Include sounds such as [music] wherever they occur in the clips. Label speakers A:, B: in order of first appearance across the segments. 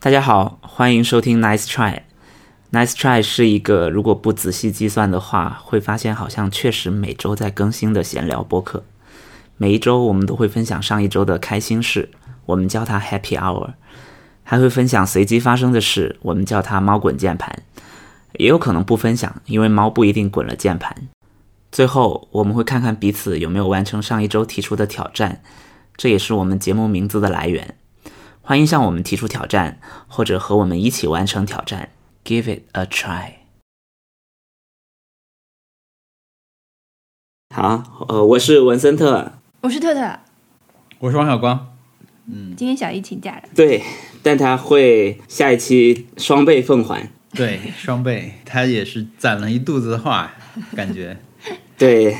A: 大家好，欢迎收听 Nice Try。Nice Try 是一个如果不仔细计算的话，会发现好像确实每周在更新的闲聊播客。每一周我们都会分享上一周的开心事，我们叫它 Happy Hour，还会分享随机发生的事，我们叫它猫滚键盘。也有可能不分享，因为猫不一定滚了键盘。最后，我们会看看彼此有没有完成上一周提出的挑战，这也是我们节目名字的来源。欢迎向我们提出挑战，或者和我们一起完成挑战。Give it a try。好，呃，我是文森特。
B: 我是特特，
C: 我是王小光，嗯
B: 今天小姨请假了，
A: 对，但他会下一期双倍奉还。
C: 对，双倍，他也是攒了一肚子的话，感 [laughs] 觉
A: 对，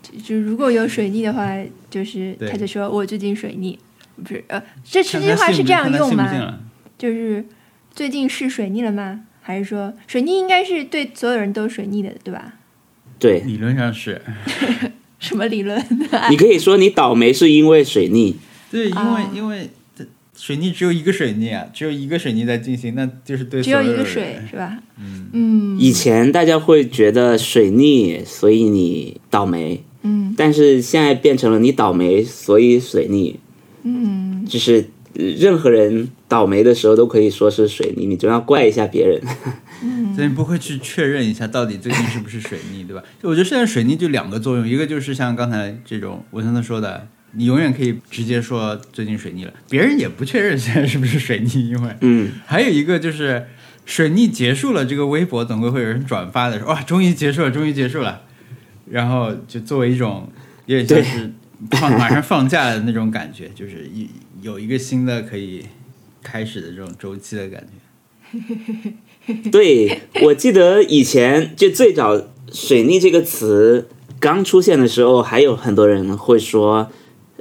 B: 就就如果有水逆的话，就是
C: 对
B: 他就说我最近水逆，不是呃，这这
C: 看
B: 句
C: 他
B: 话
C: 信
B: 是
C: 不
B: 这样
C: 看他
B: 用
C: 信不
B: 吗？
C: 信了
B: 就是最近是水逆了吗？还是说水逆应该是对所有人都水逆的，对
C: [laughs]
B: 吧？
A: 对，
C: 理论上是
B: 什么理论？
A: 你可以说你倒霉是因为水逆，
C: 对，因为、
B: 啊
C: 因为这水逆只有一个水逆啊，只有一个水逆在进行，那就是对
B: 只有
C: 所
B: 一
C: 人
B: 个水是吧？嗯
A: 以前大家会觉得水逆，所以你倒霉，
B: 嗯
A: 但是现在变成了你倒霉，所以水逆，
B: 嗯
A: 就是呃任何人倒霉的时候都可以说是水逆，你总要怪一下别人。
C: 所以不会去确认一下到底最近是不是水逆，对吧？就我觉得现在水逆就两个作用，一个就是像刚才这种文森特说的，你永远可以直接说最近水逆了，别人也不确认现在是不是水逆，因为
A: 嗯，
C: 还有一个就是水逆结束了，这个微博总归会有人转发的说哇，终于结束了，终于结束了，然后就作为一种有点像是放马上放假的那种感觉，就是一有一个新的可以开始的这种周期的感觉。
A: 对，我记得以前就最早“水逆”这个词刚出现的时候，还有很多人会说，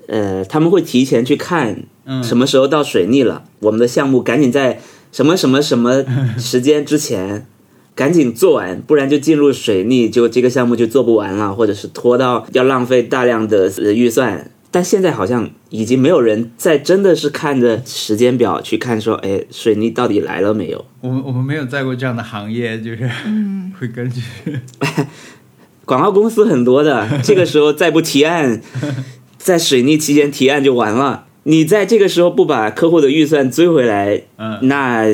A: 呃，他们会提前去看
C: 嗯，
A: 什么时候到水逆了，我们的项目赶紧在什么什么什么时间之前 [laughs] 赶紧做完，不然就进入水逆，就这个项目就做不完了，或者是拖到要浪费大量的呃预算。但现在好像已经没有人再真的是看着时间表去看说，哎，水逆到底来了没有？
C: 我们我们没有在过这样的行业，就是 [laughs] 会根据
A: 广告公司很多的，这个时候再不提案，在水逆期间提案就完了。你在这个时候不把客户的预算追回来，
C: 嗯，
A: 那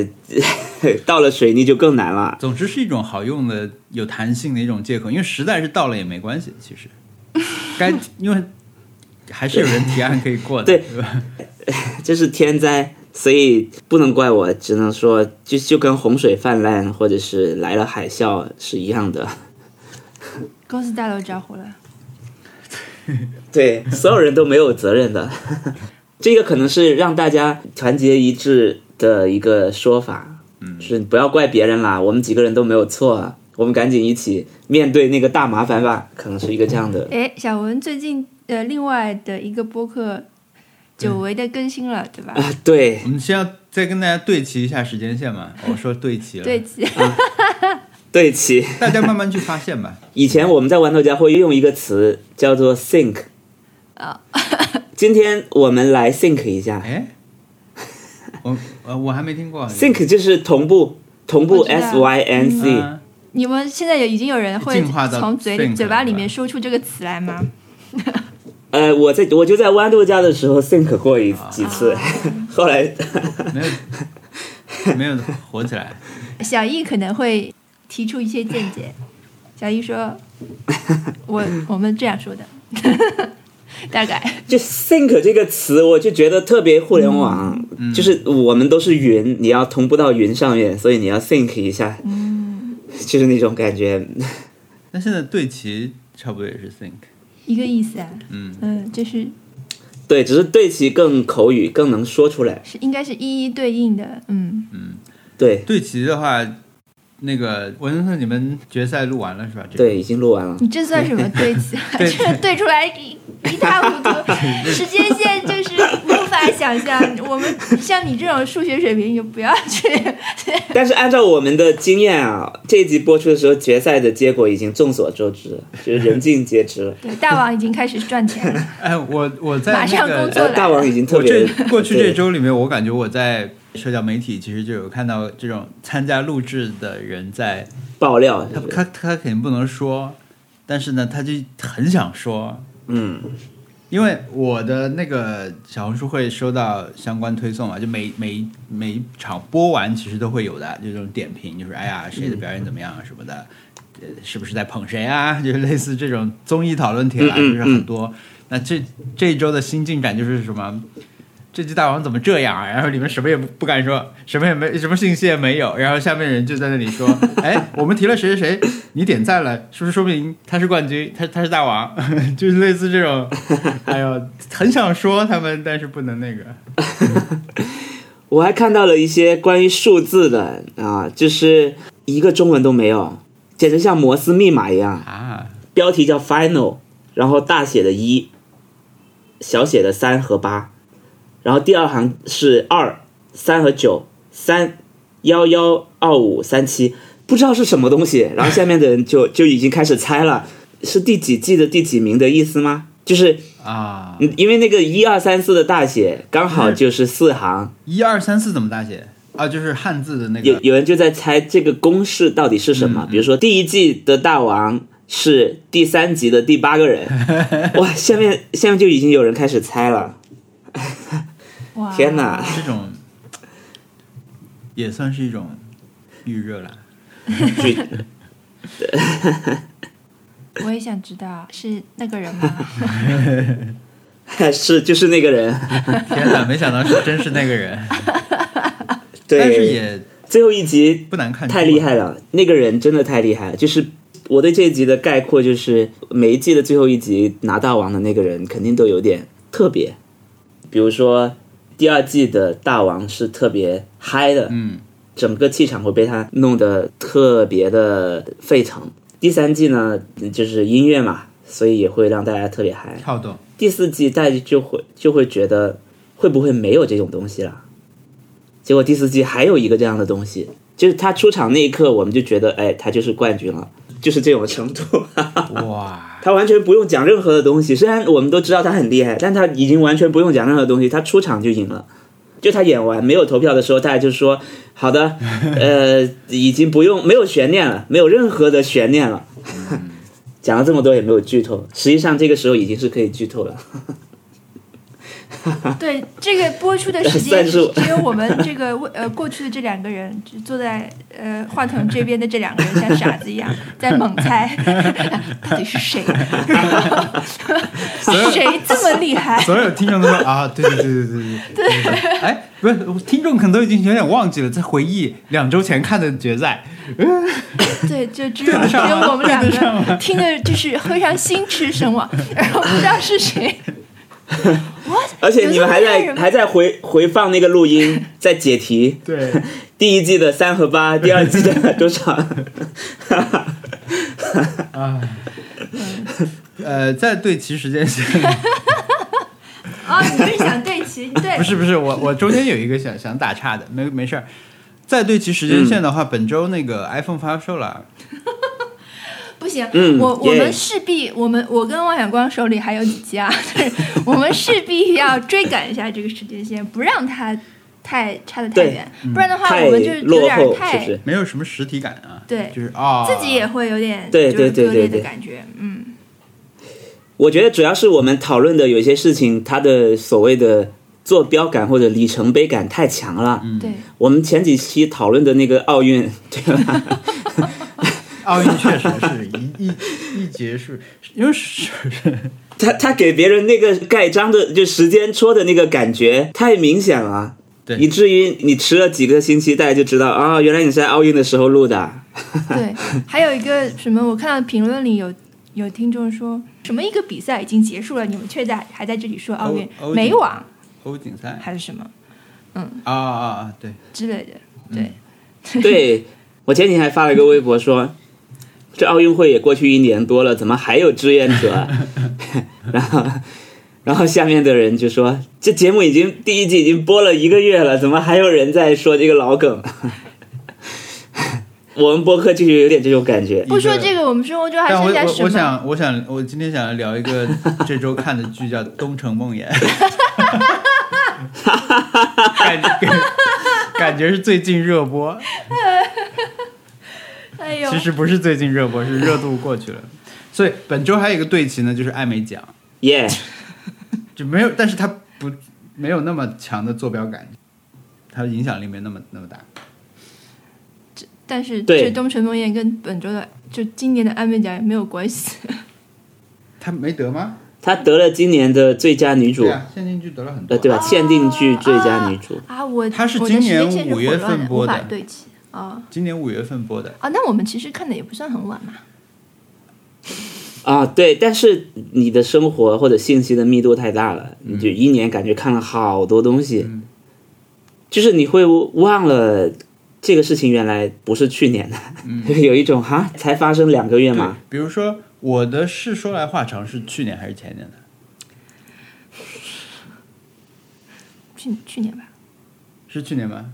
A: [laughs] 到了水逆就更难了。
C: 总之是一种好用的、有弹性的一种借口，因为实在是到了也没关系，其实该因为还是有人提案可以过的，
A: 对
C: 对吧？
A: 这是天灾，所以不能怪我，只能说就就跟洪水泛滥或者是来了海啸是一样的。
B: 公司大楼着火了，
A: 对，所有人都没有责任的。 [laughs] 这个可能是让大家团结一致的一个说法，嗯，是不要怪别人啦，我们几个人都没有错，啊我们赶紧一起面对那个大麻烦吧，可能是一个这样的。
B: 哎，小文最近呃另外的一个播客久违的更新了，
C: [laughs]
B: 对吧？
A: 啊，对
C: 我们先要再跟大家对齐一下时间线嘛。我说对齐了，
B: 对，齐，
A: 对齐，
C: [laughs] 大家慢慢去发现吧。
A: 以前我们在玩头家会用一个词叫做 think，
B: 啊，
A: 今天我们来 think 一下
C: 哎，我呃我还没听过
A: ，think 就是同步，同步
B: 我知道
A: s y n c，、
C: 嗯
B: 你们现在有已经有人会
C: 进化到
B: 从嘴
C: think
B: 里、
C: 了
B: 嘴巴里面说出这个词来吗？
A: 呃，我在我就在豌豆家的时候 think 过一几次， [laughs] 后来
C: 没有没有火起来。
B: 小易可能会提出一些见
C: [laughs]
B: 解。小易说：“我我们这样说的， [laughs] 大概
A: 就 think 这个词，我就觉得特别互联网，就是我们都是云，你要同步到云上面，所以你要 think 一下，就是那种感觉。 [laughs]
C: 那现在对齐差不多也是 think，
B: 一个意思啊。”
C: 嗯
B: 嗯，就是
A: 对，只是对齐更口语，更能说出来。
B: 是应该是一一对应的。嗯，
A: 对
C: 对齐的话，那个文森特，你们决赛录完了是吧？这个，
A: 对，已经录完了。
B: 你这算什么对齐啊？
C: [laughs] 对 [laughs]
B: 这对出来一一塌糊涂，时间线就是无法法想象，我们像你这种数学水平，你就不要去。 [laughs]
A: 但是按照我们的经验啊，这一集播出的时候，决赛的结果已经众所周知，就是人尽皆知了。
B: 对，大王已经开始赚钱
A: [laughs]
B: 了，
C: 哎，我我在、那个、哎
B: 马上工作
A: 呃，大王已经特
C: 我这
A: 别
C: 过去这
A: 对
C: 周里面，我感觉我在社交媒体其实就有看到这种参加录制的人在，
A: 爆料，
C: 他他他肯定不能说，但是呢，他就很想说，
A: 嗯，
C: 因为我的那个小红书会收到相关推送嘛，就每每每一场播完，其实都会有的，就这种点评，就是
A: 嗯
C: 哎呀谁的表演怎么样啊什么的，呃是不是在捧谁啊？ [laughs] 就是类似这种综艺讨论帖啊，就
A: 嗯嗯
C: 是很多。那这这一周的新进展就是什么？这季大王怎么这样啊？然后你们什么也不不敢说，什么也没，什么信息也没有。然后下面人就在那
A: [laughs]
C: 里说：“哎，我们提了谁谁谁，你点赞了，是不是说明他是冠军？他他是大王？” [laughs] 就是类似这种，哎呦，很想说他们，但是不能那个。
A: 我还看到了一些关于数字的啊，就是一个中文都没有，简直像摩斯密码一样。
C: 啊，
A: 标题叫 Final，然后大写的一，小写的三和八，然后第二行是二、三和九、三、幺幺二五三七，不知道是什么东西。然后下面的人就 [laughs] 就已经开始猜了，是第几季的第几名的意思吗？就是
C: 啊，
A: 嗯因为那个一二三四的大写刚好就是四行，
C: 一二三四怎么大写啊？就是汉字的那
A: 有
C: 个
A: 有人就在猜这个公式到底是什
C: 嗯
A: 么。比如说第一季的大王是第三集的第八个
C: [laughs]
A: 人，哇，下面下面就已经有人开始猜了，
B: 哇！
A: 天哪！
C: 这种，也算是一种预热了。
A: 举
B: [laughs] 我也想知道是那个
A: [laughs]
B: 人吗？
A: [laughs] 是就是那个人，
C: 天哪，没想到是真是那个人，
A: 对，
C: 但是也
A: 最后一集
C: 不难看出来，
A: 太厉害了，那个人真的太厉害了。就是我对这一集的概括，就是每一季的最后一集拿大王的那个人，肯定都有点特别。比如说第二季的大王是特别嗨的，
C: 嗯，
A: 整个气场会被他弄得特别的沸腾。第三季呢，就是音乐嘛，所以也会让大家特别嗨。[laughs]
C: 跳动。
A: 第四季大家就会就会觉得会不会没有这种东西了？结果第四季还有一个这样的东西，就是他出场那一刻，我们就觉得，哎，他就是冠军了，就是这种程度。
C: 哇，
A: 他完全不用讲任何的东西，虽然我们都知道他很厉害，但他已经完全不用讲任何东西，他出场就赢了。就他演完没有投票的时候，大家就说：“好的，呃，已经不用没有悬念了，没有任何的悬念了。” [laughs] 讲了这么多也没有剧透，实际上这个时候已经是可以剧透了。
B: 对，这个播出的时
A: [laughs] 算
B: 间
A: 是
B: 只
A: 我
B: 有我们这个呃过去的这两个人，就坐在呃话筒这边的这两个人像傻子
A: [laughs]
B: 一样在猛猜， [laughs] 到底是谁？谁这么厉害？
C: 所有听众都说啊，对对对对对对对对。哎，不是，我听众可能都已经有点忘记了，在回忆两周前看的决赛。
B: 对，就只有
C: 对得
B: 只
C: 上
B: 有
C: 吗
B: 我们两
C: 对得上
B: 个听的就是非常心驰神
A: [laughs]
B: 往，然后不知道是谁。What？
A: 而且你们还
B: 有这么厉害
A: 在
B: 人吗
A: 还在回回放那个录音，在解题。
C: 对，
A: 第一季的三和八，第二季的多少？ [laughs]
C: 啊，呃，在对齐时间线。
B: 哦，你是想对齐？对，
C: 不是不是，我我中间有一个想想打岔的，没没事儿。在对齐时间线的话，本周那个 iPhone 发售了，
B: 不行，
A: 嗯
B: 我我
A: 耶
B: 们势必，我们我跟汪小光手里还有几家， [laughs] 我们势必要追赶一下这个时间线，不让它太差的太
A: 对
B: 远，不然的话
A: 太
B: 我们就有
A: 落
B: 点
A: 后，是
B: 太
A: 不是？
C: 没有什么实体感啊。
B: 对
C: 就是啊，
B: 自己也会有点
A: 对
B: 就是
A: 对对
B: 割裂
A: 对
B: 的
A: 对
B: 感觉，嗯，
A: 我觉得主要是我们讨论的有些事情，它的所谓的坐标感或者里程碑感太强了。
C: 嗯
B: 对，
A: 我们前几期讨论的那个奥运， [laughs] 对吧？
C: 奥运确实是一一一结束，因为是
A: 他他给别人那个盖章的就时间戳的那个感觉太明显了，
C: 对
A: 以至于你迟了几个星期，大家就知道啊、原来你是在奥运的时候录的。 [laughs]
B: 对，还有一个什么，我看到评论里有有听众说什么一个比赛已经结束了，你们却在还在这里说奥运
C: 欧欧锦
B: 没网
C: 欧锦赛
B: 还是什么
C: 啊啊啊，对，
B: 之类的，
C: 嗯
B: 对，
A: 对我前几天还发了一个微博说，
D: [laughs]
A: 这奥运会也过去一年多了，怎么还有志愿者啊？然后，
D: 然后下面的人就说：“这节目已经第一季已经播了一个月了，怎么还有人在说这个老梗？” [laughs] 我们播客就有点这种感
B: [laughs]
D: 觉。
B: 不说这个，我们生活中还
C: 但我
B: 剩下
C: 我
B: 什
C: 我
B: 么？
C: 想我想我今天想要聊一个这周看的剧叫《东城梦魇》，
B: [laughs]
C: [laughs] 感觉感觉是最近热播，
B: 哎呦
C: 其，实不是最近热播，是热度过去了。所以本周还有一个对齐呢，就是艾美奖，
D: 耶、
C: 就没有，但是它不没有那么强的坐标感，它影响力没那么那么大。
B: 但是
D: 对
B: 这《东城梦魇》跟本周的就今年的安美奖也没有关
C: [laughs]
B: 系。
C: 它没得吗？
D: 她得了今年的最佳女主，
C: 对啊，限定剧得了很多。
D: 呃，嗯对吧？限定剧最佳女主。
B: 啊，我
C: 它是
B: 我的
C: 今年
B: 时间线是
C: 5月份
B: 混乱的
C: 播的
B: 无法对齐啊
C: 今年五月份播的，
B: 啊！那我们其实看的也不算很晚嘛。
D: 啊，对，但是你的生活或者信息的密度太大了，你就一年感觉看了好多东西，
C: 嗯
D: 就是你会忘了这个事情原来不是去年的，
C: 嗯
D: [laughs] 有一种哈才发生两个月
C: 对
D: 嘛，，
C: 比如说我的是说来话长，是去年还是前年的？
B: 去去年吧，
C: 是去年吗？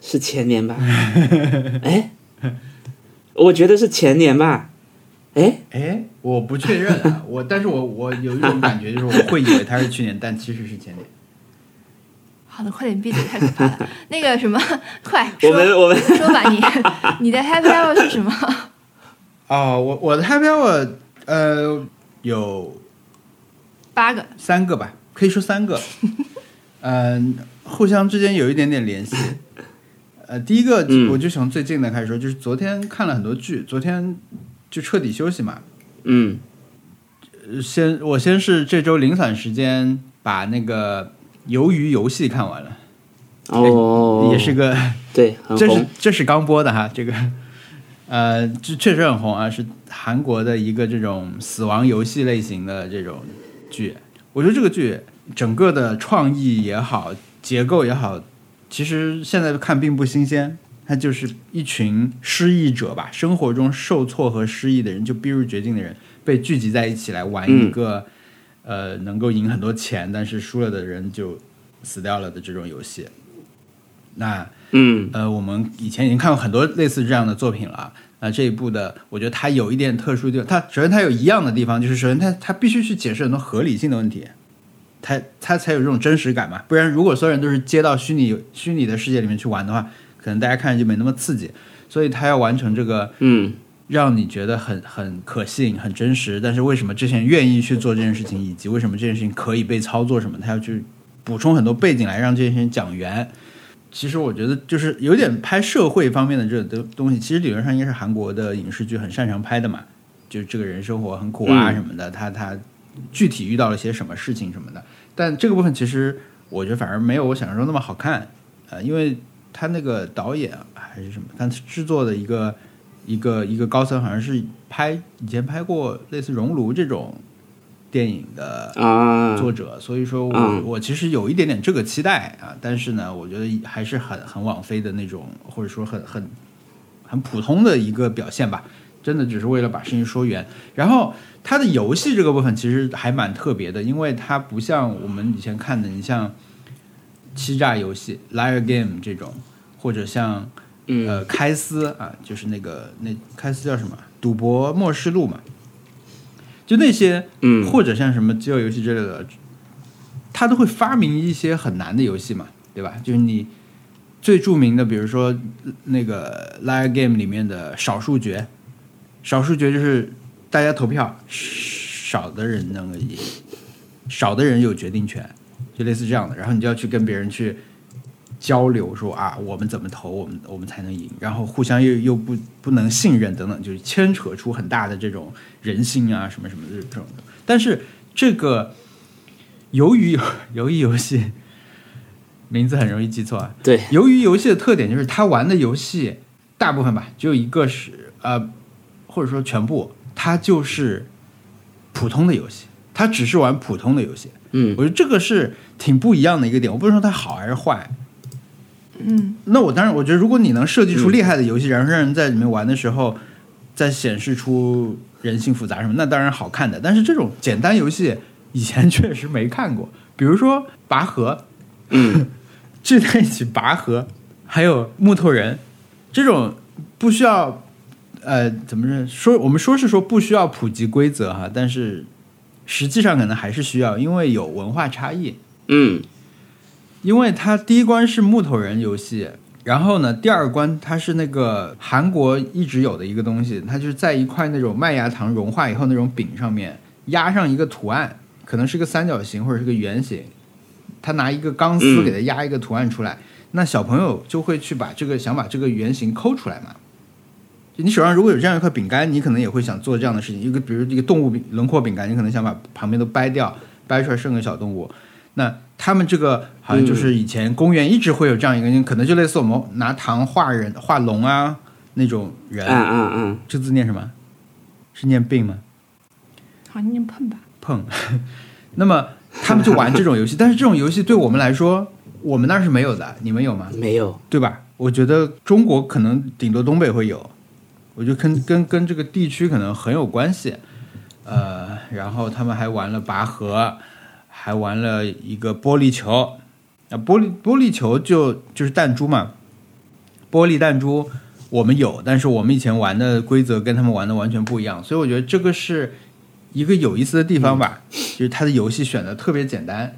D: 是前年
C: [laughs]
D: 吧？哎，我觉得是前年吧？哎，
C: 哎，我不确认
D: [laughs]
C: 啊，我但是我我有一种感觉，就是我会以为它是去年，但其实是前年。
B: 好的，快点闭嘴，太可怕了。那个什么， [laughs] 快
D: 我
B: 说
D: 们我们
B: 说吧，你你的 Happy Hour 是什么？
C: 哦，我我的 Happy Hour 呃有
B: 八个，
C: 三个吧，可以说
D: [laughs]
C: 三个，嗯、互相之间有一点点联系。呃，第一个
D: 嗯
C: 我就从最近的开始说，就是昨天看了很多剧，昨天就彻底休息嘛，
D: 嗯
C: 先我先是这周零散时间把那个《鱿鱼游戏》看完了，
D: 哦，
C: 哎也是个，
D: 对，很
C: 这是
D: 红，
C: 这是刚播的哈，这个，呃，这确实很红啊，是韩国的一个这种死亡游戏类型的这种剧。我觉得这个剧整个的创意也好，结构也好，其实现在看并不新鲜。它就是一群失意者吧，生活中受挫和失意的人，就逼入绝境的人，被聚集在一起来玩一
D: 嗯
C: 个，呃，能够赢很多钱，但是输了的人就死掉了的这种游戏。那
D: 嗯
C: 呃，我们以前已经看过很多类似这样的作品了啊。那这一部的，我觉得它有一点特殊的地方，它首先它有一样的地方，就是首先它它必须去解释很多合理性的问题，它它才有这种真实感嘛。不然如果所有人都是接到虚拟虚拟的世界里面去玩的话，可能大家看着就没那么刺激。所以它要完成这个
D: 嗯
C: 让你觉得很很可信、很真实，但是为什么这些人愿意去做这件事情，以及为什么这件事情可以被操作什么，他要去补充很多背景来让这件事情讲圆。其实我觉得就是有点拍社会方面的这种东西，其实理论上应该是韩国的影视剧很擅长拍的嘛，就这个人生活很苦啊
D: 嗯
C: 什么的，他他具体遇到了些什么事情什么的。但这个部分其实我觉得反而没有我想象中那么好看，呃，因为他那个导演啊还是什么，他制作的一个一个一个高层好像是拍以前拍过类似《熔炉》这种电影的
D: 啊，
C: 作者，所以说我、
D: 嗯
C: 我其实有一点点这个期待啊，但是呢，我觉得还是很很网飞的那种，或者说很很很普通的一个表现吧，真的只是为了把事情说圆。然后它的游戏这个部分其实还蛮特别的，因为它不像我们以前看的，你像欺诈游戏 （liar game） 这种，或者像
D: 嗯
C: 呃开司啊，就是那个那开司叫什么？赌博默示录嘛，就那些，
D: 嗯
C: 或者像什么饥饿游戏之类的，他都会发明一些很难的游戏嘛，对吧？就是你最著名的，比如说呃那个 Liar Game 里面的少数决，少数决就是大家投票，少的人能够赢，少的人有决定权，就类似这样的。然后你就要去跟别人去交流说啊，我们怎么投，我们我们才能赢，然后互相又又不不能信任等等，就是牵扯出很大的这种人性啊什么什么的这种的。但是这个鱿 [laughs] 鱼鱿鱼游戏名字很容易记错啊。
D: 对，
C: 鱿鱼游戏的特点就是它玩的游戏大部分吧，只有一个是呃，或者说全部，它就是普通的游戏，它只是玩普通的游戏。
D: 嗯
C: 我觉得这个是挺不一样的一个点。我不是说它好还是坏，
B: 嗯，
C: 那我当然，我觉得如果你能设计出厉害的游戏，然后让人在里面玩的时候，再显示出人性复杂什么，那当然好看的。但是这种简单游戏，以前 [laughs] 确实没看过，比如说拔河，
A: 嗯，
C: [laughs] 聚在一起拔河，还有木头人这种不需要，呃，怎么说？说我们说是说不需要普及规则哈，但是实际上可能还是需要，因为有文化差异。
A: 嗯
C: 因为它第一关是木头人游戏，然后呢，第二关它是那个韩国一直有的一个东西，它就是在一块那种麦芽糖融化以后那种饼上面压上一个图案，可能是个三角形或者是个圆形，他拿一个钢丝
A: 嗯
C: 给它压一个图案出来，那小朋友就会去把这个想把这个圆形抠出来嘛。就你手上如果有这样一块饼干，你可能也会想做这样的事情。一个比如一个动物饼轮廓饼干，你可能想把旁边都掰掉，掰出来剩个小动物。那他们这个好像就是以前公园一直会有这样一个，可能就类似我们拿糖画人、画龙啊那种人。
A: 嗯
D: 啊
A: 嗯嗯，
C: 这字念什么？是念病吗？
B: 好像念碰吧，
C: 碰。 [laughs] 那么他们就玩这种游戏，但是这种游戏对我们来说，我们那儿是没有的，你们有吗？
A: 没有，
C: 对吧？我觉得中国可能顶多东北会有，我觉得跟跟跟这个地区可能很有关系。呃，然后他们还玩了拔河，还玩了一个玻璃球。那玻璃玻璃球就就是弹珠嘛，玻璃弹珠我们有，但是我们以前玩的规则跟他们玩的完全不一样，所以我觉得这个是一个有意思的地方吧，就是它的游戏选的特别简单，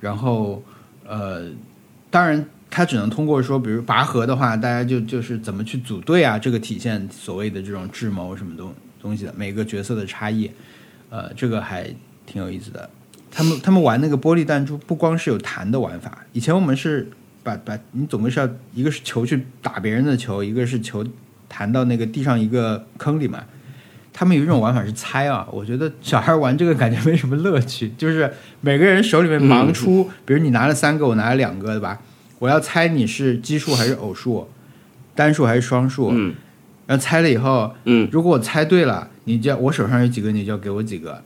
C: 然后呃，当然它只能通过说，比如拔河的话，大家就就是怎么去组队啊，这个体现所谓的这种智谋什么东东西的，每个角色的差异，呃，这个还挺有意思的。他们他们玩那个玻璃弹珠，不光是有弹的玩法，以前我们是把把你总归是要一个是球去打别人的球，一个是球弹到那个地上一个坑里嘛。他们有一种玩法是猜啊， [laughs] 我觉得小孩玩这个感觉没什么乐趣，就是每个人手里面忙出，比如你拿了三个，我拿了两个，对吧？我要猜你是奇数还是偶数，单数还是双数，
A: 嗯
C: 然后猜了以后，
A: 嗯
C: 如果我猜对了，你就要我手上有几个，你就要给我几个，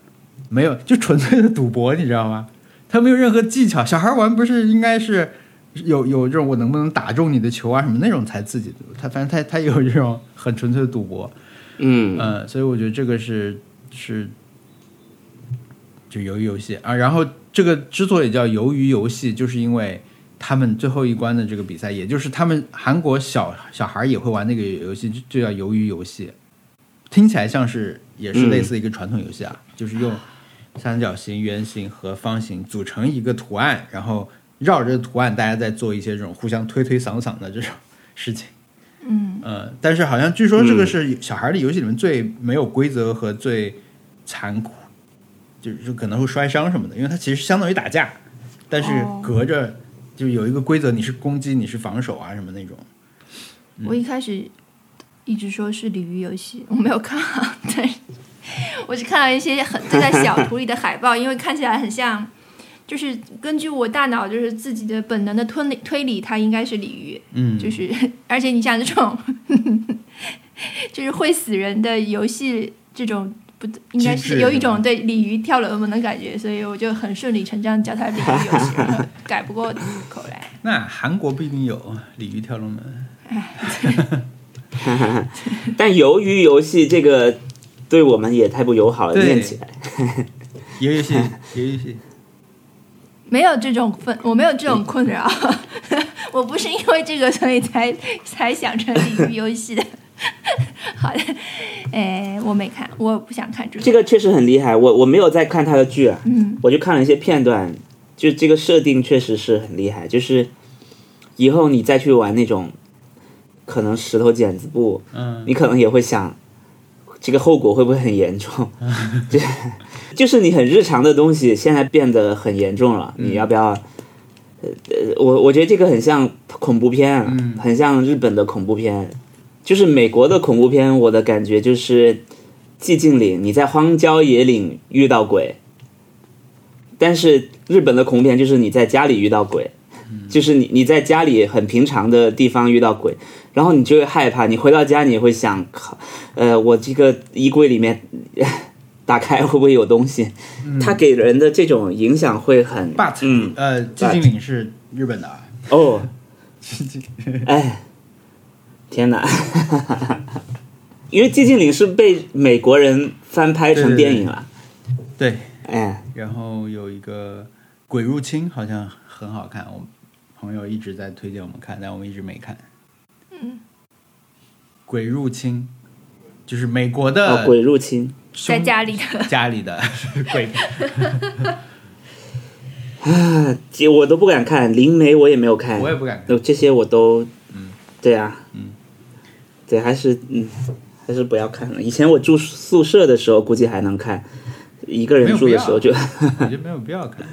C: 没有就纯粹的赌博，你知道吗？他没有任何技巧，小孩玩不是应该是有有这种我能不能打中你的球啊什么那种才刺激的，他反正他他有这种很纯粹的赌博，
A: 嗯
C: 嗯，所以我觉得这个是是就鱿鱼游戏啊。然后这个之所以叫鱿鱼游戏，就是因为他们最后一关的这个比赛，也就是他们韩国小小孩也会玩那个游戏，就就叫鱿鱼游戏。听起来像是也是类似一个传统游戏啊，就是用三角形、圆形和方形组成一个图案，然后绕着图案，大家在做一些这种互相推推搡搡的这种事情。
B: 嗯，
C: 呃，但是好像据说这个是小孩儿的游戏里面最没有规则和最残酷，就是就可能会摔伤什么的，因为它其实相当于打架，但是
B: 哦
C: 隔着就有一个规则，你是攻击，你是防守啊什么那种。嗯
B: 我一开始一直说是鲤鱼游戏， [laughs] 我没有看好，但是我只看到一些很就在小图里的海报，因为看起来很像，就是根据我大脑就是自己的本能的推理推理，它应该是鲤鱼，
C: 嗯，
B: 就是，而且你像这种， [laughs] 就是会死人的游戏，这种不应该
C: 机制
B: 是有一种对鲤鱼跳龙门的感觉，所以我就很顺理成章叫它鲤鱼游戏， [laughs] 然后改不过口来。
C: 那韩国不一定有鲤鱼跳龙门。
A: 但由于游戏这个对我们也太不友好了，
C: 对
A: 念起来，
C: 也 [laughs] 游戏，也游戏，
B: 没有这种困，我没有这种困扰，
C: 嗯
B: [laughs] 我不是因为这个所以才才想成鲤鱼游戏的。 [laughs] 好的，哎，我没看，我不想看这
A: 这
B: 个。
A: 个确实很厉害。我我没有在看他的剧啊，
B: 嗯，
A: 我就看了一些片段，就这个设定确实是很厉害。就是以后你再去玩那种可能石头剪子布，
C: 嗯
A: 你可能也会想，这个后果会不会很严
C: [laughs]
A: 重？就就是你很日常的东西，现在变得很严重了，
C: 嗯
A: 你要不要？呃，呃我我觉得这个很像恐怖片啊，
C: 嗯
A: 很像日本的恐怖片，就是美国的恐怖片。我的感觉就是《寂静岭》，你在荒郊野岭遇到鬼，但是日本的恐怖片就是你在家里遇到鬼，就是你你在家里很平常的地方遇到鬼，然后你就会害怕，你回到家你会想，靠，呃，我这个衣柜里面 [laughs] 打开会不会有东西？它给人的这种影响会很
C: but
A: 嗯
C: 呃，寂静岭是日本的啊。 [laughs]
A: 哦，哎，
D: [laughs]
A: 天哪！因为《寂静岭》是被美国人翻拍成电影了，
C: 对，
D: 哎，
C: 然后有一个《鬼入侵》，好像很好看，我朋友一直在推荐我们看，但我们一直没看。
B: 嗯，
C: 鬼入侵就是美国的
D: 哦，鬼入侵，
C: 凶
B: 在家里的，
C: 家里的 [laughs]
D: [laughs]
C: 鬼片，
D: 啊，这我都不敢看，灵媒我也没有看，
C: 我也不敢看。
D: 呃这些我都，
C: 嗯，
D: 对啊，
C: 嗯，
D: 对，还是嗯，还是不要看了。以前我住宿舍的时候，估计还能看，一个
C: 没
D: 人
C: 有
D: 住
C: 必
D: 的
C: 要
D: 时候
C: [laughs]
D: 就，
C: 我觉得没有必要看。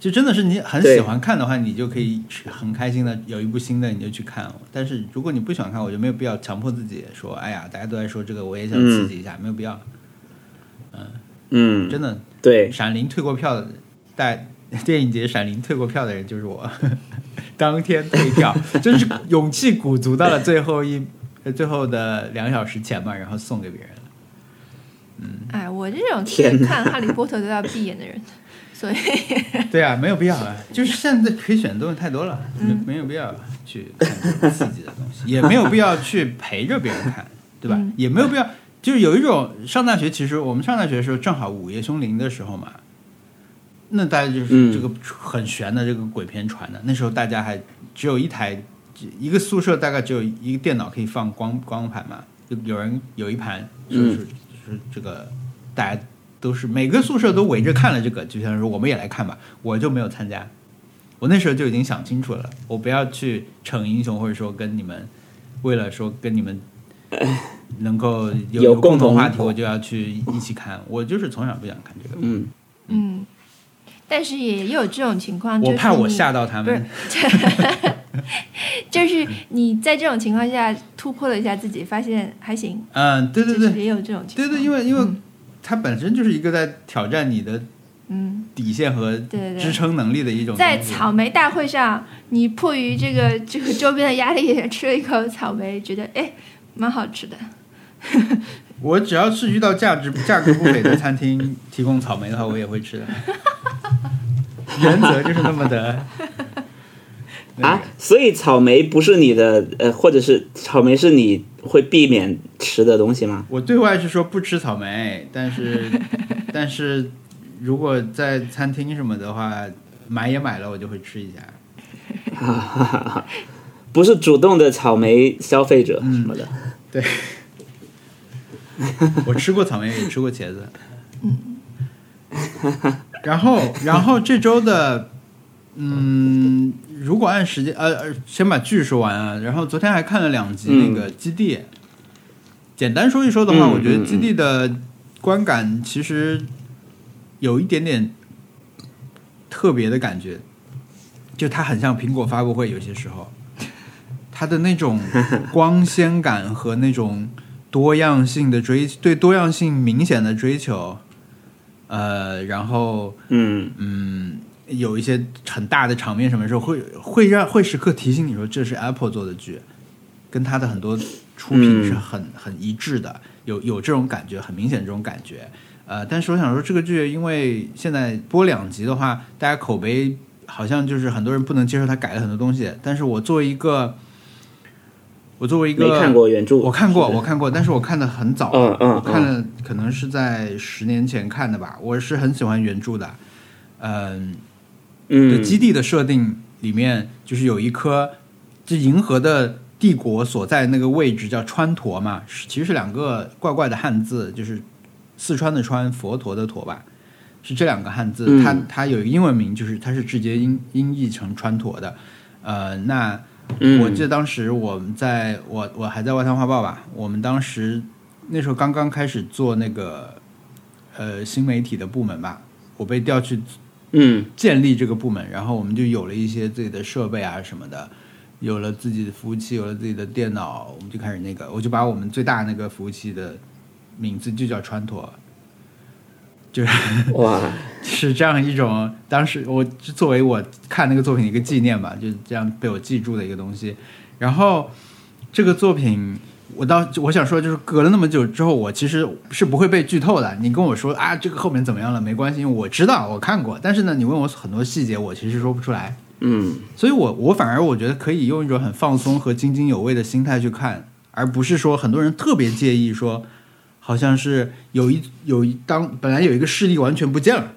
C: 就真的是你很喜欢看的话，你就可以很开心的有一部新的你就去看。但是如果你不喜欢看，我就没有必要强迫自己说，哎呀，大家都在说这个，我也想刺激一下，没有必要。
D: 嗯，
C: 真的，
D: 对，
C: 《闪灵》退过票的，带电影节《闪灵》退过票的人就是我， [laughs] 当天退票，真是勇气鼓足到了最后一呃最后的两小时前吧，然后送给别人。
B: 哎，我这种
D: 天哪
B: 看《哈利波特》都要闭眼的人，所以 [laughs]
C: 对啊，没有必要啊，就是现在可以选的东西太多了，没没有必要去看这种刺激的东西，也没有必要去陪着别人看，对吧？也没有必要，就是有一种上大学，其实我们上大学的时候正好《午夜凶铃》的时候嘛，那大家就是
D: 嗯
C: 这个很悬的这个鬼片传的，那时候大家还只有一台，一个宿舍大概只有一个电脑可以放光光盘嘛，有有人有一盘就是、就是这个大家都是每个宿舍都围着看了这个，就像说我们也来看吧，我就没有参加。我那时候就已经想清楚了，我不要去逞英雄，或者说跟你们为了说跟你们能够
D: 有
C: 有有共
D: 共同
C: 话题，我就要去一起看。我就是从小不想看这个，
D: 嗯，
B: 嗯，但是也有这种情况，
C: 我怕
B: 就是
C: 我
B: 你
C: 吓到他
B: 不是
C: 们。
B: [laughs] 就是你在这种情况下突破了一下自己，发现还行，
C: 嗯，对对
B: 就是
C: 对
B: 也有这种情
C: 对
B: 况，
C: 对，因为因为
B: 嗯
C: 它本身就是一个在挑战你的
B: 嗯，
C: 底线和
B: 对对
C: 支
B: 对。
C: 撑能力的一种
B: 在
C: 东西
B: 草莓大会上，你迫于这个这个周边的压力，也吃了一口草莓，觉得哎蛮好吃的。
C: 我只要是遇到价值 [laughs] 价格不菲的餐厅提供草莓的话，我也会
B: [laughs]
C: 吃的。原则就是那么的。那
D: 啊
C: 个，
D: 所以草莓不是你的，呃，或者是草莓是你会避免吃的东西吗？
C: 我对外是说不吃草莓，
B: [laughs]
C: 但是但是如果在餐厅什么的话，买也买了，我就会吃一下。
D: 不是主动的草莓消费者
C: 嗯
D: 什么的，
C: [laughs] 我吃过草莓，也吃过茄子。
D: 嗯
C: 然后，然后这周的，嗯，如果按时间，呃，呃先把剧说完啊。然后昨天还看了两集那个《基地》简单说一说的话，
D: 嗯
C: 我觉得
D: 嗯
C: 《基地》的观感其实有一点点特别的感觉，就它很像苹果发布会，有些时候，它的那种光鲜感和那种多样性的追，对多样性明显的追求，呃，然后
D: 嗯
C: 嗯，有一些很大的场面什么时候会会让会时刻提醒你说这是 Apple 做的剧，跟它的很多出品
D: 嗯
C: 是很、很一致的，有有这种感觉，很明显这种感觉。呃，但是我想说，这个剧因为现在播两集的话，大家口碑好像就是很多人不能接受，它改了很多东西。但是我作为一个，我作为一
D: 没
C: 个
D: 看过原著，
C: 我看过，
D: 是的
C: 我看过，但是我看的很早，
D: 嗯嗯
C: 我看了可能是在十年前看的吧。我是很喜欢原著的，嗯，对
D: 嗯，
C: 基地的设定里面，就是有一颗，这银河的帝国所在那个位置叫川陀嘛，是其实是两个怪怪的汉字，就是四川的川，佛陀的陀吧，是这两个汉字。
D: 嗯
C: 它它有一个英文名，就是它是直接音音译成川陀的。呃，那
D: 嗯
C: 我记得当时我们在我我还在外滩画报吧，我们当时那时候刚刚开始做那个呃新媒体的部门吧，我被调去
D: 嗯
C: 建立这个部门，然后我们就有了一些自己的设备啊什么的，有了自己的服务器，有了自己的电脑，我们就开始那个，我就把我们最大那个服务器的名字就叫川陀，就是
D: 哇，
C: 是这样一种，当时我作为我看那个作品的一个纪念吧，就是这样被我记住的一个东西。然后这个作品，我到我想说，就是隔了那么久之后，我其实是不会被剧透的。你跟我说啊，这个后面怎么样了，没关系，因为我知道我看过。但是呢，你问我很多细节，我其实说不出来。
D: 嗯
C: 所以我我反而我觉得可以用一种很放松和津津有味的心态去看，而不是说很多人特别介意说好像是有一有一当本来有一个势力完全不见了，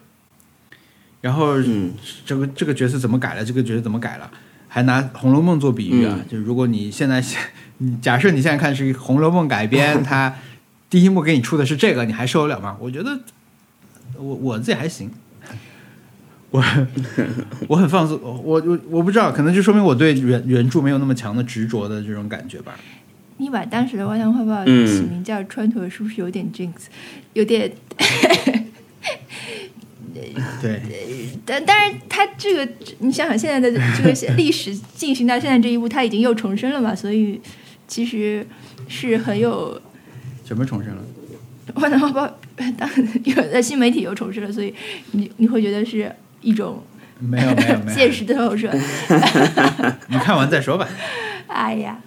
C: 然后
A: 嗯
C: 这个这个角色怎么改了，这个角色怎么改了，还拿《红楼梦》做比喻啊，就如果你现在 [laughs] 现你假设你现在看是《红楼梦》改编，它第一幕给你出的是这个，你还受得了吗？我觉得我我自己还行， [laughs] 我我很放松，我我我不知道，可能就说明我对原原著没有那么强的执着的这种感觉吧。
B: 你把当时的《万象汇报》
A: 嗯
B: 起名叫《川腿》，是不是有点 jinx，有点？ [laughs]
C: 对，
B: 但但是它这个，你想想现在的这个
C: [laughs]
B: 历史进行到现在这一步，它已经又重生了嘛，所以其实是很有
C: 什么重生了？
B: 《万象汇报》当有的新媒体又重生了，所以你你会觉得是一种
C: 没有啊没有
B: [laughs]
C: 没
B: 现
C: 有，
B: 实的投射。
C: 你看完再说吧。
B: 哎呀，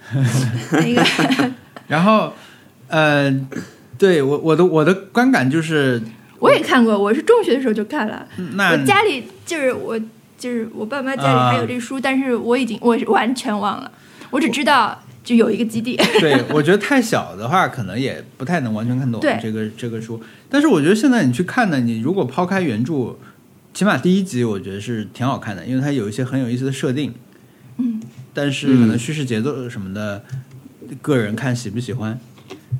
B: 那个
C: [laughs] 然后，呃，对我我的我的观感就是，
B: 我也看过，我是中学的时候就看了。
C: 那
B: 我家里就是我就是我爸妈家里还有这书，
C: 啊
B: 但是我已经我完全忘了，我只知道就有一个基地。 [laughs]
C: [laughs] 对我觉得太小的话，可能也不太能完全看懂
B: 对
C: 这个这个书。但是我觉得现在你去看呢，你如果抛开原著，起码第一集我觉得是挺好看的，因为它有一些很有意思的设定。
B: 嗯，
C: 但是可能叙事节奏什么的，个人看喜不喜欢。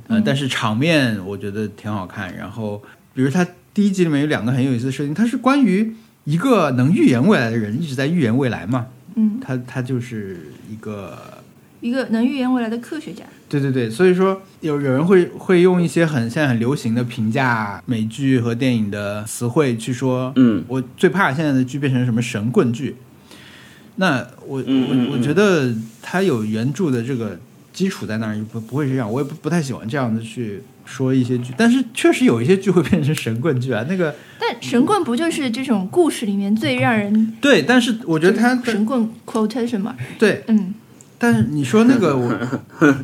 C: 呃，
B: 嗯
C: 但是场面我觉得挺好看。然后，比如它第一集里面有两个很有意思的设定，它是关于一个能预言未来的人一直在预言未来嘛。
B: 嗯，
C: 他他就是一个
B: 一个能预言未来的科学家。
C: 对对对，所以说有有人会会用一些很现在很流行的评价美剧和电影的词汇去说，
A: 嗯
C: 我最怕现在的剧变成什么神棍剧。那我
A: 嗯嗯
C: 我
A: 嗯
C: 我觉得它有原著的这个基础在那儿，不不会是这样，我也不不太喜欢这样的去说一些剧，但是确实有一些剧会变成神棍剧啊，那个
B: 但神棍不就是这种故事里面最让人
C: 对，但是嗯我觉得它
B: 神棍 quotation 嘛？
C: 对
B: 嗯，
C: 但是你说那
D: [laughs]
C: 个我，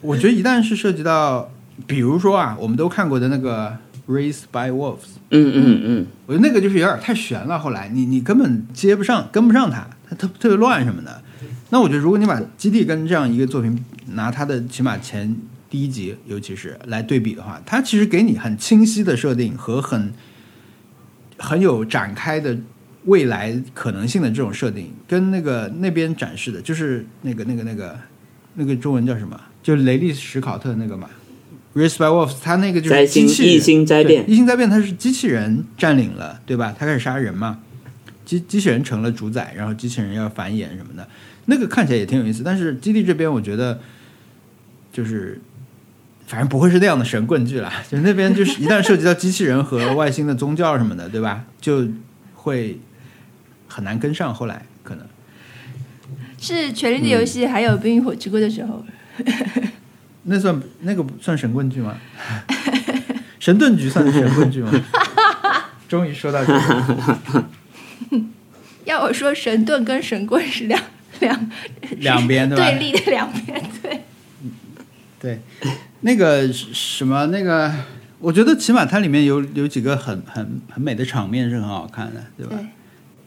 C: 我觉得一旦是涉及到，比如说啊，我们都看过的那个《Raised by Wolves》，
A: 嗯嗯嗯，
C: 我觉得那个就是有点太悬了。后来你你根本接不上，跟不上它，它特特别乱什么的。那我觉得，如果你把《基地》跟这样一个作品，拿它的起码前第一集，尤其是来对比的话，它其实给你很清晰的设定和很很有展开的未来可能性的这种设定，跟那个那边展示的，就是那个那个那个那个中文叫什么？就雷利·史考特那个嘛，《Race by Wolves》，它那个就
A: 摘
C: 是
A: 星
C: 机器人
A: 异星灾变
C: 对异星灾变它是机器人占领了，对吧？它开始杀人嘛，机机器人成了主宰，然后机器人要繁衍什么的，那个看起来也挺有意思。但是基地这边，我觉得就是反正不会是那样的神棍剧啦， [laughs] 就那边就是一旦涉及到机器人和外星的宗教什么的，对吧？就会很难跟上，后来可能。
B: 是《权力的游
C: 嗯
B: 戏》还有《冰与火之歌》的时候， [laughs]
C: 那算那个不算神棍剧吗？神盾局算神棍剧吗？终于说到这个，
B: 要我说神盾跟神棍是两两
C: 两边对吧？
B: 对立的两边，对。
C: 对，那个是什么那个，我觉得起码它里面有有几个很很很美的场面是很好看的，对吧？
B: 对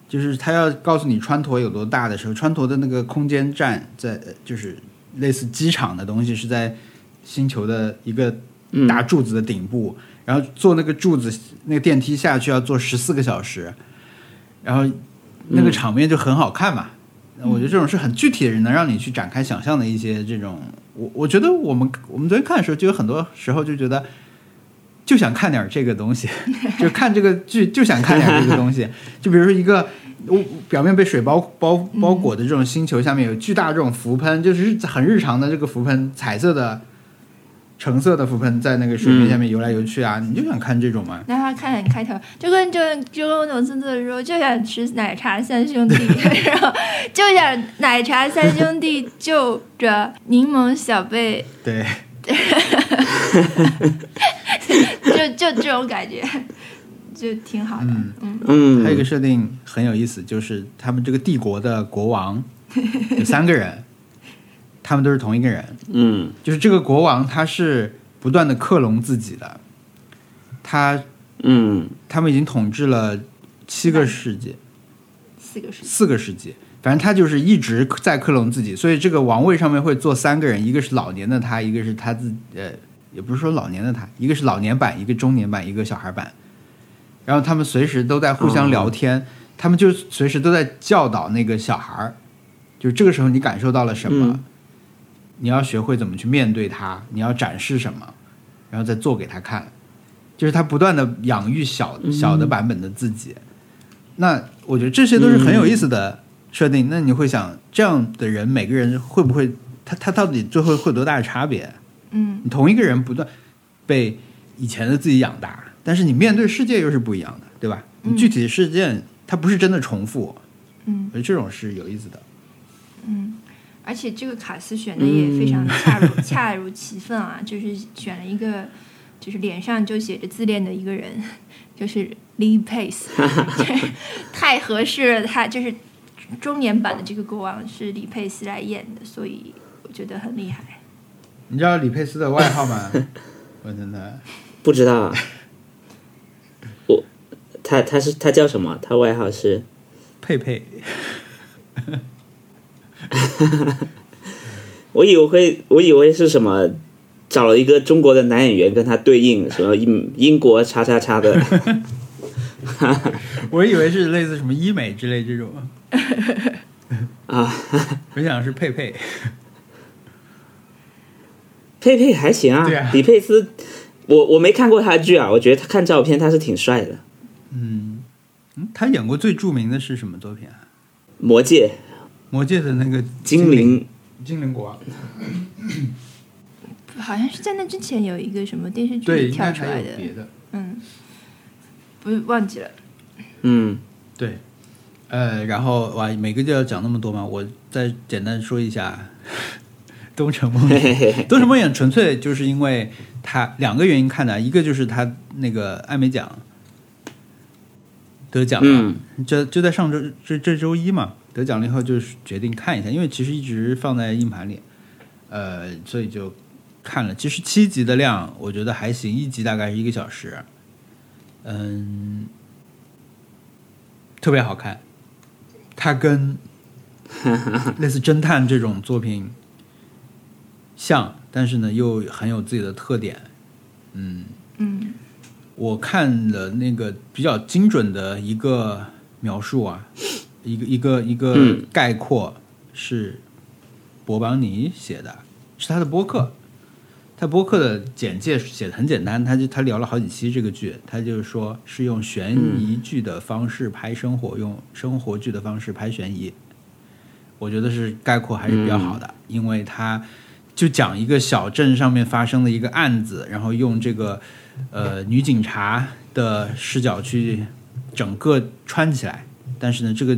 C: 就是他要告诉你川陀有多大的时候，川陀的那个空间站在呃就是类似机场的东西是在星球的一个大柱子的顶部，然后坐那个柱子那个电梯下去要坐十四个小时，然后那个场面就很好看嘛。我觉得这种是很具体的，能让你去展开想象的一些这种，我我觉得我们我们昨天看的时候，就有很多时候就觉得就想看点这个东西，就看这个剧就想看点这个东西，就比如说一个我表面被水包包包裹的这种星球下面有巨大这种浮喷，就是很日常的这个浮喷，彩色的、橙色的浮喷在那个水面下面游来游去啊，你就想看这种嘛？
B: 然后看很开头，就跟就就跟我懂孙子说，就想吃奶茶三兄弟， [laughs] 然后就想奶茶三兄弟就着柠檬小贝，
C: 对，
B: 就就这种感觉，就挺好的。
C: 嗯
B: 嗯，
A: 嗯，
C: 还有一个设定很有意思，就是他们这个帝国的国王有三个人，他们都是同一个人，
A: 嗯
C: 就是这个国王他是不断的克隆自己的，他
A: 嗯
C: 他们已经统治了七个世纪，
B: 四个是
C: 四个世纪，反正他就是一直在克隆自己，所以这个王位上面会坐三个人，一个是老年的他，一个是他自呃也不是说老年的他，一个是老年版，一个中年版，一个小孩版。然后他们随时都在互相聊天，他们就随时都在教导那个小孩儿，就是这个时候你感受到了什么，
D: 嗯
C: 你要学会怎么去面对他，你要展示什么，然后再做给他看。就是他不断的养育小
B: 嗯
C: 小的版本的自己。那我觉得这些都是很有意思的设定。那你会想，这样的人每个人会不会，他他到底最后会有多大的差别？
B: 嗯
C: 你同一个人不断被以前的自己养大，但是你面对世界又是不一样的，对吧？
B: 嗯
C: 你具体事件它不是真的重复，
B: 嗯
C: 我觉得这种是有意思的。
B: 嗯，而且这个卡斯选的也非
C: 嗯
B: 常恰如、恰如其分啊，就是选了一个就是脸上就写着自恋的一个人，就是 Lee
C: [laughs]
B: Pace，这太合适了，他就是中年版的这个国王是李佩斯来演的，所以我觉得很厉害。
C: 你知道李佩斯的外号吗？ [laughs] 我真的
D: 不知道
C: [laughs]
D: 啊，我他他是他叫什么？他外号是
C: 佩佩，
D: 我以为会，我以为是什么，找了一个中国的男演员跟他对应，什么英英国叉叉叉
C: [laughs]
D: 的，
C: 我以为是类似什么医美之类这种
D: 啊，
C: 没想到是佩佩。
D: 佩佩还行啊，
C: 对啊
D: 李佩斯，我我没看过他的剧啊，我觉得他看照片他是挺帅的，《
C: 嗯嗯，他演过最著名的是什么作品啊？
D: 魔戒》
C: 魔戒的那个
D: 精
C: 灵，
D: 灵，
C: 精灵国王，
B: 好像是在那之前有一个什么电视剧
C: 对，
B: 里
C: 应
B: 跳
C: 该
B: 出
C: 还
B: 来
C: 有
B: 的，
C: 别的。
B: 嗯，不忘记了。
D: 嗯， [laughs]
C: 对，呃，然后哇，每个就要讲那么多吗？我再简单说
B: [laughs]
C: 一下东城梦
D: 嘿
C: 魇。
D: 嘿嘿嘿，
C: 东城梦魇纯粹就是因为它两个原因看的，一个就是它那个艾美奖得奖了，
D: 嗯
C: 这就在上周这这周一嘛，得奖了以后就是决定看一下，因为其实一直放在硬盘里，呃，所以就看了。其实七集的量我觉得还行，一集大概是一个小时，嗯，特别好看。它跟类似侦探这种作品像，但是呢又很有自己的特点。嗯，
B: 嗯
C: 我看了那个比较精准的一个描述啊，一个一个一个
D: 嗯
C: 概括是博邦尼写的，是他的播客。他播客的简介写的很简单，他就他聊了好几期这个剧，他就是说是用悬疑剧的方式拍生活，用生活剧的方式拍悬疑。我觉得是概括还是比较好的，因为他就讲一个小镇上面发生的一个案子，然后用这个呃女警察的视角去整个穿起来。但是呢，这个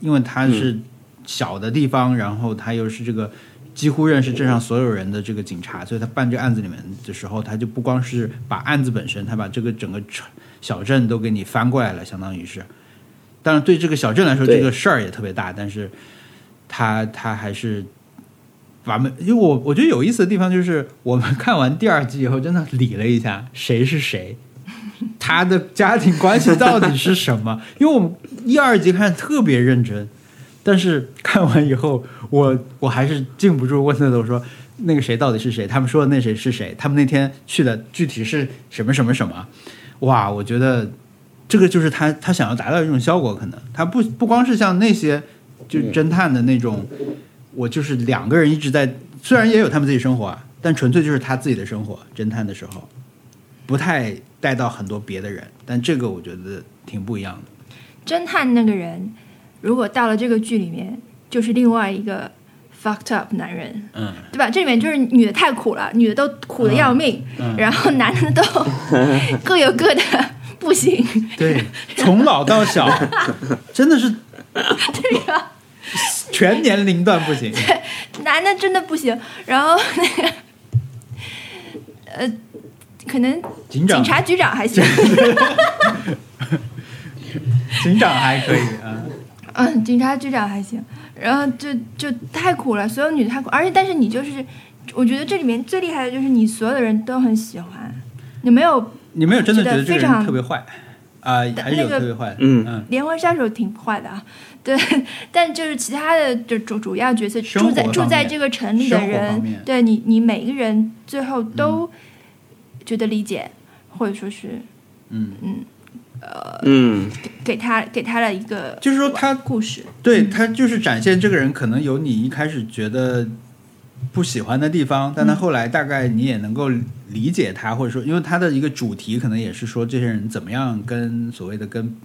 C: 因为它是小的地方，然后他又是这个几乎认识镇上所有人的这个警察，所以他办这个案子里面的时候，他就不光是把案子本身，他把这个整个城小镇都给你翻过来了，相当于是。当然，对这个小镇来说，
D: 对
C: 这个事儿也特别大，但是他他还是把每，因为我我觉得有意思的地方就是，我们看完第二季以后，真的理了一下谁是谁，他的家庭关系到底是什么？因为我们一二集看得特别认真，但是看完以后，我我还是禁不住问那我说那个谁到底是谁？他们说的那谁是谁？他们那天去的具体是什么什么什么？哇，我觉得这个就是他他想要达到的一种效果，可能他不不光是像那些就侦探的那种，我就是两个人一直在，虽然也有他们自己生活啊，但纯粹就是他自己的生活，侦探的时候不太带到很多别的人，但这个我觉得挺不一样的。
B: 侦探那个人，如果到了这个剧里面，就是另外一个 fucked up 男人，
C: 嗯，
B: 对吧？这里面就是女的太苦了，女的都苦的要命，
C: 嗯嗯
B: 然后男的
C: [laughs]
B: 都各有各的不行，
C: 对，从老
B: [laughs]
C: 到小，真的是
B: 对吧？
C: 全年龄段不行。
B: 男的真的不行，然后那个呃，可能
C: 警长
B: 警，察局长还
C: [laughs]
B: 行，
C: 警长还
B: [laughs]
C: 可以啊。
B: 嗯，警察局长还行，然后就就太苦了，所有女的太苦，而且但是你就是，我觉得这里面最厉害的就是你所有的人都很喜欢，你没有
C: 你没有真的觉得
B: 觉
C: 这个
B: 得非
C: 人
B: 常
C: 特别坏啊、还是有
B: 那个
C: 特别坏的。
D: 嗯
C: 嗯，
B: 连环杀手挺坏的啊， [laughs] 对，但就是其他的就主主要角色
C: 生活
B: 住在
C: 方面嗯
B: 住在这个城里的
C: 生活方
B: 人
C: 面，
B: 对你你每个人最后都觉得理解，或者说是
C: 嗯
B: 嗯
A: 嗯，
B: 给他给他了一个
C: 就是说他
B: 故事，
C: 对他就是展现这个人可能有你一开始觉得不喜欢的地方，
B: 嗯
C: 但他后来大概你也能够理解他，或者说，因为他的一个主题可能也是说这些人怎么样跟所谓的跟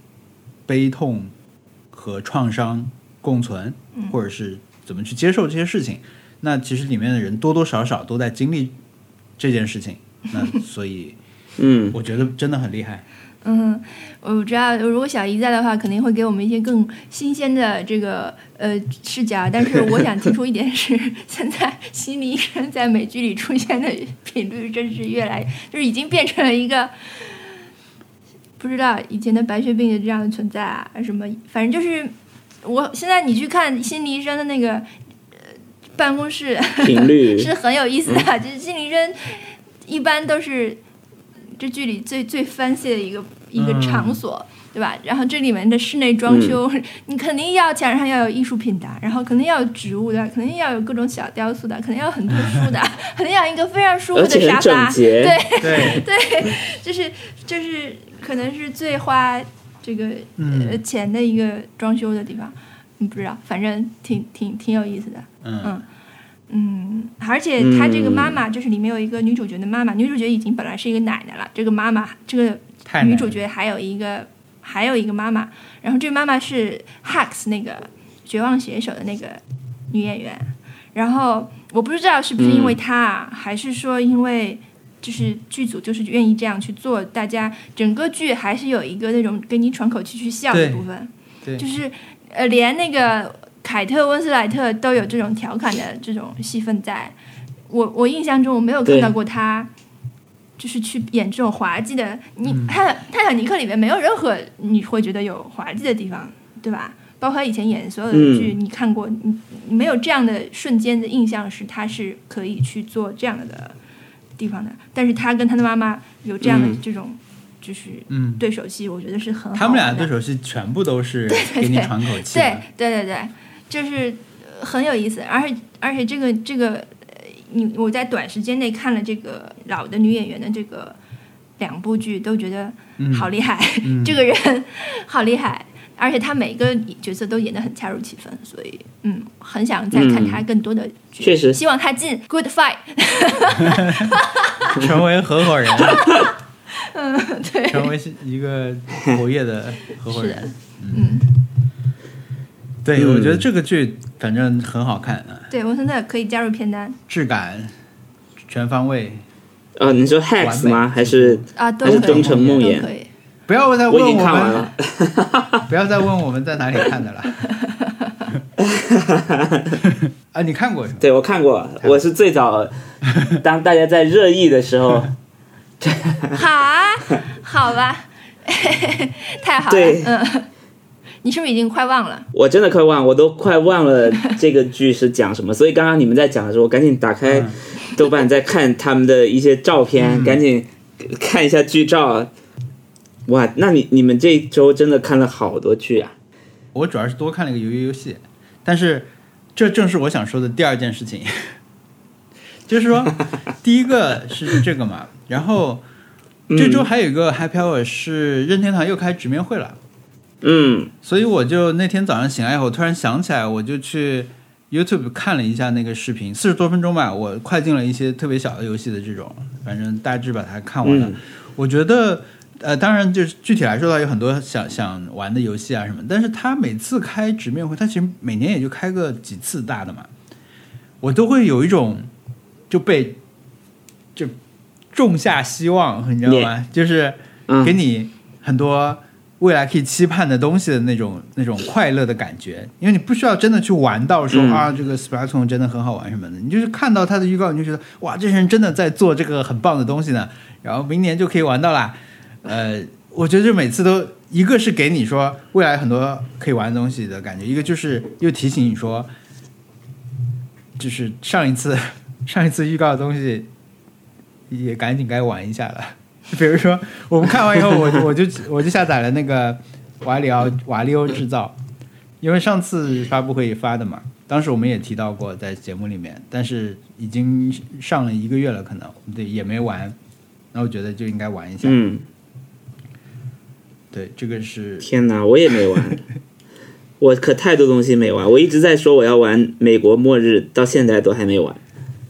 C: 悲痛和创伤共存，
B: 嗯
C: 或者是怎么去接受这些事情。那其实里面的人多多少少都在经历这件事情，那所以
A: 嗯，
C: 我觉得真的很厉害。
B: 嗯，我知道，如果小姨在的话，肯定会给我们一些更新鲜的这个呃视角。但是我想提出一点是，现在心理医生在美剧里出现的频率真是越来，就是已经变成了一个 [laughs] 不知道以前的白血病的这样的存在啊，什么，反正就是我现在你去看心理医生的那个、呃、办公室，
A: 频率
B: 是很有意思的，啊就是心理医生一般都是这剧里最最 fancy 的一个一个
C: 嗯
B: 场所，对吧？然后这里面的室内
A: 嗯
B: 装修，你肯定要墙上要有艺术品的，然后肯定要有植物的，肯定要有各种小雕塑的，肯定要有很多书
A: [laughs]
B: 的，肯定要有一个非常舒服
A: 而
B: 的
A: 且
B: 沙
A: 很
B: 发
A: 整，洁，
B: 对，
C: 对，
B: 对，就是就是可能是最花这个呃
C: 嗯
B: 钱的一个装修的地方，嗯，不知道，反正挺挺挺有意思的。
C: 嗯
B: 嗯，嗯，而且她这个妈妈就是里面有一个女主角的妈妈，女主角已经本来是一个奶奶了，这个妈妈这个
C: 太
B: 女
C: 难
B: 主
C: 了
B: 角还有一个还有一个妈妈，然后这个妈妈是 Hacks 那个《绝望写手》的那个女演员，然后我不知道是不是因为她啊，还是说因为就是剧组就是愿意这样去做，大家整个剧还是有一个那种给你喘口气去笑的
C: 对
B: 部分，
C: 对
B: 就是呃连那个凯特温斯莱特都有这种调侃的这种戏份在，我我印象中我没有看
A: 对
B: 到过她。就是去演这种滑稽的，你
C: 嗯
B: 泰泰坦尼克里面没有任何你会觉得有滑稽的地方，对吧？包括以前演所有的剧，你看过，你你没有这样的瞬间的印象是他是可以去做这样的地方的，但是他跟他的妈妈有这样的
A: 嗯
B: 这种就是
C: 嗯。
B: 对手戏，我觉得是很好
C: 他们俩
B: 玩
C: 对
B: 的
C: 手戏全部都是给你喘口气
B: 对
C: 的，
B: 对对对，就是呃很有意思，而且而且这个这个，呃你我在短时间内看了这个老的女演员的这个两部剧，都觉得
C: 嗯
B: 好厉害，[laughs]
C: 嗯
B: 这个人好厉害，而且他每个角色都演得很恰如其分，所以嗯，很想再看
A: 嗯
B: 他更多的剧，
A: 确实
B: 希望他进 Good Fight，
C: 成为合伙
B: [laughs]
C: 人，
B: 嗯对，
C: 成为一个活跃的合伙
B: 是的嗯
C: 人。嗯，对，
A: 嗯
C: 我觉得这个剧反正很好看啊，
B: 对我现在可以加入片单
C: 质感全方位。
D: 哦
A: 呃，你说
C: 完
A: Hex
C: 美
A: 吗？还是
B: 啊，都
A: 还是
B: 可
A: 东
B: 以，
A: 城
B: 都
A: 梦魇
B: 可？以，
C: 不要再
A: 我已
C: 问
A: 经
C: 我
A: 看完
C: 们，
A: 了，
C: [laughs] 不要再问我们在哪里看的了。 [laughs] 啊，你看过是吗？
A: 对我看过，我是最早当大家在热议的时
C: [laughs]
A: 候，
B: 好啊，好吧， [laughs] 太好了
A: 对，
B: 嗯，你是不是已经快忘了？
A: 我真的快忘，我都快忘了这个剧是讲什么。所以刚刚你们在讲的时候，我赶紧打开
C: 嗯
A: 豆瓣，再看他们的一些照片，赶紧看一下剧照。哇，那你你们这一周真的看了好多剧啊！
C: 我主要是多看了一个《鱿鱼游戏》，但是这正是我想说的第二件事情， [laughs] 就是说，第一个是这个嘛，然后这周还有一个 Happy Hour 是任天堂又开直面会了，
A: 嗯，
C: 所以我就那天早上醒来以后，突然想起来，我就去 YouTube 看了一下那个视频，四十多分钟吧，我快进了一些特别小的游戏的这种，反正大致把它看完了。
A: 嗯
C: 我觉得，呃，当然就是具体来说的话，有很多想想玩的游戏啊什么，但是他每次开直面会，他其实每年也就开个几次大的嘛，我都会有一种就被就种下希望，你知道吗？就是
A: 嗯
C: 给你很多未来可以期盼的东西的那种那种快乐的感觉，因为你不需要真的去玩到说、
A: 嗯
C: 啊，这个 Splatoon 真的很好玩什么的，你就是看到它的预告，你就觉得哇，这些人真的在做这个很棒的东西呢，然后明年就可以玩到啦。呃，我觉得这每次都一个是给你说未来很多可以玩的东西的感觉，一个就是又提醒你说，就是上一次上一次预告的东西也赶紧该玩一下了。 [laughs] 比如说，我们看完以后，我我就我就下载了那个瓦里奥瓦利欧制造，因为上次发布会发的嘛，当时我们也提到过在节目里面，但是已经上了一个月了，可能对也没玩。那我觉得就应该玩一下。
A: 嗯，
C: 对，这个是
A: 天哪，我也没玩， [laughs] 我可太多东西没玩，我一直在说我要玩《美国末日》，到现在都还没玩。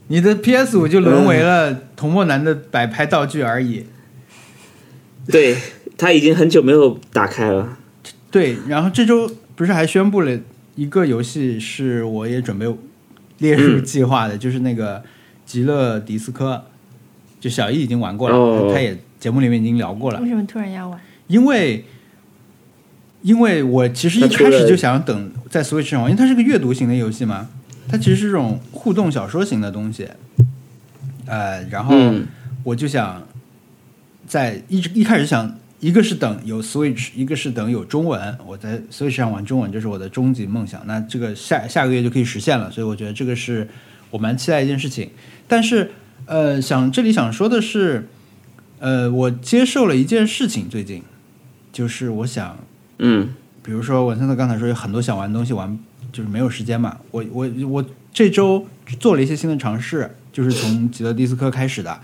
C: 你的 PS 五就沦为了童墨男的摆拍道具而已。
A: 对他已经很久没有打开了，
C: 对，然后这周不是还宣布了一个游戏，是我也准备列入计划的，
A: 嗯
C: 就是那个《极乐迪斯科》，就小易已经玩过了，
A: 哦
C: 他也节目里面已经聊过了
B: 为，什么突然要玩？
C: 因为。因为我其实一
A: 它出
C: 开
A: 了
C: 始就想等在 Switch 上玩，因为它是个阅读型的游戏嘛，它其实是这种互动小说型的东西。呃，然后、
A: 嗯，
C: 我就想在一直一开始想，一个是等有 Switch，一个是等有中文。我在 Switch 上玩中文，这是我的终极梦想。那这个下下个月就可以实现了，所以我觉得这个是我蛮期待一件事情。但是，呃，想这里想说的是，呃，我接受了一件事情，最近就是我想
A: 嗯，
C: 比如说文森特刚才说有很多想玩的东西玩，就是没有时间嘛。我我我这周做了一些新的尝试，就是从极乐迪斯科开始的，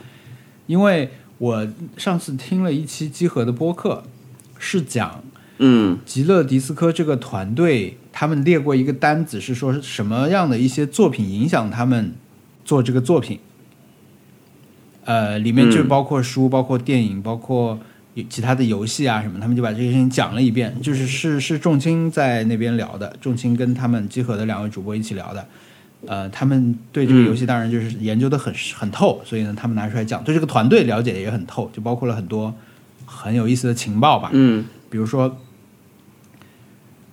C: 因为我上次听了一期集合的播客，是讲
A: 嗯，
C: 极乐迪斯科这个团队，他们列过一个单子，是说什么样的一些作品影响他们做这个作品。呃，里面就
A: 嗯
C: 包括书、包括电影、包括有其他的游戏啊什么，他们就把这些事情讲了一遍。就是是是仲青在那边聊的，仲青跟他们集合的两位主播一起聊的。呃，他们对这个游戏当然就是研究的很很透，所以呢，他们拿出来讲，对这个团队了解的也很透，就包括了很多很有意思的情报吧。
A: 嗯，
C: 比如说，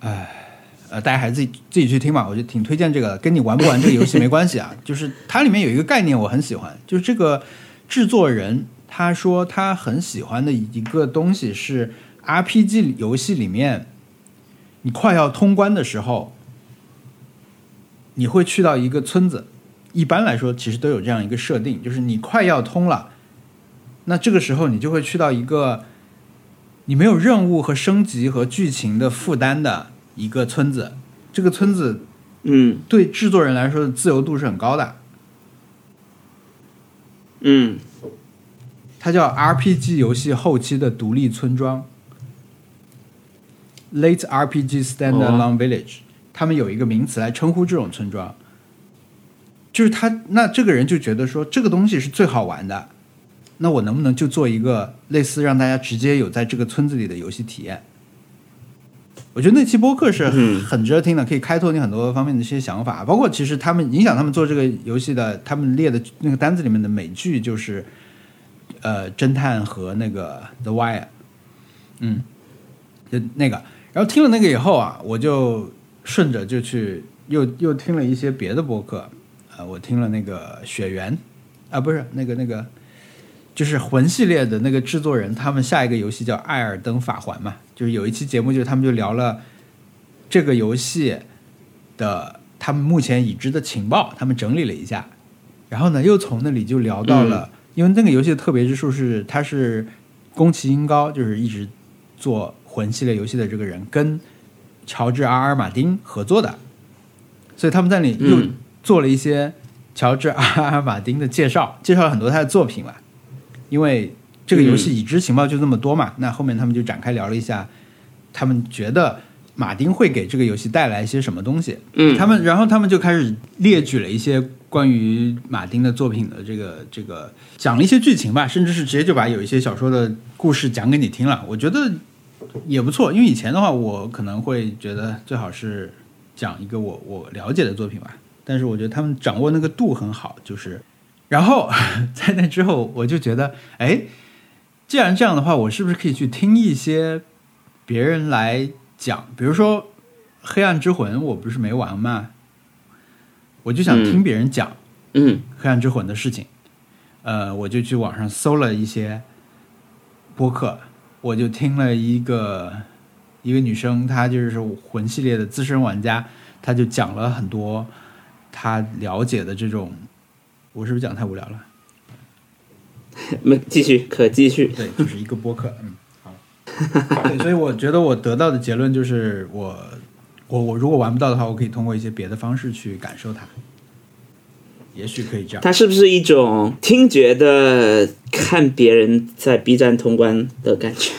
C: 哎，呃，大家还是自己自己去听吧，我就挺推荐这个的，跟你玩不玩这个游戏没关系啊。就是它里面有一个概念我很喜欢，就是这个制作人他说他很喜欢的一个东西是 RPG 游戏里面，你快要通关的时候，你会去到一个村子。一般来说，其实都有这样一个设定，就是你快要通了，那这个时候你就会去到一个你没有任务和升级和剧情的负担的一个村子，这个村子
A: 嗯，
C: 对制作人来说的自由度是很高的，
A: 嗯，
C: 它叫 RPG 游戏后期的独立村庄 （Late RPG Standalone Village），、他们有一个名词来称呼这种村庄。就是他，那这个人就觉得说这个东西是最好玩的，那我能不能就做一个类似让大家直接有在这个村子里的游戏体验？我觉得那期播客是很
A: 嗯
C: 很值得听的，可以开拓你很多方面的一些想法，包括其实他们影响他们做这个游戏的，他们列的那个单子里面的美剧就是，呃，侦探和那个 The Wire，嗯，就那个，然后听了那个以后啊，我就顺着就去又又听了一些别的播客，呃，我听了那个雪原，啊，不是那个那个，就是魂系列的那个制作人，他们下一个游戏叫《艾尔登法环》嘛，就是有一期节目，就是他们就聊了这个游戏的他们目前已知的情报，他们整理了一下，然后呢，又从那里就聊到了，因为那个游戏的特别之处是，它是宫崎英高，就是一直做魂系列游戏的这个人，跟乔治 R R 马丁合作的，所以他们在那里又
A: 嗯
C: 做了一些乔治 R R 马丁的介绍，介绍了很多他的作品嘛。因为这个游戏已知情报就那么多嘛，那后面他们就展开聊了一下，他们觉得马丁会给这个游戏带来一些什么东西。
A: 嗯，
C: 他们然后他们就开始列举了一些关于马丁的作品的这个这个讲了一些剧情吧，甚至是直接就把有一些小说的故事讲给你听了。我觉得也不错，因为以前的话，我可能会觉得最好是讲一个我我了解的作品吧，但是我觉得他们掌握那个度很好，就是，然后 [laughs] 在那之后，我就觉得，哎，既然这样的话，我是不是可以去听一些别人来讲，比如说《黑暗之魂》，我不是没玩嘛，我就想
A: 嗯
C: 听别人讲。
A: 嗯，
C: 《黑暗之魂》的事情，呃，我就去网上搜了一些播客，我就听了一个一个女生，她就是魂系列的资深玩家，她就讲了很多她了解的这种，我是不是讲太无聊了？
A: 没继续，可继续，
C: 对，就是一个播客，嗯，好，对，所以我觉得我得到的结论就是我。我我如果玩不到的话，我可以通过一些别的方式去感受它。也许可以这样。
A: 它是不是一种听觉的看别人在 B 站通关的感觉？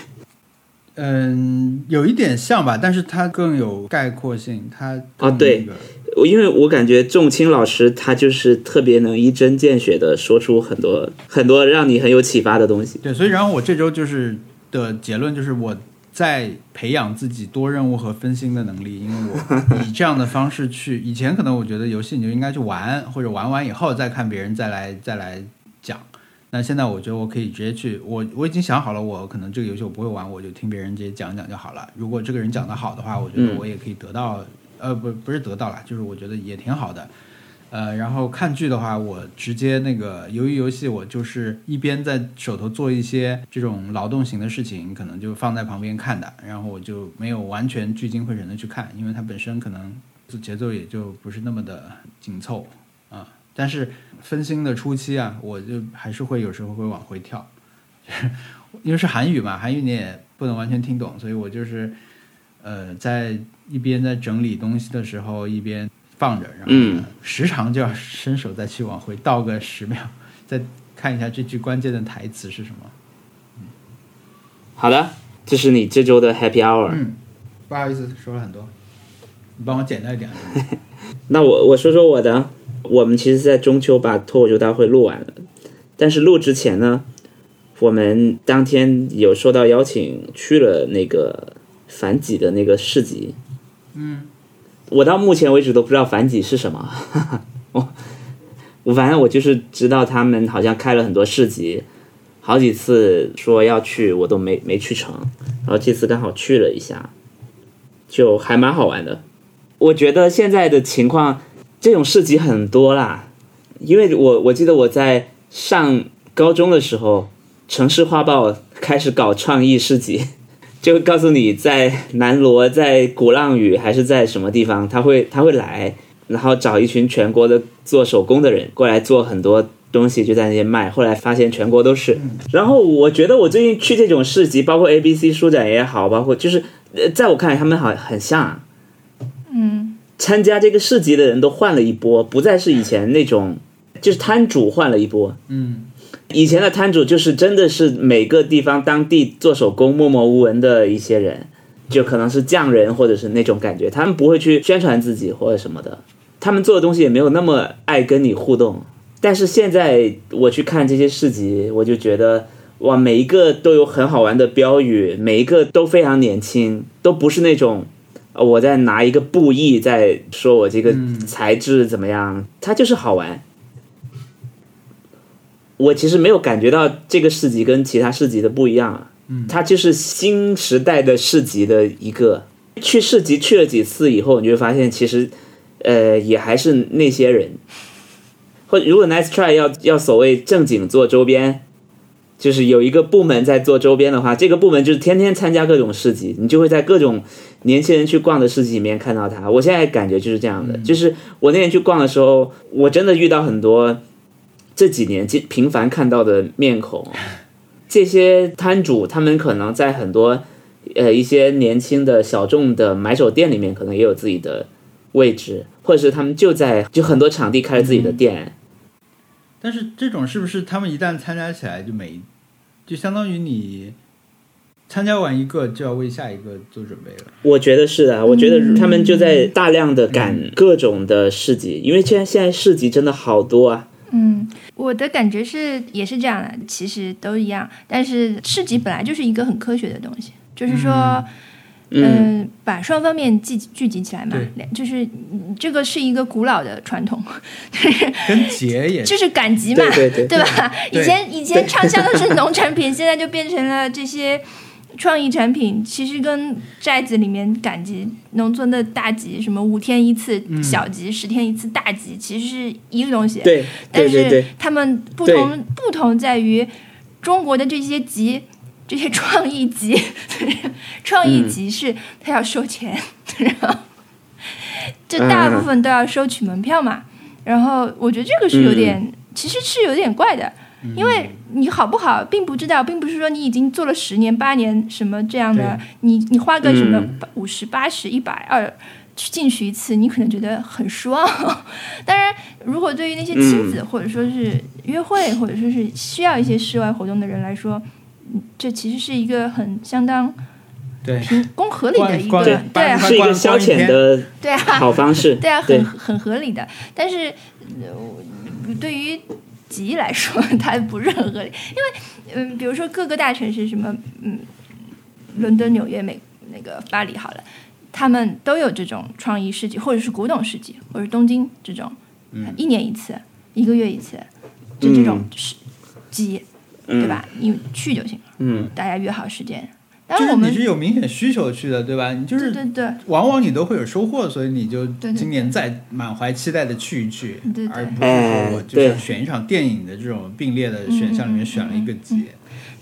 C: 嗯，有一点像吧，但是它更有概括性。它更
A: 哦对
C: 那个
A: 我因为我感觉仲青老师他就是特别能一针见血的说出很多很多让你很有启发的东西。
C: 对，所以然后我这周就是的结论就是我在培养自己多任务和分心的能力，因为我以这样的方式去，以前可能我觉得游戏你就应该去玩，或者玩完以后再看别人再来再来讲。那现在我觉得我可以直接去，我我已经想好了，我可能这个游戏我不会玩，我就听别人直接讲讲就好了。如果这个人讲的好的话，我觉得
A: 嗯
C: 我也可以得到，呃，不不是得到啦，就是我觉得也挺好的。呃，然后看剧的话，我直接那个由于游戏，我就是一边在手头做一些这种劳动型的事情，可能就放在旁边看的，然后我就没有完全聚精会神的去看，因为它本身可能节奏也就不是那么的紧凑啊、但是分心的初期啊，我就还是会有时候会往回跳， [laughs] 因为是韩语嘛，韩语你也不能完全听懂，所以我就是呃在一边在整理东西的时候一边放着，然后
A: 嗯
C: 呢时常就要伸手再去往回倒个十秒，再看一下这句关键的台词是什么。
A: 好的，这是你这周的 Happy Hour。
C: 嗯，不好意思，说了很多，你帮我简单一点。
A: 那我我说说我的，我们其实，在中秋把脱口秀大会录完了，但是录之前呢，我们当天有收到邀请去了那个反几的那个市集。
C: 嗯，
A: 我到目前为止都不知道反几是什么， [laughs] 我我反正我就是知道他们好像开了很多市集，好几次说要去，我都没没去成，然后这次刚好去了一下，就还蛮好玩的。我觉得现在的情况，这种市集很多啦，因为我我记得我在上高中的时候，城市画报开始搞创意市集， [laughs] 就告诉你在南锣、在鼓浪屿还是在什么地方，他会他会来，然后找一群全国的做手工的人过来做很多。东西就在那些卖，后来发现全国都是。然后我觉得我最近去这种市集，包括 A B C 书展也好，包括就是，呃在我看来他们好很像、啊，
B: 嗯，
A: 参加这个市集的人都换了一波，不再是以前那种，就是摊主换了一波。
C: 嗯，
A: 以前的摊主就是真的是每个地方当地做手工默默无闻的一些人，就可能是匠人或者是那种感觉，他们不会去宣传自己或者什么的，他们做的东西也没有那么爱跟你互动。但是现在我去看这些市集，我就觉得哇，每一个都有很好玩的标语，每一个都非常年轻，都不是那种。呃我在拿一个布艺在说我这个
C: 嗯
A: 材质怎么样，它就是好玩。我其实没有感觉到这个市集跟其他市集的不一样啊，
C: 嗯
A: 它就是新时代的市集的一个。去市集去了几次以后，你就会发现其实，呃，也还是那些人。或如果 Nice Try 要要所谓正经做周边，就是有一个部门在做周边的话，这个部门就是天天参加各种市集，你就会在各种年轻人去逛的市集里面看到他。我现在感觉就是这样的，就是我那天去逛的时候，我真的遇到很多这几年就频繁看到的面孔。哦 [laughs] 这些摊主他们可能在很多呃一些年轻的小众的买手店里面，可能也有自己的位置，或者是他们就在就很多场地开了自己的店。
C: 但是这种是不是他们一旦参加起来就没，就相当于你参加完一个就要为下一个做准备了？
A: 我觉得是的啊，我觉得他们就在大量的赶各种的市集，因为现在现在市集真的好多啊。
B: 嗯，我的感觉是也是这样的，其实都一样。但是市集本来就是一个很科学的东西，就是说，
A: 嗯，
B: 嗯、把双方面聚集聚集起来嘛
C: 对，
B: 两就是嗯这个是一个古老的传统， [laughs]
C: 跟节也
B: 就是赶集嘛，
A: 对对对，
B: 对吧？
C: 对
B: 以
A: [laughs]
B: 前以前畅销的是农产品，现在就变成了这些创意产品。其实跟寨子里面赶集、农村的大集，什么五天一次
C: 嗯
B: 小集、十天一次大集，其实是一个东西。
A: 对对
B: 但
A: 对
B: 是
A: 对，
B: 他们不同不同在于中国的这些集， [laughs] 这些创意集， [laughs] 创意集是他要收钱， [laughs] 然后这大部分都要收取门票嘛。然后我觉得这个是有点，
A: 嗯
B: 其实是有点怪的，因为你好不好并不知道，并不是说你已经做了十年八年什么这样的，你你花个什么
A: 嗯
B: 五十八十一百二去进去一次，你可能觉得很失望。当然，如果对于那些亲子、或者说是约会或者说是需要一些室外活动的人来说，嗯这其实是一个很相当
C: 对，
B: 平公合理的一
C: 逛
B: 个
C: 逛
B: 对啊
C: 逛
A: 是一个消遣的
B: 对啊，
A: 好方式。
B: 对啊，
A: 对
B: 很很合理的。但是，呃我对于吉来说，它不是很合理，因为嗯，比如说各个大城市，什么嗯，伦敦、纽约、美那个巴黎好了，他们都有这种创意市集，或者是古董市集，或者是东京这种，一年一次，一个月一次，就这种
A: 嗯
B: 市集，
A: 嗯
B: 对吧？你去就行了，
A: 嗯，
B: 大家约好时间。当
C: 就
B: 然
C: 是
B: 我们
C: 你是有明显需求去的，对吧？你就
B: 对
C: 是
B: 对对，
C: 往往你都会有收获，所以你就
B: 对
C: 今年再满怀期待的去一去，
B: 对对
C: 而不是
A: 哎
C: 说我就是
A: 对
C: 选一场电影的这种并列的
B: 嗯
C: 选项里面选了一个节。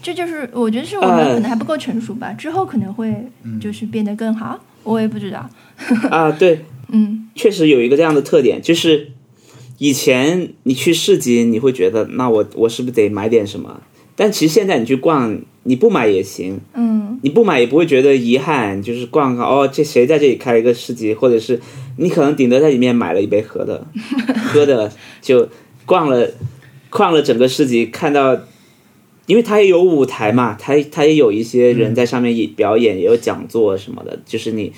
B: 这就是我觉得是我们
A: 呃
B: 可能还不够成熟吧，之后可能会就是变得更好，我也不知道。
A: [laughs] 啊，对，
B: 嗯，
A: 确实有一个这样的特点，就是以前你去市集，你会觉得那我我是不是得买点什么？但其实现在你去逛，你不买也行，
B: 嗯，
A: 你不买也不会觉得遗憾，就是逛逛哦，这谁在这里开了一个市集，或者是你可能顶多在里面买了一杯喝
B: [laughs]
A: 的，喝的就逛了逛了整个市集，看到，因为它也有舞台嘛，它它也有一些
B: 嗯
A: 人在上面也表演，也有讲座什么的，就是你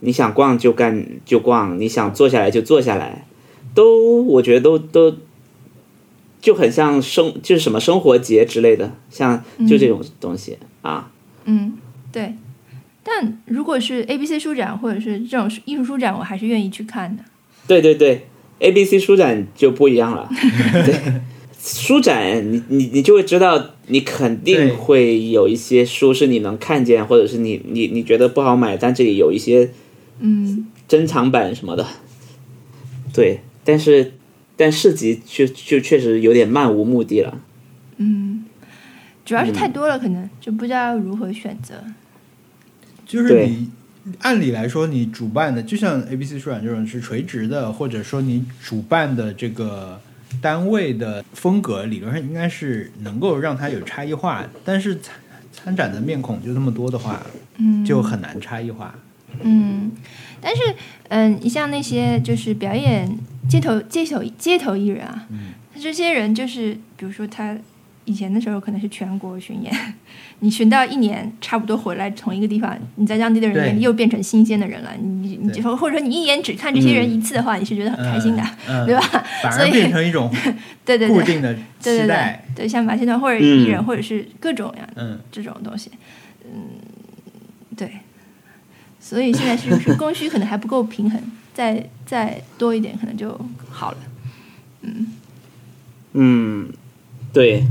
A: 你想逛就干就逛，你想坐下来就坐下来，都我觉得都都。就很像生就是什么生活节之类的，像就这种东西、啊，
B: 嗯，对。但如果是 A B C 书展或者是这种艺术书展，我还是愿意去看的。
A: 对对对，A B C 书展就不一样了。对，书展你你你就会知道，你肯
C: 对
A: 定会有一些书是你能看见，或者是你你你觉得不好买，但这里有一些
B: 嗯，
A: 珍藏版什么的。对，但是但市集就就确实有点漫无目的了。
B: 主要是太多了，可能就不知道如何选择。
C: 就是
A: 对
C: 你按理来说，你主办的就像 A B C 书展这种是垂直的，或者说你主办的这个单位的风格，理论上应该是能够让它有差异化。但是参参展的面孔就那么多的话，
B: 嗯，
C: 就很难差异化。
B: 嗯，但是嗯，你像那些就是表演街头街头街头艺人啊，
C: 嗯
B: 他这些人就是比如说他以前的时候可能是全国巡演，你巡到一年差不多回来同一个地方，你在当地的人
C: 对
B: 眼里又变成新鲜的人了，你你
C: 对
B: 就或者说你一年只看这些人
A: 嗯
B: 一次的话，你是觉得很开心的，[laughs]
C: 嗯，嗯
B: 对吧？
C: 反
B: 所
C: 而
B: 以
C: 变成一种
B: 对对
C: 固
B: 对
C: 定的
B: 对
C: 期
B: 对
C: 待
B: 对。对，像马戏团或者艺人、
A: 嗯
B: 或者是各种呀
C: 嗯，
B: 这种东西，嗯，对，所以现在是是供需可能还不够平衡， [laughs] 再再多一点可能就好了。
A: 嗯，对，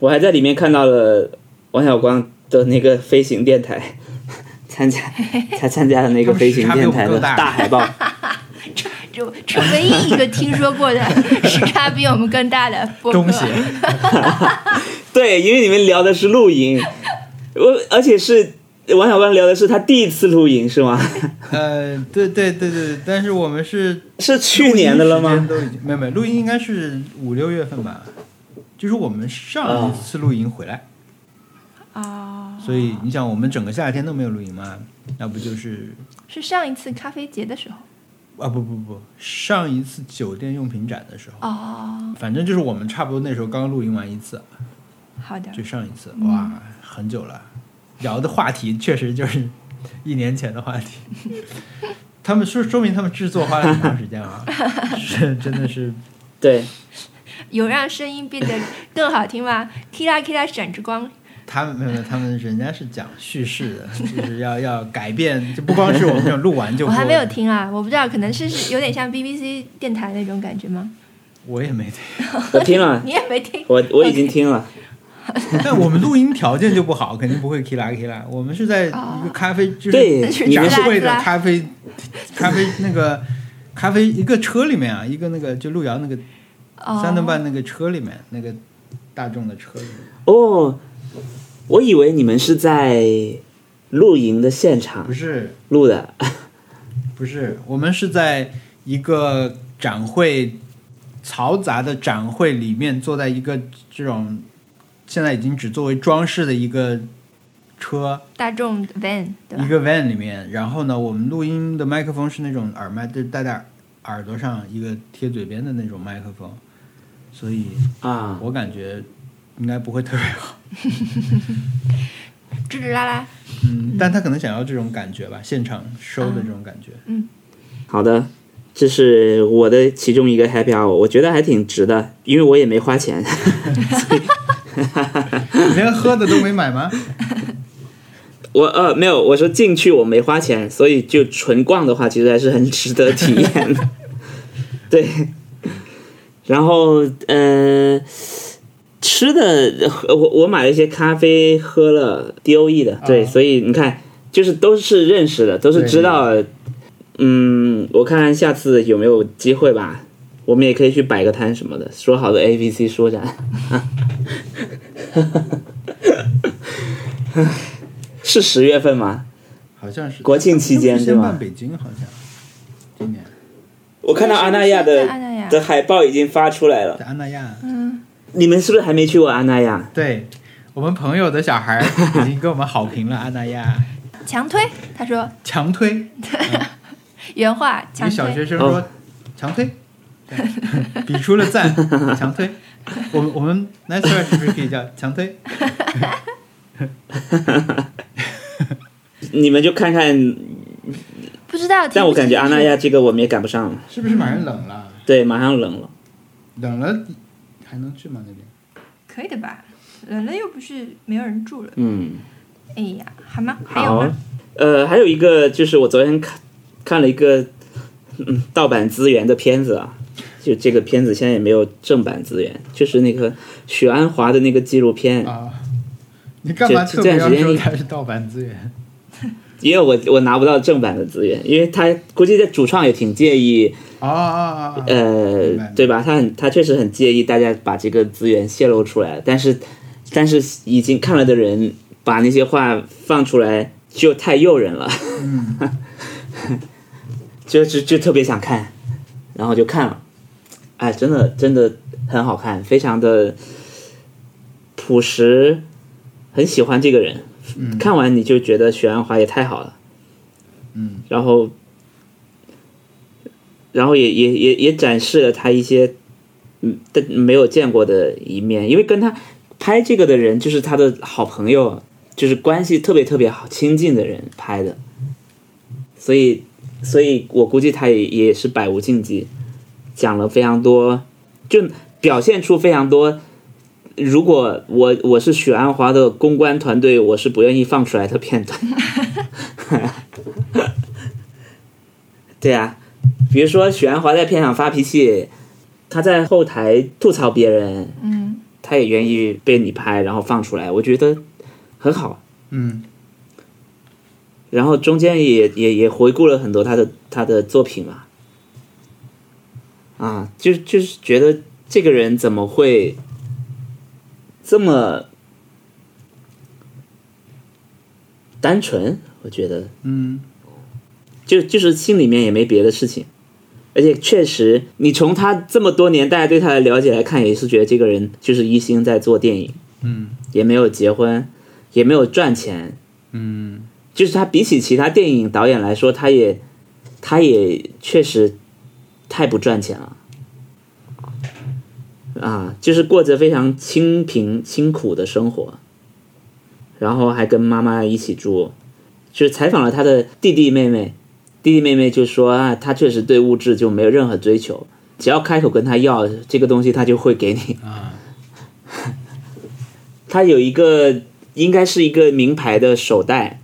A: 我还在里面看到了王小光的那个飞行电台， [laughs] 参加他参加了那个飞行电台的大海
C: [laughs]
A: 报。
B: 就这唯一一个听说
C: [laughs]
B: 过的时差比我们更大的播
C: 东
B: 客，
C: 西，
A: 对，因为你们聊的是露营，我而且是王小光聊的是他第一次露营是
C: [laughs]
A: 吗？
C: 呃，对对对对，但是我们是
A: 是去年的了
C: 录音时间
A: 吗？
C: 都已经没有没有，录音应该是五六月份吧，就是我们上一次露营回来啊，所以你想，我们整个夏天都没有露营嘛，那不就是
B: 是上一次咖啡节的时候
C: 啊不不不，上一次酒店用品展的时候，
B: 哦，
C: 反正就是我们差不多那时候刚露营完一次，
B: 好的，
C: 就上一次，哇，很久了，聊的话题确实就是一年前的话题。 [laughs] 他们说说明他们制作花了很长时间啊，是真的是
A: 对，
B: 有让声音变得更好听吗？Kira Kira 闪着光，
C: 他们没有没有，他们人家是讲叙事的， [laughs] 就是要要改变，就不光是我们这种录完
B: [laughs]
C: 就
B: 我
C: 播的
B: 还没有，听啊，我不知道，可能是是有点像 BBC 电台那种感觉吗？
C: 我也没听，
A: 我听了，
B: 你也没听，
A: 我我已经听了。
C: 但我们录音条件就不好，肯定不会 kila kila。我们是在一个咖啡，就是
A: 对
B: 哦是
A: 你
B: 展
A: 们
C: 展
A: 是
C: 会的咖啡，咖啡那个咖啡一个车里面啊，一个那个就路遥那个
B: 哦
C: 三顿半那个车里面，那个大众的车里面，
A: 哦，我以为你们是在露营的现场
C: 不是
A: 录的。
C: 不是，我们是在一个展会嘈杂的展会里面，坐在一个这种现在已经只作为装饰的一个车，
B: 大众 van 对吧
C: 一？个 van 里面，然后呢，我们录音的麦克风是那种耳麦，就是戴在耳朵上一个贴嘴边的那种麦克风，所以
A: 啊，
C: 我感觉应该不会特别好。
B: 吱吱啦啦，
C: 嗯，但他可能想要这种感觉吧，现场收的这种感觉。
B: [laughs]
A: 好的，这是我的其中一个 happy hour，我觉得还挺值的，因为我也没花钱。
C: 你连喝的都没买吗？
A: [laughs] 我呃没有，我说进去我没花钱，所以就纯逛的话，其实还是很值得体验的。 [laughs] 对，然后呃，吃的呃我我买了一些咖啡喝了，DOE 的，对，
C: 啊
A: 所以你看，就是都是认识的，都是知道。嗯，我看下次有没有机会吧，我们也可以去摆个摊什么的。说好的 A B C 说展， [laughs] 是十月份吗？
C: 好像是
A: 国庆期间
C: 他们是先
A: 对吧
C: 办北京好像，今年
A: 我看到阿那亚
B: 是
A: 的
B: 在阿那亚
A: 的海报已经发出来了
C: 在，安那亚。
B: 嗯，
A: 你们是不是还没去过阿那亚？
C: 对我们朋友的小孩
A: [laughs]
C: 已经给我们好评了，安那亚
B: 强推，他说
C: 强推，
B: 原话
C: 一个
B: 强
C: 小
B: 推，
C: 学生说
A: 哦
C: 强推，对比出了
A: [laughs]
C: 赞，强推。我们我们 nice try 是不是可以叫强推？
A: 你们就看看，
B: 不知道。
A: 但我感觉阿
B: 安
A: 那亚这个我们也赶不上了，
C: 是不是马上冷了？
A: 对，马上冷了。
C: 冷了还能去吗？那边
B: 可以的吧？冷了又不是没有人住了。
A: 嗯，
B: 哎呀，好吗？还有
A: 好
B: 吗？，
A: 呃，还有一个就是我昨天看看了一个嗯盗版资源的片子啊，就这个片子现在也没有正版资源，就是那个许鞍华的那个纪录片，
C: 啊？你干嘛
A: 这
C: 特别要
A: 这段时间
C: 说
A: 你
C: 它是盗版资源？
A: 因为我我拿不到正版的资源，因为他估计在主创也挺介意。
C: 啊啊啊啊！明白
A: 呃，对吧？他很，他确实很介意大家把这个资源泄露出来，但是，但是已经看了的人把那些话放出来就太诱人了，
C: 嗯，
A: [laughs] 就就就特别想看，然后就看了，哎，真的真的很好看，非常的朴实，很喜欢这个人，
C: 嗯
A: 看完你就觉得许鞍华也太好了，
C: 嗯，
A: 然后，然后也也也也展示了他一些嗯但没有见过的一面，因为跟他拍这个的人就是他的好朋友，就是关系特别特别好、亲近的人拍的，所以所以我估计他也也是百无禁忌，讲了非常多，就表现出非常多。如果我我是许鞍华的公关团队，我是不愿意放出来的片段。 [laughs] 对啊，比如说许鞍华在片场发脾气，他在后台吐槽别人，
B: 嗯，
A: 他也愿意被你拍，然后放出来，我觉得很好。
C: 嗯，
A: 然后中间也也也回顾了很多他的他的作品嘛，啊，就就是觉得这个人怎么会这么单纯？我觉得，
C: 嗯，
A: 就就是心里面也没别的事情，而且确实，你从他这么多年大家对他的了解来看，也是觉得这个人就是一心在做电影，
C: 嗯，
A: 也没有结婚，也没有赚钱，
C: 嗯，
A: 就是他比起其他电影导演来说，他也他也确实太不赚钱了啊，就是过着非常清贫清苦的生活，然后还跟妈妈一起住，就是采访了他的弟弟妹妹，弟弟妹妹就说啊，他确实对物质就没有任何追求，只要开口跟他要这个东西，他就会给你。 [laughs]
C: 啊，
A: 它有一个应该是一个名牌的手袋，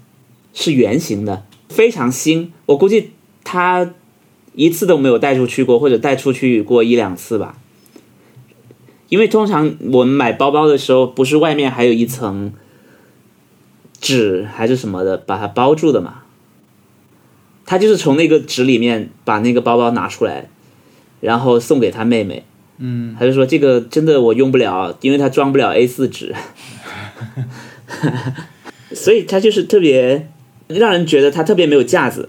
A: 是圆形的，非常新。我估计他一次都没有带出去过，或者带出去过一两次吧。因为通常我们买包包的时候，不是外面还有一层纸还是什么的把它包住的嘛？他就是从那个纸里面把那个包包拿出来，然后送给他妹妹。
C: 嗯，
A: 他就说这个真的我用不了，因为它装不了 A 4纸， [laughs] 所以他就是特别让人觉得他特别没有架子。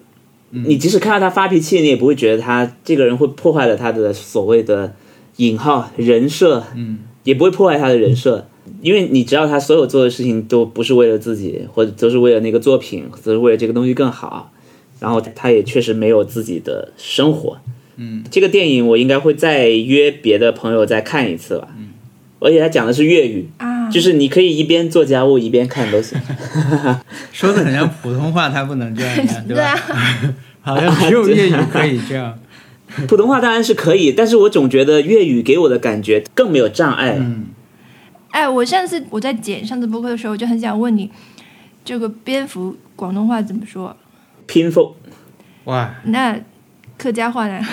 A: 你即使看到他发脾气，你也不会觉得他这个人会破坏了他的所谓的引号人设，
C: 嗯，
A: 也不会破坏他的人设。因为你知道他所有做的事情都不是为了自己，或者都是为了那个作品，都是为了这个东西更好。然后他也确实没有自己的生活。嗯，这个电影我应该会再约别的朋友再看一次吧。嗯，而且他讲的是粤语，
B: 啊，
A: 哦就是你可以一边做家务一边看都行。
C: 说的很像普通话，他不能这样干，对
B: 对
C: 吧？
B: 啊，
C: 好像只有粤语可以哦这样。
A: 普通话当然是可以，但是我总觉得粤语给我的感觉更没有障碍。
C: 嗯，
B: 哎，我上次我在剪上次播客的时候，我就很想问你，这个蝙蝠广东话怎么说？
A: 偏锋，
C: [laughs] 哇，
B: 那客家话 [laughs] 呢？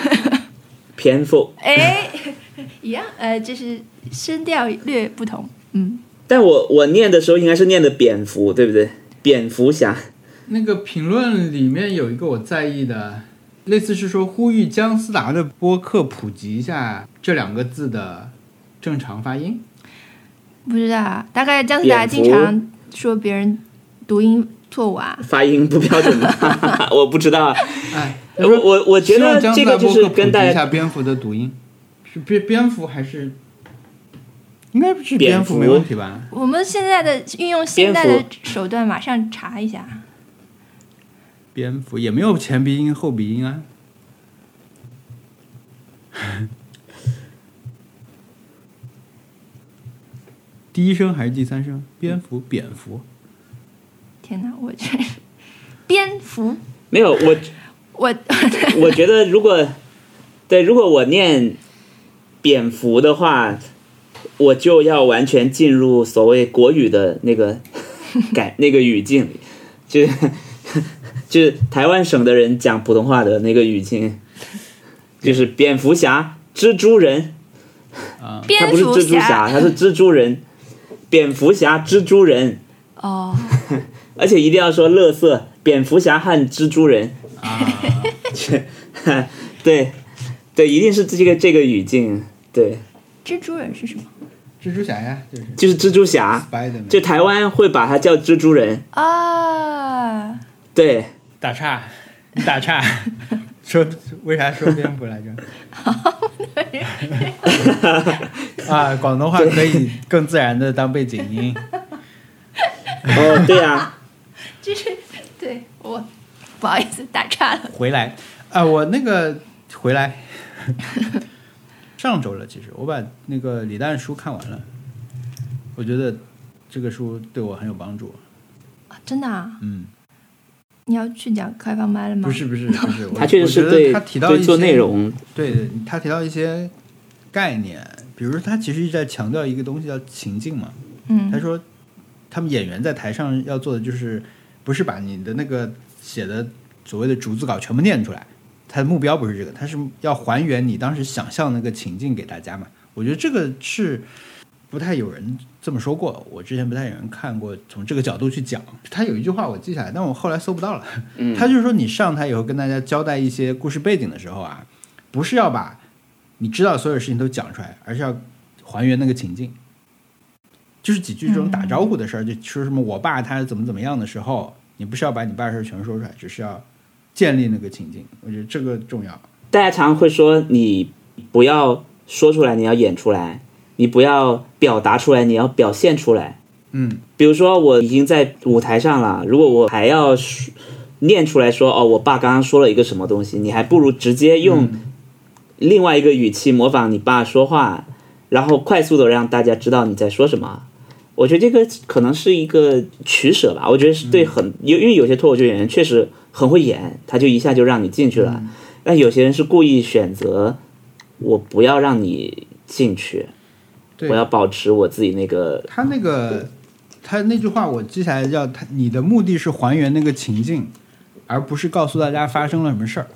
A: 偏锋。
B: 哎，一样，呃，就是声调略不同。嗯，
A: 但我我念的时候应该是念的蝙蝠，对不对？蝙蝠侠，
C: 那个评论里面有一个我在意的，类似是说呼吁姜思达的播客普及一下这两个字的正常发音。
B: 不知道啊，大概姜思达经常说别人读音错误啊。
A: 发音不标准吧？ [laughs] 我不知道。啊
C: 哎，
A: [laughs] 我我我觉
C: 希望
A: 得
C: 姜
A: 这
C: 思
A: 个
C: 达
A: 就
C: 播
A: 是
C: 客普
A: 跟
C: 及
A: 大
C: 一
A: 家
C: 下蝙蝠的读音，是蝙蝙蝠还是？应该是
A: 蝙
C: 蝙蝠
A: 蝠
C: 没问题吧？
B: 我们现在的运用现代的手段，马上查一下。
C: 蝙蝠也没有前鼻音后鼻音啊。 [laughs] 第一声还是第三声？蝙蝠，蝙蝠，
B: 天哪，我这蝙蝠，
A: 没有我，
B: [laughs] 我
A: [laughs] 我觉得如果对，如果我念蝙蝠的话，我就要完全进入所谓国语的那
B: [laughs]
A: 个改那个语境里，就是就是台湾省的人讲普通话的那个语境，就是蝙蝠侠、蜘蛛人，他
B: 蝙
A: 不是
B: 蝠
A: 蜘蛛侠，
B: 侠
A: 他是蜘蛛人，蝙蝠侠、蜘蛛人，
B: 哦，
A: 而且一定要说乐色，蝙蝠侠和蜘蛛人啊，对，对，一定是这个这个语境，对，
B: 蜘蛛人是什么？
C: [laughs] 蜘蛛侠呀，就是
A: 就是蜘蛛侠，
C: Spiderman。
A: 就台湾会把它叫蜘蛛人，
B: 啊，
A: 对，
C: 打岔，你打岔， [laughs] 说为啥说蝙蝠来 [laughs] 着？啊，广东话可以更自然的当背景音。
A: 哦，对
C: [laughs]
A: 啊，
B: 就是 [laughs] 对我不好意思打岔了。
C: 回来啊，我那个回来，上周了，其实我把那个李诞书看完了，我觉得这个书对我很有帮助。
B: 啊真的啊？
C: 嗯，
B: 你要去讲开放麦了吗？
C: 不是
A: [laughs]
C: 不是不是，我
A: 他确实
C: 我
A: 是
C: 觉
A: 对
C: 得他提到一
A: 对
C: 些
A: 做内容，
C: 对他提到一些概念，比如他其实一直在强调一个东西叫情境嘛。
B: 嗯，
C: 他说，他们演员在台上要做的就是，不是把你的那个写的所谓的逐字稿全部念出来，他的目标不是这个，他是要还原你当时想象那个情境给大家嘛。我觉得这个是不太有人这么说过，我之前不太有人看过从这个角度去讲。他有一句话我记下来，但我后来搜不到了。
A: 嗯
C: 他就是说，你上台以后跟大家交代一些故事背景的时候啊，不是要把你知道的所有事情都讲出来，而是要还原那个情境。就是几句这种打招呼的事儿，就说什么我爸他怎么怎么样的时候，你不是要把你爸的事儿全说出来，只是要建立那个情境。我觉得这个重要。
A: 大家常会说你不要说出来，你要演出来，你不要表达出来，你要表现出来。
C: 嗯，
A: 比如说我已经在舞台上了，如果我还要说念出来说哦，我爸刚刚说了一个什么东西，你还不如直接用另外一个语气模仿你爸说话，然后快速的让大家知道你在说什么。我觉得这个可能是一个取舍吧。我觉得是对很，因、因为有些脱口秀演员确实很会演，他就一下就让你进去了。但有些人是故意选择我不要让你进去，
C: 对
A: 我要保持我自己那个
C: 他那个他那句话我记下来叫他，你的目的是还原那个情境，而不是告诉大家发生了什么事儿。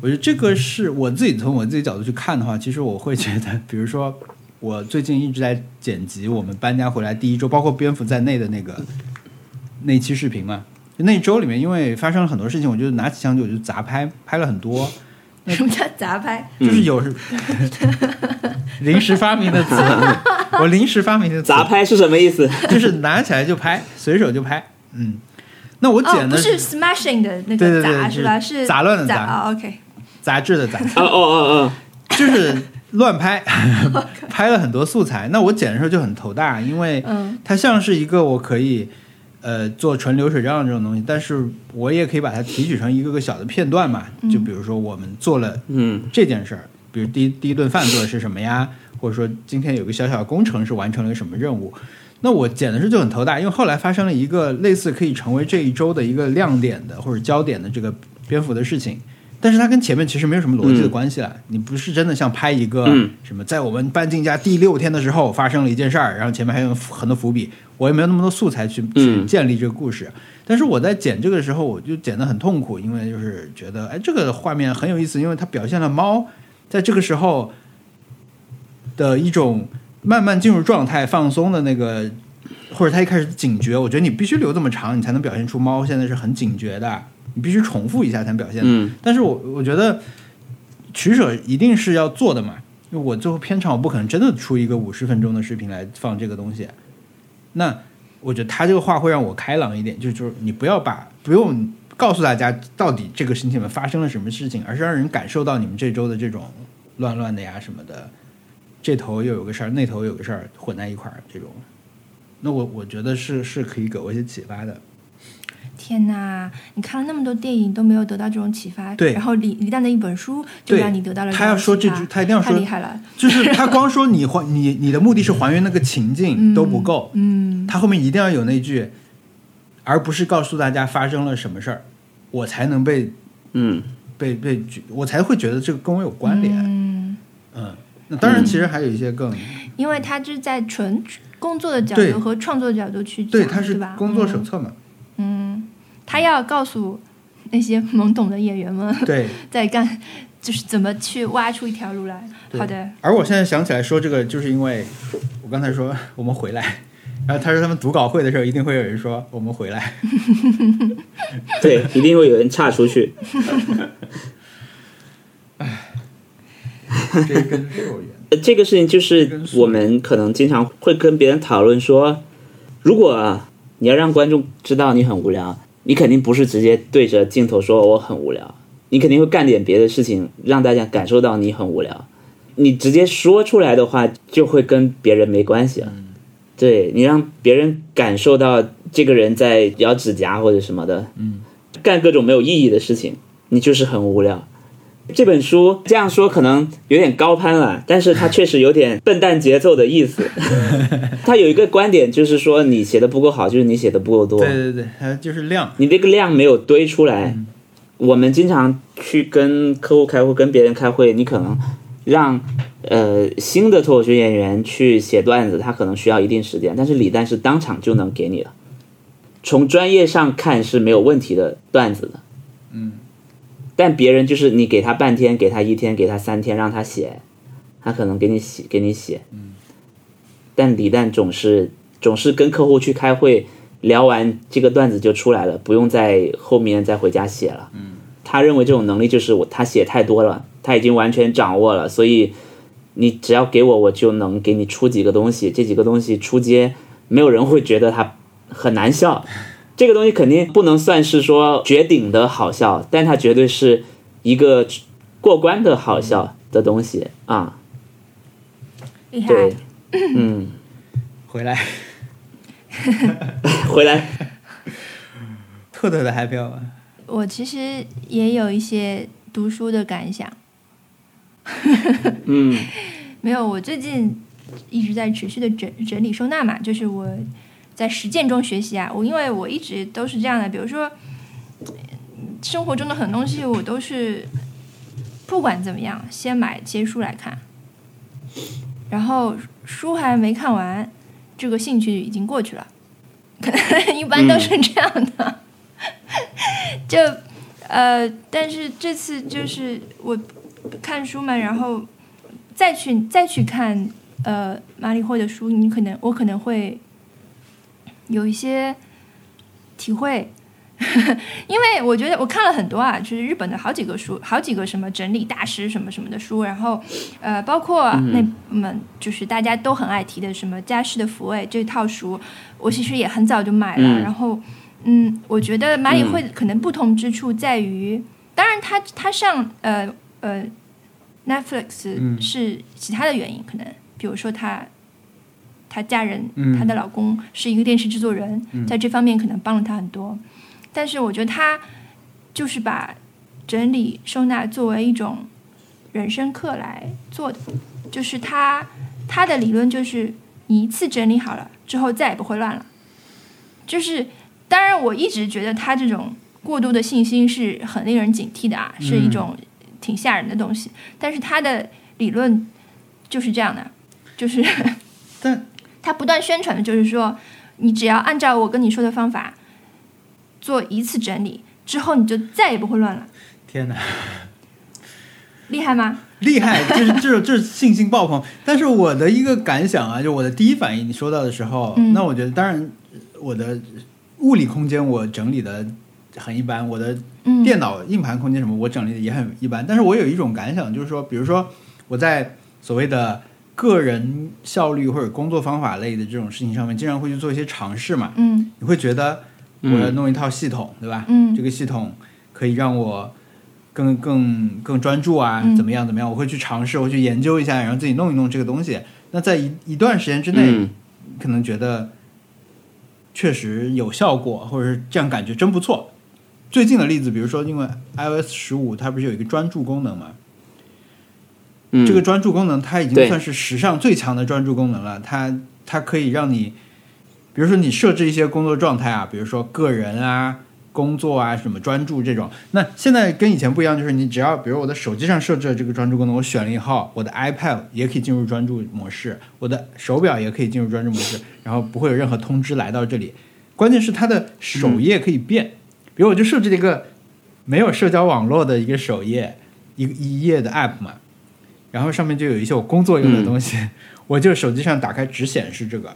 C: 我觉得这个是我自己从我自己角度去看的话，其实我会觉得，比如说我最近一直在剪辑我们搬家回来第一周，包括蝙蝠在内的那个那期视频嘛。就那一周里面，因为发生了很多事情，我就拿起相机我就砸拍，拍了很多，
B: 什么叫杂拍？
C: 就是有、 [laughs] 临时发明的词， [laughs] 我临时发明的词
A: 砸拍是什么意思？
C: 就是拿起来就拍，随手就拍。嗯，那我
B: 哦，
C: 剪
B: 不
C: 的
B: 是 smashing 的那
C: 对
B: 个
C: 对对
B: 砸
C: 是
B: 吧？是
C: 杂乱的
B: 杂 [laughs]
C: 杂
B: 哦，OK，
C: 杂志的杂，
A: 哦哦哦哦，
C: 就是乱拍， [laughs] 拍了很多素材。那我剪的时候就很头大，因为
B: 嗯
C: 它像是一个我可以呃做纯流水账这种东西，但是我也可以把它提取成一个个小的片段嘛。就比如说我们做了
A: 嗯
C: 这件事儿，比如第一第一顿饭做的是什么呀，或者说今天有个小小的工程是完成了一个什么任务。那我剪的时候就很头大，因为后来发生了一个类似可以成为这一周的一个亮点的或者焦点的这个蝙蝠的事情，但是它跟前面其实没有什么逻辑的关系了。你不是真的像拍一个
A: 嗯
C: 什么，在我们搬进家第六天的时候发生了一件事儿，然后前面还有很多伏笔，我也没有那么多素材去去
A: 嗯
C: 建立这个故事。但是我在剪这个时候，我就剪得很痛苦，因为就是觉得，哎，这个画面很有意思，因为它表现了猫在这个时候的一种慢慢进入状态、放松的那个，或者它一开始警觉。我觉得你必须留这么长，你才能表现出猫现在是很警觉的，你必须重复一下才能表现。
A: 嗯
C: 但是我我觉得取舍一定是要做的嘛，因为我最后片场我不可能真的出一个五十分钟的视频来放这个东西。那我觉得他这个话会让我开朗一点，就就是你不要把不用告诉大家到底这个星期里面发生了什么事情，而是让人感受到你们这周的这种乱乱的呀什么的，这头又有个事儿，那头又有个事儿混在一块儿这种。那我我觉得是是可以给我一些启发的，
B: 天哪，你看了那么多电影都没有得到这种启发，
C: 对
B: 然后李李诞的一本书就
C: 对
B: 让你得到了种启发。
C: 他要说这句他一定要说
B: 太厉害了，
C: 就是他光说你还你你的目的是还原那个情境都不够，
B: 嗯，
C: 他后面一定要有那句，而不是告诉大家发生了什么事儿，我才能被
A: 嗯
C: 被被觉，我才会觉得这个跟我有关联。嗯
B: 嗯，
C: 那当然，其实还有一些更、
B: 因为他是在纯工作的角
C: 对
B: 度和创作的角度去讲，
C: 对，它是
B: 吧？
C: 工作
B: 嗯
C: 手册嘛，
B: 嗯，他要告诉那些懵懂的演员们
C: 对。
B: 在干，就是怎么去挖出一条路来。
C: 对
B: 好的，
C: 而我现在想起来说这个，就是因为我刚才说我们回来，然后他说他们读稿会的时候一定会有人说我们回来，
A: 对，一定会有人岔出去。
C: 这跟肉圆。
A: 呃这个事情就是我们可能经常会跟别人讨论说，如果啊你要让观众知道你很无聊，你肯定不是直接对着镜头说我很无聊，你肯定会干点别的事情，让大家感受到你很无聊。你直接说出来的话，就会跟别人没关系了。对你让别人感受到这个人在咬指甲或者什么的，嗯，干各种没有意义的事情，你就是很无聊。这本书这样说可能有点高攀了，但是它确实有点笨蛋节奏的意
C: [laughs]
A: 思。它有一个观点就是说，你写的不够好，就是你写的不够多。
C: [laughs] 对对对，还有就是量，
A: 你这个量没有堆出来。我们经常去跟客户开会，跟别人开会，你可能让呃新的脱口秀演员去写段子，他可能需要一定时间，但是李诞是当场就能给你了。从专业上看是没有问题的段子的，
C: 嗯，
A: 但别人就是你给他半天，给他一天，给他三天，让他写，他可能给你写，给你写，嗯，但李诞总是总是跟客户去开会，聊完这个段子就出来了，不用在后面再回家写了，嗯，他认为这种能力就是我他写太多了，他已经完全掌握了，所以你只要给我，我就能给你出几个东西，这几个东西出街，没有人会觉得他很难笑。这个东西肯定不能算是说绝顶的好笑，但它绝对是一个过关的好笑的东西啊。
B: 厉害。
A: 对，嗯，
C: 回来，
A: 回来，
C: 特特的 happy hour。
B: 我其实也有一些读书的感想。
A: 嗯
B: [laughs] 没有，我最近一直在持续的整整理收纳嘛，就是我在实践中学习啊。我因为我一直都是这样的，比如说呃生活中的很多东西，我都是不管怎么样，先买些书来看，然后书还没看完，这个兴趣已经过去了。 [laughs] 可能一般都是这样的，就呃，但是这次就是我看书嘛，然后再去再去看呃马里霍的书，你可能我可能会有一些体会， [laughs] 因为我觉得我看了很多啊，就是日本的好几个书，好几个什么整理大师什么什么的书，然后呃，包括那们就是大家都很爱提的什么《家事的抚慰》这套书，我其实也很早就买了，
A: 嗯
B: 然后嗯，我觉得马
C: 嗯
B: 里会可能不同之处在于，当然他他上呃呃 Netflix
C: 嗯
B: 是其他的原因，可能比如说她她家人，
C: 嗯
B: 她的老公是一个电视制作人，
C: 嗯
B: 在这方面可能帮了她很多。但是我觉得她就是把整理收纳作为一种人生课来做的，就是她她的理论就是你一次整理好了之后再也不会乱了。就是当然，我一直觉得她这种过度的信心是很令人警惕的啊，是一种挺吓人的东西。但是他的理论就是这样的，就是
C: 但
B: 他不断宣传的就是说，你只要按照我跟你说的方法做一次整理，之后你就再也不会乱了，
C: 天哪，
B: 厉害吗？
C: 厉害，就是这种这是信心爆棚。但是我的一个感想啊，就我的第一反应，你说到的时候，
B: 嗯
C: 那我觉得当然我的物理空间我整理的很一般，我的
B: 嗯，
C: 电脑硬盘空间什么我整理的也很一般。但是我有一种感想，就是说，比如说我在所谓的个人效率或者工作方法类的这种事情上面，经常会去做一些尝试嘛，
B: 嗯
C: 你会觉得我要弄一套系统，对吧？
B: 嗯
C: 这个系统可以让我更更更专注啊，
B: 嗯
C: 怎么样怎么样？我会去尝试，我会去研究一下，然后自己弄一弄这个东西。那在一一段时间之内，
A: 嗯
C: 可能觉得确实有效果，或者是这样感觉真不错。最近的例子，比如说，因为 iOS 十五它不是有一个专注功能嘛？
A: 嗯，
C: 这个专注功能它已经
A: 对
C: 算是史上最强的专注功能了。它它可以让你，比如说你设置一些工作状态啊，比如说个人啊、工作啊、什么专注这种。那现在跟以前不一样，就是你只要比如我的手机上设置了这个专注功能，我选了以后，我的 iPad 也可以进入专注模式，我的手表也可以进入专注模式，然后不会有任何通知来到这里。关键是它的首页可以变，比如我就设置了一个没有社交网络的一个首页，一个一页的 app 嘛，然后上面就有一些我工作用的东西，我就手机上打开只显示这个。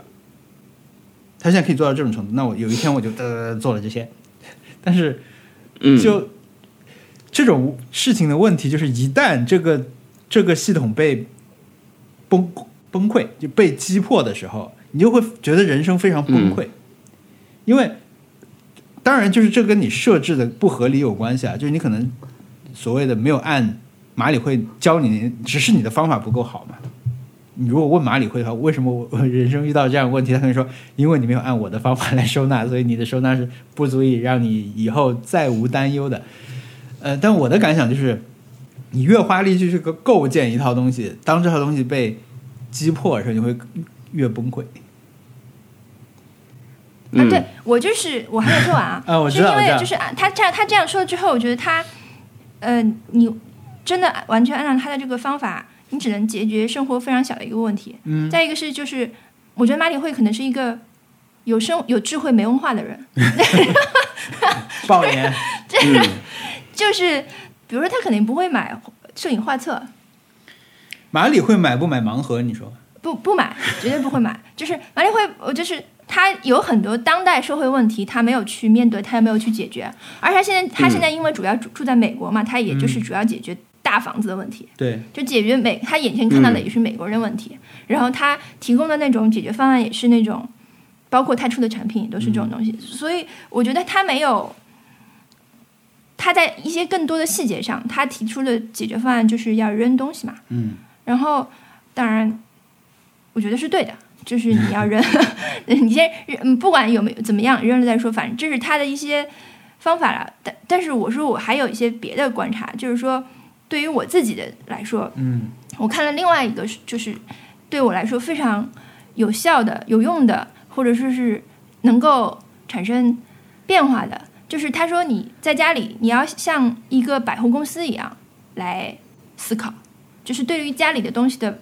C: 它现在可以做到这种程度，那我有一天我就呃做了这些， [laughs] 但是
A: 嗯
C: 就、这种事情的问题就是，一旦这个这个系统被崩崩溃，就被击破的时候，你就会觉得人生非常崩溃，因为当然就是这跟你设置的不合理有关系啊，就是你可能所谓的没有按马里会教你，只是你的方法不够好嘛。你如果问马里会的话，为什么我 [laughs] 我人生遇到这样的问题？他可能说，因为你没有按我的方法来收纳，所以你的收纳是不足以让你以后再无担忧的。呃，但我的感想就是，你越花力气去个构建一套东西，当这套东西被击破的时候，你会越崩溃。
B: 啊，
A: 嗯
B: 对我就是我还没说完啊
C: [laughs] ，啊我知
B: 是
C: 道
B: 因
C: 我知
B: 为
C: 道
B: 就是啊他这样他这样说之后，我觉得他，呃，你真的完全按照他的这个方法，你只能解决生活非常小的一个问题。
C: 嗯
B: 再一个是就是，我觉得马里会可能是一个有生有智慧没文化的人，
C: 嗯爆年，
B: [laughs] 就是比如说他肯定不会买摄影画册，
C: 马里会买不买盲盒？你说？
B: 不不买，绝对不会买。就是马里会，我就是他有很多当代社会问题，他没有去面对，他也没有去解决。而且他现在，他现在因为主要住住在美国嘛，他也就是主要解决大房子的问题，
C: 对，
B: 就解决美他眼前看到的也是美国人问题。然后他提供的那种解决方案也是那种，包括他出的产品也都是这种东西。所以我觉得他没有。他在一些更多的细节上，他提出的解决方案就是要扔东西嘛，
C: 嗯，
B: 然后，当然，我觉得是对的，就是你要扔，你先扔嗯，不管有没有怎么样扔了再说，反正这是他的一些方法了。但但是我说我还有一些别的观察，就是说对于我自己的来说，
C: 嗯，
B: 我看了另外一个是就是对我来说非常有效的、有用的，或者说是能够产生变化的，就是他说你在家里呃你要像一个百货公司一样来思考，就是对于家里的东西的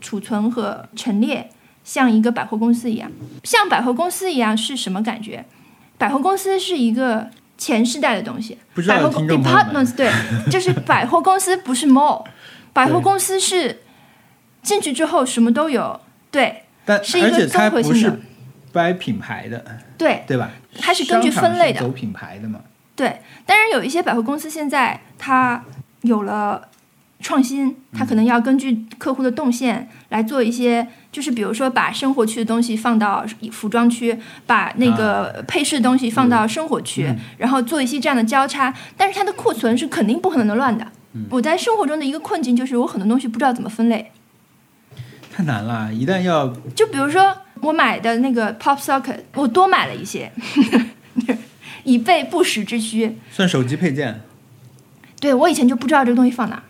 B: 储存和陈列，像一个百货公司一样，像百货公司一样是什么感觉？百货公司是一个前时代的东西，
C: 不知道
B: 百
C: 有
B: 货公
C: 听众朋友们
B: departments 对，就是百货公司不是 mall，百 [laughs] 货公司是进去之后什么都有，对
C: 但
B: 是一
C: 而
B: 个
C: 且它
B: 综合
C: 不
B: 性
C: 是
B: 的
C: 掰品牌的，
B: 对，
C: 对吧？
B: 它是根据
C: 商场
B: 分类的
C: 走品牌的嘛？
B: 对，当然有一些百货公司现在它有了创新，它可能要根据客户的动线来做一些，就是比如说把生活区的东西放到服装区，把那个配饰的东西放到生活区，然后做一些这样的交叉。但是它的库存是肯定不可能乱的，我在生活中的一个困境就是，我很多东西不知道怎么分类。
C: 太难了，一旦要
B: 就比如说我买的那个 Pop Socket，我多买了一些， [laughs] 以备不时之需。
C: 算手机配件，
B: 对我以前就不知道这个东西放哪儿，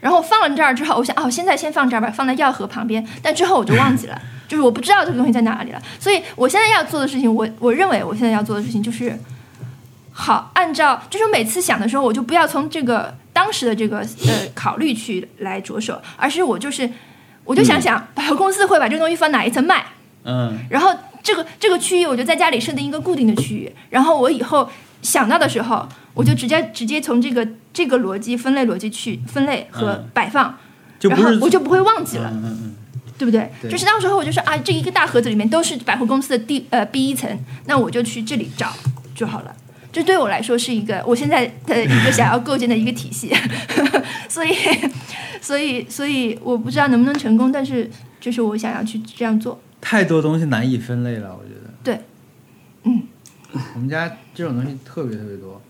B: 然后放了这儿之后，我想啊，我现在先放这儿吧，放在药盒旁边。但之后我就忘记了， [laughs] 就是我不知道这个东西在哪里了。所以我现在要做的事情，我我认为我现在要做的事情就是，好，按照就是每次想的时候，我就不要从这个当时的这个呃考虑去来着手，而是我就是我就想 [laughs] 想百货公司会把这个东西放哪一层卖，
C: 嗯，
B: 然后这个这个区域我就在家里设定一个固定的区域，然后我以后想到的时候，我就直接直接从这个这个逻辑分类逻辑去分类和
C: 嗯
B: 摆放，
C: 就
B: 然
C: 不
B: 后
C: 是
B: 我就不会忘记了，
C: 嗯嗯
B: 对不对？
C: 对
B: 就是到时候我就说啊，这一个大盒子里面都是百货公司的第呃 B 一层，那我就去这里找就好了。这对我来说是一个我现在的一个想要构建的一个体系， [laughs] 所以， [laughs] 所以，所以我不知道能不能成功，但是这是我想要去这样做。
C: 嗯，太多东西难以分类了，我觉得。
B: 对，嗯，
C: 我们家这种东西特别特别多，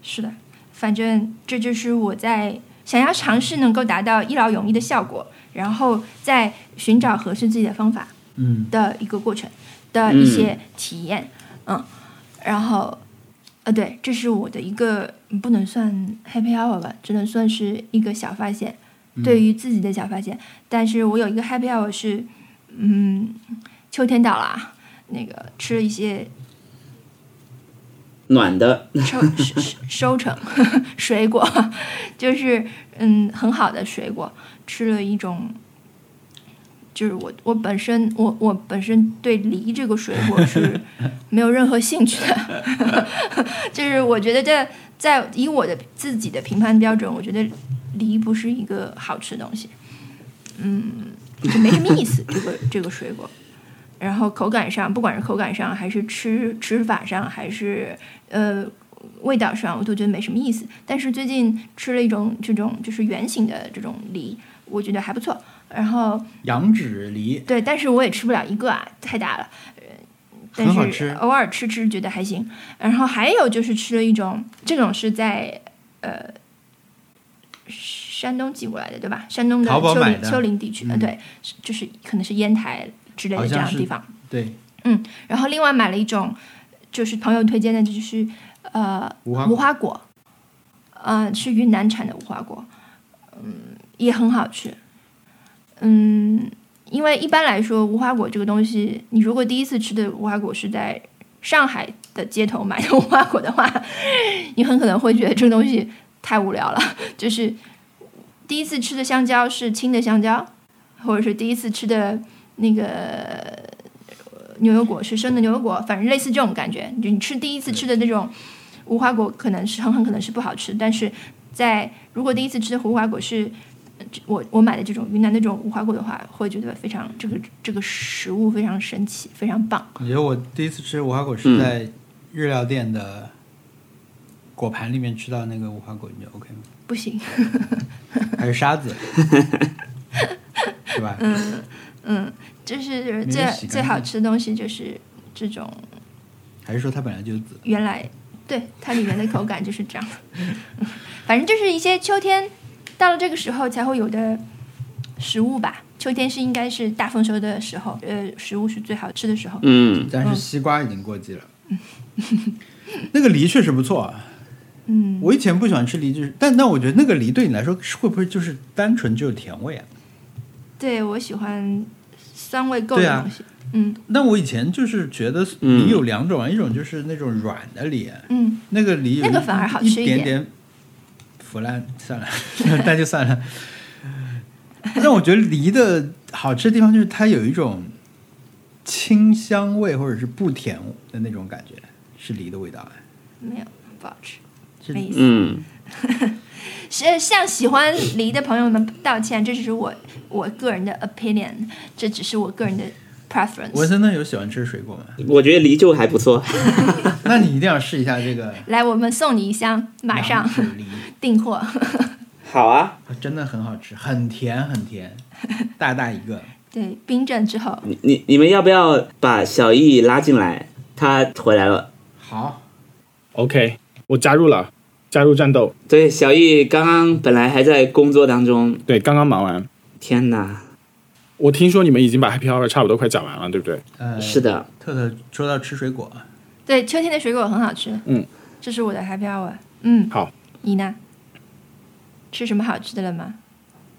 B: 是的，反正这就是我在想要尝试能够达到一劳永逸的效果，然后在寻找合适自己的方法
C: 嗯，
B: 的一个过程的一些体验，嗯然后，呃，对，这是我的一个嗯不能算 happy hour 吧，只能算是一个小发现，对于自己的小发现。但是我有一个 happy hour 是，嗯，秋天到了啊，那个吃了一些
A: 暖的，
B: 收收收收成 [laughs] 水果， [laughs] 就是嗯很好的水果，吃了一种，就是我我本身我我本身对梨这个水果是没有任何兴趣的， [laughs] 就是我觉得这在以我的自己的评判标准，我觉得梨不是一个好吃的东西，嗯，就没什么意思这个这个水果。然后口感上，不管是口感上，还是吃吃法上，还是呃味道上，我都觉得没什么意思。但是最近吃了一种这种就是圆形的这种梨，我觉得还不错。然后
C: 羊脂梨，
B: 对，但是我也吃不了一个啊，太大了。呃
C: 很好
B: 但是
C: 吃
B: 偶尔吃吃觉得还行。然后还有就是吃了一种，这种是在呃山东寄过来的，对吧？山东的
C: 淘宝
B: 丘
C: 买
B: 陵
C: 的嗯
B: 丘陵地区，呃，对，是就是可能是烟台之类
C: 好
B: 的这
C: 像
B: 样的
C: 是
B: 地方。
C: 对，
B: 然后另外买了一种，就是朋友推荐的，就是呃
C: 无花
B: 无花果，呃是云南产的无花果，嗯也很好吃，嗯，因为一般来说无花果这个东西，你如果第一次吃的无花果是在上海的街头买的无花果的话，你很可能会觉得这个东西太无聊了，就是第一次吃的香蕉是青的香蕉，或者是第一次吃的那个牛油果是生的牛油果，反正类似这种感觉。就你吃第一次吃的那种无花果，可能是很很可能是不好吃，但是在如果第一次吃的无花果是呃这我我买的这种云南的这种无花果的话，会觉得非常这个这个食物非常神奇，非常棒。
C: 我觉得我第一次吃无花果是在日料店的果盘里面吃到那个无花果，你觉得 OK 吗？
B: 不行， [laughs]
C: 还是沙子，是吧？
B: 嗯，就是
C: 没
B: 最
C: 人洗干净
B: 最好吃的东西就是这种
C: 还是说它本来就是紫？
B: 原来对它里面的口感就是这样。 [laughs] 反正就是一些秋天到了这个时候才会有的食物吧。秋天是应该是大丰收的时候，呃，食物是最好吃的时候。
A: 嗯，
C: 但是西瓜已经过季了。那个梨确实不错啊，
B: 嗯，
C: 我以前不喜欢吃梨，就是，但但我觉得那个梨对你来说是会不会就是单纯只有甜味啊？
B: 对我喜欢酸味够
C: 对
B: 的
C: 啊
B: 东西。嗯
C: 那我以前就是觉得梨有两种啊，一种就是那种软的梨，啊
B: 嗯，
C: 那个梨有
B: 那个
C: 一
B: 反而好吃一
C: 一
B: 点
C: 点腐烂，算了， [laughs] 那就算了。但我觉得梨的好吃的地方就是它有一种清香味，或者是不甜的那种感觉，是梨的味道啊。
B: 没有不好吃，
C: 是
B: 没意思。
A: 嗯，
B: 是向喜欢梨的朋友们道歉，这只是我我个人的 opinion，这只是我个人的 preference。
C: 文森特有喜欢吃水果吗？
A: 我觉得梨就还不错，
C: 那你一定要试一下这个
B: 来，我们送你一箱，马上
C: 杨子梨，哦
B: 订货。 [laughs]
A: 好啊，
C: 真的很好吃，很甜
B: [laughs]
C: 很甜，大大一个。
B: 对，冰镇之后，
A: 你你你们要不要把小易拉进来？他回来了，
C: 好，
E: OK，我加入了。加入战斗。
A: 对，小易刚刚本来还在工作当中，
E: 对，刚刚忙完。
A: 天哪，
E: 我听说你们已经把 Happy Hour 差不多快讲完了，对不对？
C: 呃，
A: 是。的，
C: 特特说到吃水果，
B: 对，秋天的水果很好吃。
E: 嗯，
B: 这是我的 happy hour。嗯，
E: 好。
B: 你呢？吃什么好吃的了吗？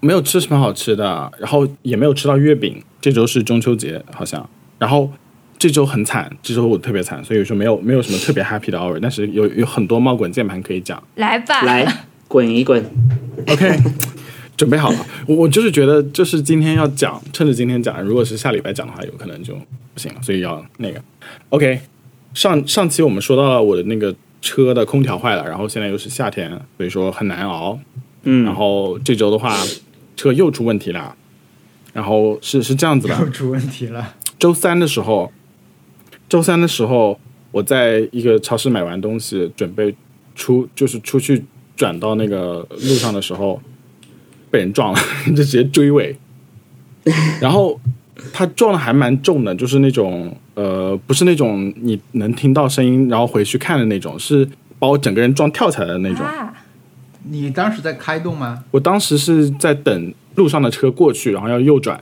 E: 没有吃什么好吃的，然后也没有吃到月饼。这周是中秋节，好像，然后这周很惨，这周我特别惨，所以说没有没有什么特别 happy 的 hour，但是有有很多猫滚键盘可以讲。
B: 来吧，啊
A: 来滚一滚，
E: OK，准 [laughs] 备好了。我我就是觉得，就是今天要讲，趁着今天讲，如果是下礼拜讲的话，有可能就不行了，所以要那个。OK，上上期我们说到了我的那个车的空调坏了，然后现在又是夏天，所以说很难熬。
A: 嗯
E: 然后这周的话，车又出问题啦。然后是是这样
C: [laughs]
E: 子的，
C: 又出问题了。
E: 周三的时候，周三的时候，我在一个超市买完东西，准备出就是出去转到那个路上的时候，被人撞了， [laughs] 就直接追尾。然后他撞的还蛮重的，就是那种呃，不是那种你能听到声音然后回去看的那种，是把我整个人撞跳起来的那种。
B: 啊，
C: 你当时在开动吗？
E: 我当时是在等路上的车过去，然后要右转，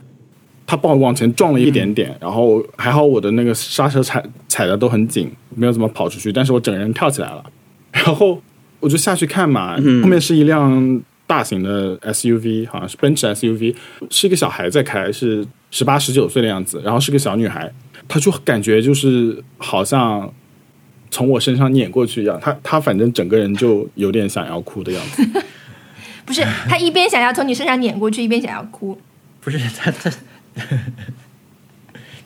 E: 他把我往前撞了一点点，然后还好我的那个刹车踩踩的都很紧，没有怎么跑出去，但是我整个人跳起来了， [laughs] 然后我就下去看嘛，后面是一辆大型的 SUV，好像是奔驰 SUV，是一个小孩在开，是十八十九岁的样子，然后是个小女孩，她就感觉就是好像。从我身上碾过去一样，她她反正整个人就有点想要哭的样子，
B: 不是，他一边想要从你身上碾过去， [laughs] 一边想要哭，
C: 不是，他他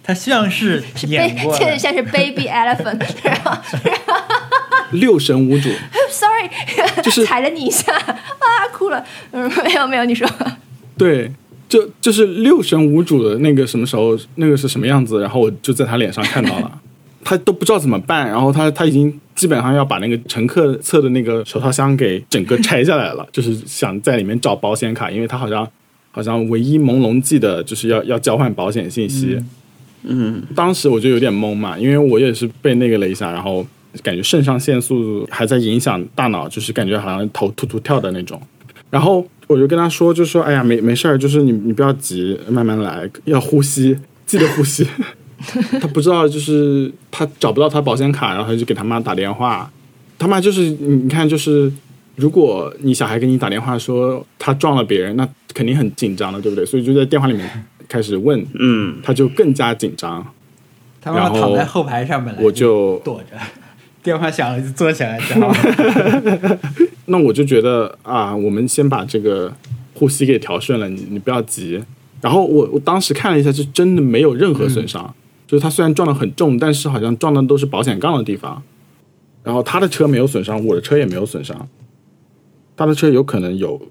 C: 他像是
B: 被
C: 演过
B: 这
C: 的
B: 像是 baby elephant，然后
E: 六神无主。
B: sorry，
E: 就是
B: 踩了你一下，啊，哭了。嗯，没有没有，你说
E: 对，就就是六神无主的那个什么时候，那个是什么样子，然后我就在他脸上看到了，他都不知道怎么办，然后他他已经基本上要把那个乘客侧的那个手套箱给整个拆下来了， [laughs] 就是想在里面找保险卡，因为他好像好像唯一朦胧记得就是要要交换保险信息。
A: 嗯，
E: 当时我就有点懵嘛，因为我也是被那个了一下，然后感觉肾上腺素还在影响大脑，就是感觉好像头突突跳的那种。然后我就跟他说，就说哎呀，没没事儿，就是你你不要急，慢慢来，要呼吸，记得呼吸。他不知道，就是他找不到他保险卡，然后他就给他妈打电话，他妈就是你你看就是。如果你小孩给你打电话说他撞了别人，那肯定很紧张的，对不对？所以就在电话里面开始问，
A: 嗯，
E: 他就更加紧张。
C: 他妈
E: 然后
C: 躺在后排上，本来
E: 我就
C: 躲着，电话响了就坐起来，然
E: [laughs]
C: 后
E: 那我就觉得啊，我们先把这个呼吸给调顺了，你你不要急。然后我我当时看了一下，就真的没有任何损
C: 嗯
E: 伤，就是他虽然撞得很重，但是好像撞的都是保险杠的地方。然后他的车没有损伤，我的车也没有损伤。他的车有可能有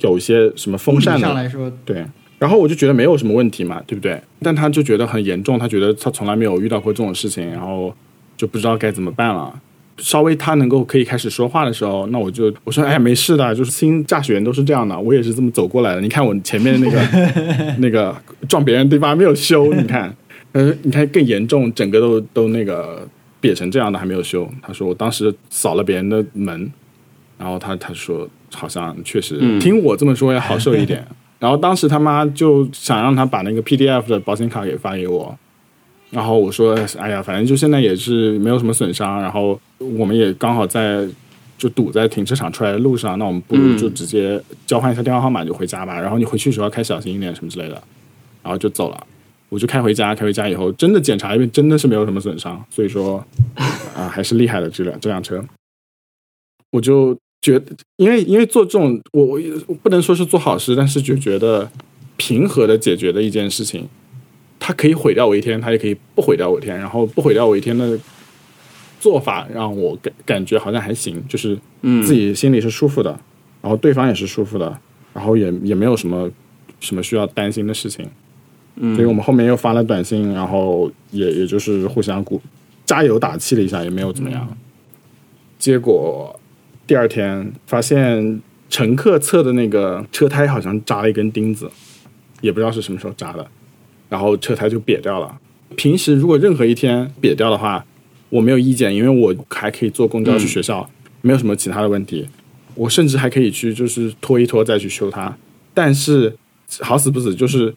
E: 有一些什么风扇的
C: 上来说
E: 对，然后我就觉得没有什么问题嘛，对不对？但他就觉得很严重，他觉得他从来没有遇到过这种事情，然后就不知道该怎么办了。稍微他能够可以开始说话的时候，那我就我说哎没事的，就是新驾驶员都是这样的，我也是这么走过来的。你看我前面那个那个撞别人对吧？没有修，你看，呃，你看更严重，整个都都那个瘪成这样的还没有修。他说我当时扫了别人的门，然后他他说好像确实、听我这么说也好受一点。然后当时他妈就想让他把那个 PDF 的保险卡给发给我，然后我说哎呀，反正就现在也是没有什么损伤，然后我们也刚好在就堵在停车场出来的路上，那我们不如就直接交换一下电话号码就回家吧。然后你回去的时候要开小心一点什么之类的，然后就走了。我就开回家，开回家以后真的检查一遍，真的是没有什么损伤，所以说啊、还是厉害的这辆这辆车。我就觉得，因为因为做这种，我我我不能说是做好事，但是就觉得平和的解决的一件事情，它可以毁掉我一天，它也可以不毁掉我一天，然后不毁掉我一天的做法让我感感觉好像还行，就是自己心里是舒服的，然后对方也是舒服的，然后也也没有什么什么需要担心的事情。所以我们后面又发了短信，然后也也就是互相鼓加油打气了一下，也没有怎么样。嗯结果第二天发现乘客侧的那个车胎好像扎了一根钉子，也不知道是什么时候扎的，然后车胎就瘪掉了。平时如果任何一天瘪掉的话，我没有意见，因为我还可以坐公交去学校。没有什么其他的问题。我甚至还可以去就是拖一拖再去修它，但是好死不死就是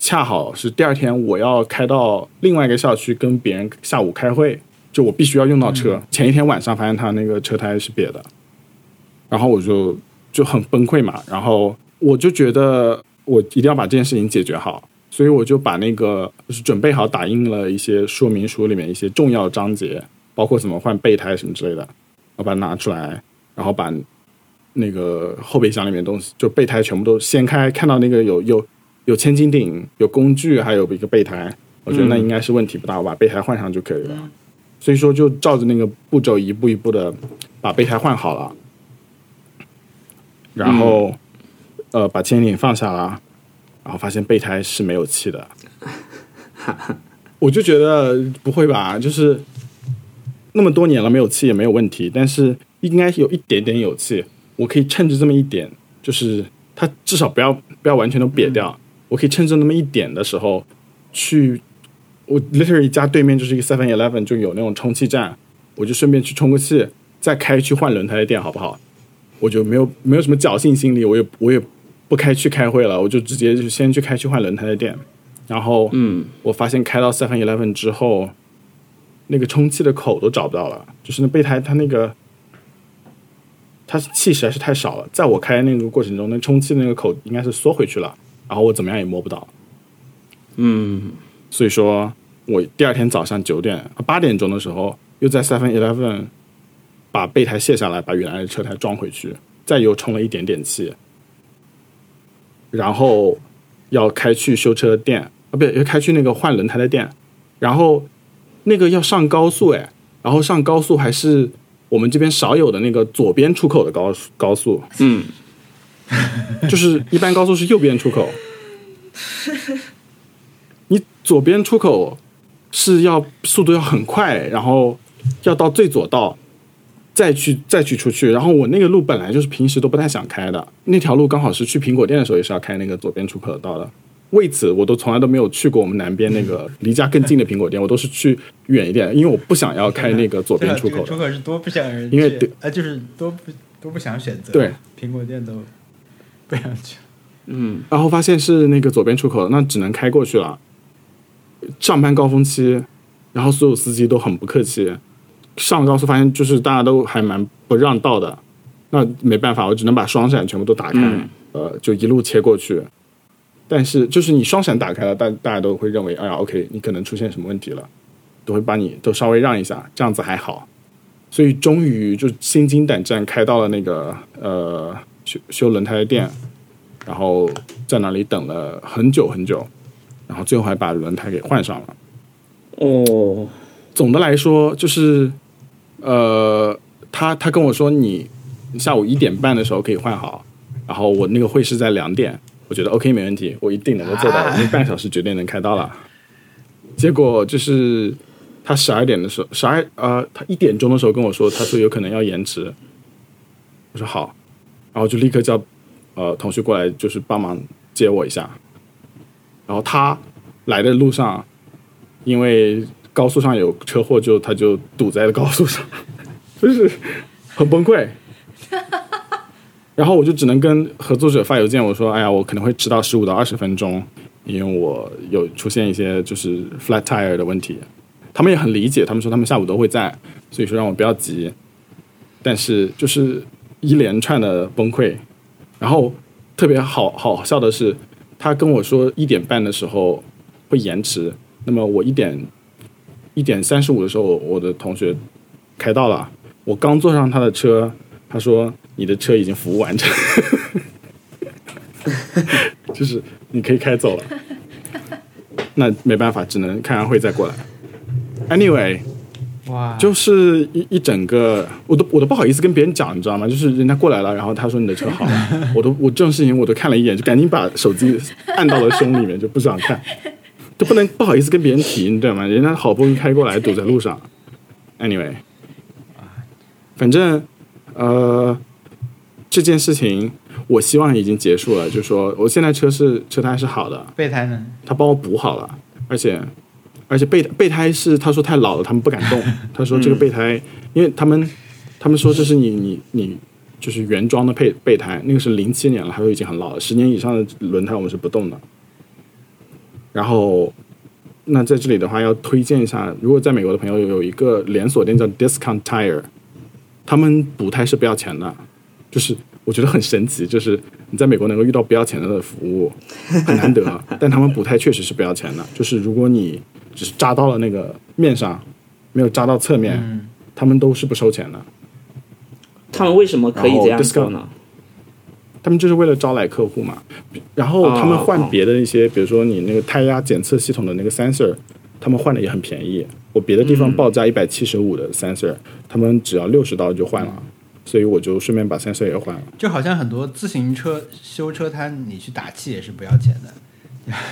E: 恰好是第二天我要开到另外一个校区跟别人下午开会，就我必须要用到车。前一天晚上发现他那个车胎是瘪的，然后我就就很崩溃嘛，然后我就觉得我一定要把这件事情解决好，所以我就把那个就是准备好打印了一些说明书里面一些重要章节，包括怎么换备胎什么之类的，我把它拿出来，然后把那个后备箱里面东西，就备胎全部都掀开，看到那个有有有千斤顶，有工具，还有一个备胎，我觉得那应该是问题不大，我把备胎换上就可以了。所以说就照着那个步骤一步一步的把备胎换好了，然后、呃把千斤顶放下了，然后发现备胎是没有气的，我就觉得不会吧，就是那么多年了没有气也没有问题，但是应该有一点点有气，我可以趁着这么一点，就是它至少不要不要完全都瘪掉，我可以趁着那么一点的时候去，我 literally 家对面就是一个 Seven Eleven 就有那种充气站，我就顺便去充个气，再开去换轮胎的店好不好？我就没有没有什么侥幸心理，我也我也不开去开会了，我就直接就先去开去换轮胎的店，然后嗯，我发现开到 Seven Eleven 之后。那个充气的口都找不到了，就是那备胎它那个它是气实在是太少了，在我开那个过程中，那充气的那个口应该是缩回去了，然后我怎么样也摸不到。
A: 嗯，
E: 所以说我第二天早上九点八点钟的时候，又在 Seven Eleven 把备胎卸下来，把原来的车胎装回去，再又充了一点点气，然后要开去修车店啊，不对，要开去那个换轮胎的店，然后那个要上高速哎，然后上高速还是我们这边少有的那个左边出口的高速高速，
A: 嗯，
E: [laughs] 就是一般高速是右边出口，你左边出口是要速度要很快，然后要到最左道，再去再去出去。然后我那个路本来就是平时都不太想开的，那条路刚好是去苹果店的时候也是要开那个左边出口的道的。为此，我都从来都没有去过我们南边那个离家更近的苹果店，我都是去远一点，因为我不想要开那个左边出
C: 啊这
E: 口
C: 个
E: 的
C: 出。口是多不想让人去，
E: 因为对
C: 啊，就是多不多不想选择。
E: 对，
C: 苹果店都不想去。
E: 然后发现是那个左边出口，那只能开过去了。上班高峰期，然后所有司机都很不客气，上了高速发现就是大家都还蛮不让道的，那没办法，我只能把双闪全部都打开，
A: 嗯
E: 呃，就一路切过去。但是就是你双闪打开了，大大家都会认为，哎呀，OK，你可能出现什么问题了，都会把你都稍微让一下，这样子还好。所以终于就心惊胆战开到了那个呃修修轮胎的店，然后在那里等了很久很久，然后最后还把轮胎给换上了。
A: 哦，
E: 总的来说就是，呃，他他跟我说你下午一点半的时候可以换好，然后我那个会是在两点，我觉得 OK 没问题，我一定能够做到，因为半小时绝对能开到了。结果就是他十二点的时候，十二呃，他一点钟的时候跟我说，他说有可能要延迟，我说好，然后就立刻叫呃同学过来，就是帮忙接我一下。然后他来的路上，因为高速上有车祸就，他就堵在了高速上， [laughs] 就是很崩溃。然后我就只能跟合作者发邮件，我说：“哎呀，我可能会迟到十五到二十分钟，因为我有出现一些就是 flat tire 的问题。”他们也很理解，他们说他们下午都会在，所以说让我不要急。但是就是一连串的崩溃，然后特别好好笑的是，他跟我说一点半的时候会延迟，那么我一点一点三十五的时候，我我的同学开到了，我刚坐上他的车，他说你的车已经服务完成， [laughs] 就是你可以开走了。 [laughs] 那没办法，只能开完会再过来。Anyway，
C: 哇，
E: 就是一一整个，我都我都不好意思跟别人讲，你知道吗？就是人家过来了，然后他说你的车好了，我都我这种事情我都看了一眼，就赶紧把手机按到了胸里面，就不想看，就不能不好意思跟别人提，你知道吗？人家好不容易开过来，堵在路上。Anyway，反正呃，这件事情我希望已经结束了，就说我现在车是车胎是好的，
C: 备胎呢？
E: 他帮我补好了，而且而且备备胎是他说太老了，他们不敢动。他说这个备胎，因为他们他们说这是你你你就是原装的备备胎，那个是零七年了，还有已经很老了，十年以上的轮胎我们是不动的。然后，那在这里的话要推荐一下，如果在美国的朋友有一个连锁店叫 Discount Tire，他们补胎是不要钱的，就是我觉得很神奇，就是你在美国能够遇到不要钱的服务，很难得。啊但他们补胎确实是不要钱的，就是如果你只是扎到了那个面上，没有扎到侧面，他们都是不收钱的。
A: 他们为什么可以
E: 然后
A: 这样
E: discount
A: 做呢？
E: [laughs] 他们就是为了招来客户嘛。然后他们
A: 哦
E: 换别的一些，比如说你那个胎压检测系统的那个 sensor，他们换的也很便宜。我别的地
A: 嗯
E: 方报价一百七十五的 sensor，、他们只要六十刀就换了，所以我就顺便把 sensor 也换了。
C: 就好像很多自行车修车摊，你去打气也是不要钱的。 [laughs]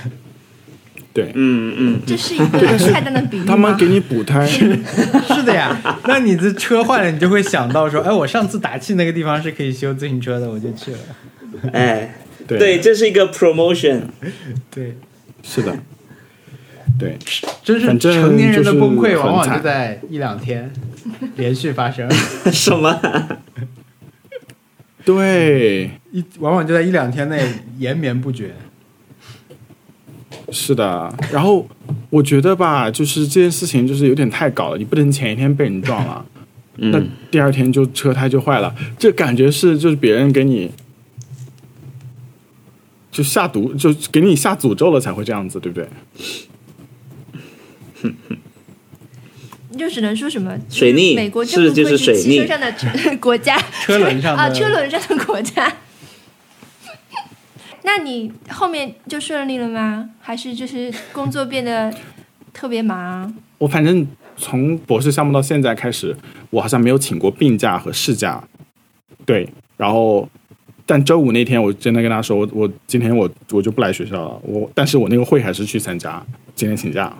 E: 对，
A: 嗯嗯，
B: 这是一个菜单的比喻吗
E: 他们给你补
A: [laughs]
E: 胎，
C: 是的呀，那你的车坏了，你就会想到说，哎，我上次打气那个地方是可以修自行车的，我就去了。
A: 哎，
E: 对，
A: 对，这是一个 promotion。 [laughs]
C: 对，
E: 是的，对，
C: 真是
E: 反正
C: 成年人的
E: 就是
C: 崩溃，
E: 很
C: 往往
E: 惨
C: 就在一两 [laughs] 天连续发生，
A: 什么？
E: 对，
C: 一往往就在一两天内延绵不绝。
E: 是的，然后我觉得吧，就是这件事情就是有点太搞了，你不能前一天被人撞了，那第二天就车胎就坏了，这感觉是就是别人给你就下毒，就给你下诅咒了才会这样子，对不对？
B: 就只能说什么
A: 水逆
B: 美国
A: 是
B: 真
A: 就
B: 不
A: 是
B: 愧
A: 水逆
B: 汽车上的国家，
C: 车轮上的
B: 啊，车轮上的国家。 [laughs] 那你后面就顺利了吗？还是就是工作变得特别忙？
E: 我反正从博士项目到现在开始，我好像没有请过病假和事假。对，然后但周五那天我真的跟他说，我我今天我我就不来学校了，我但是我那个会还是去参加，今天请假。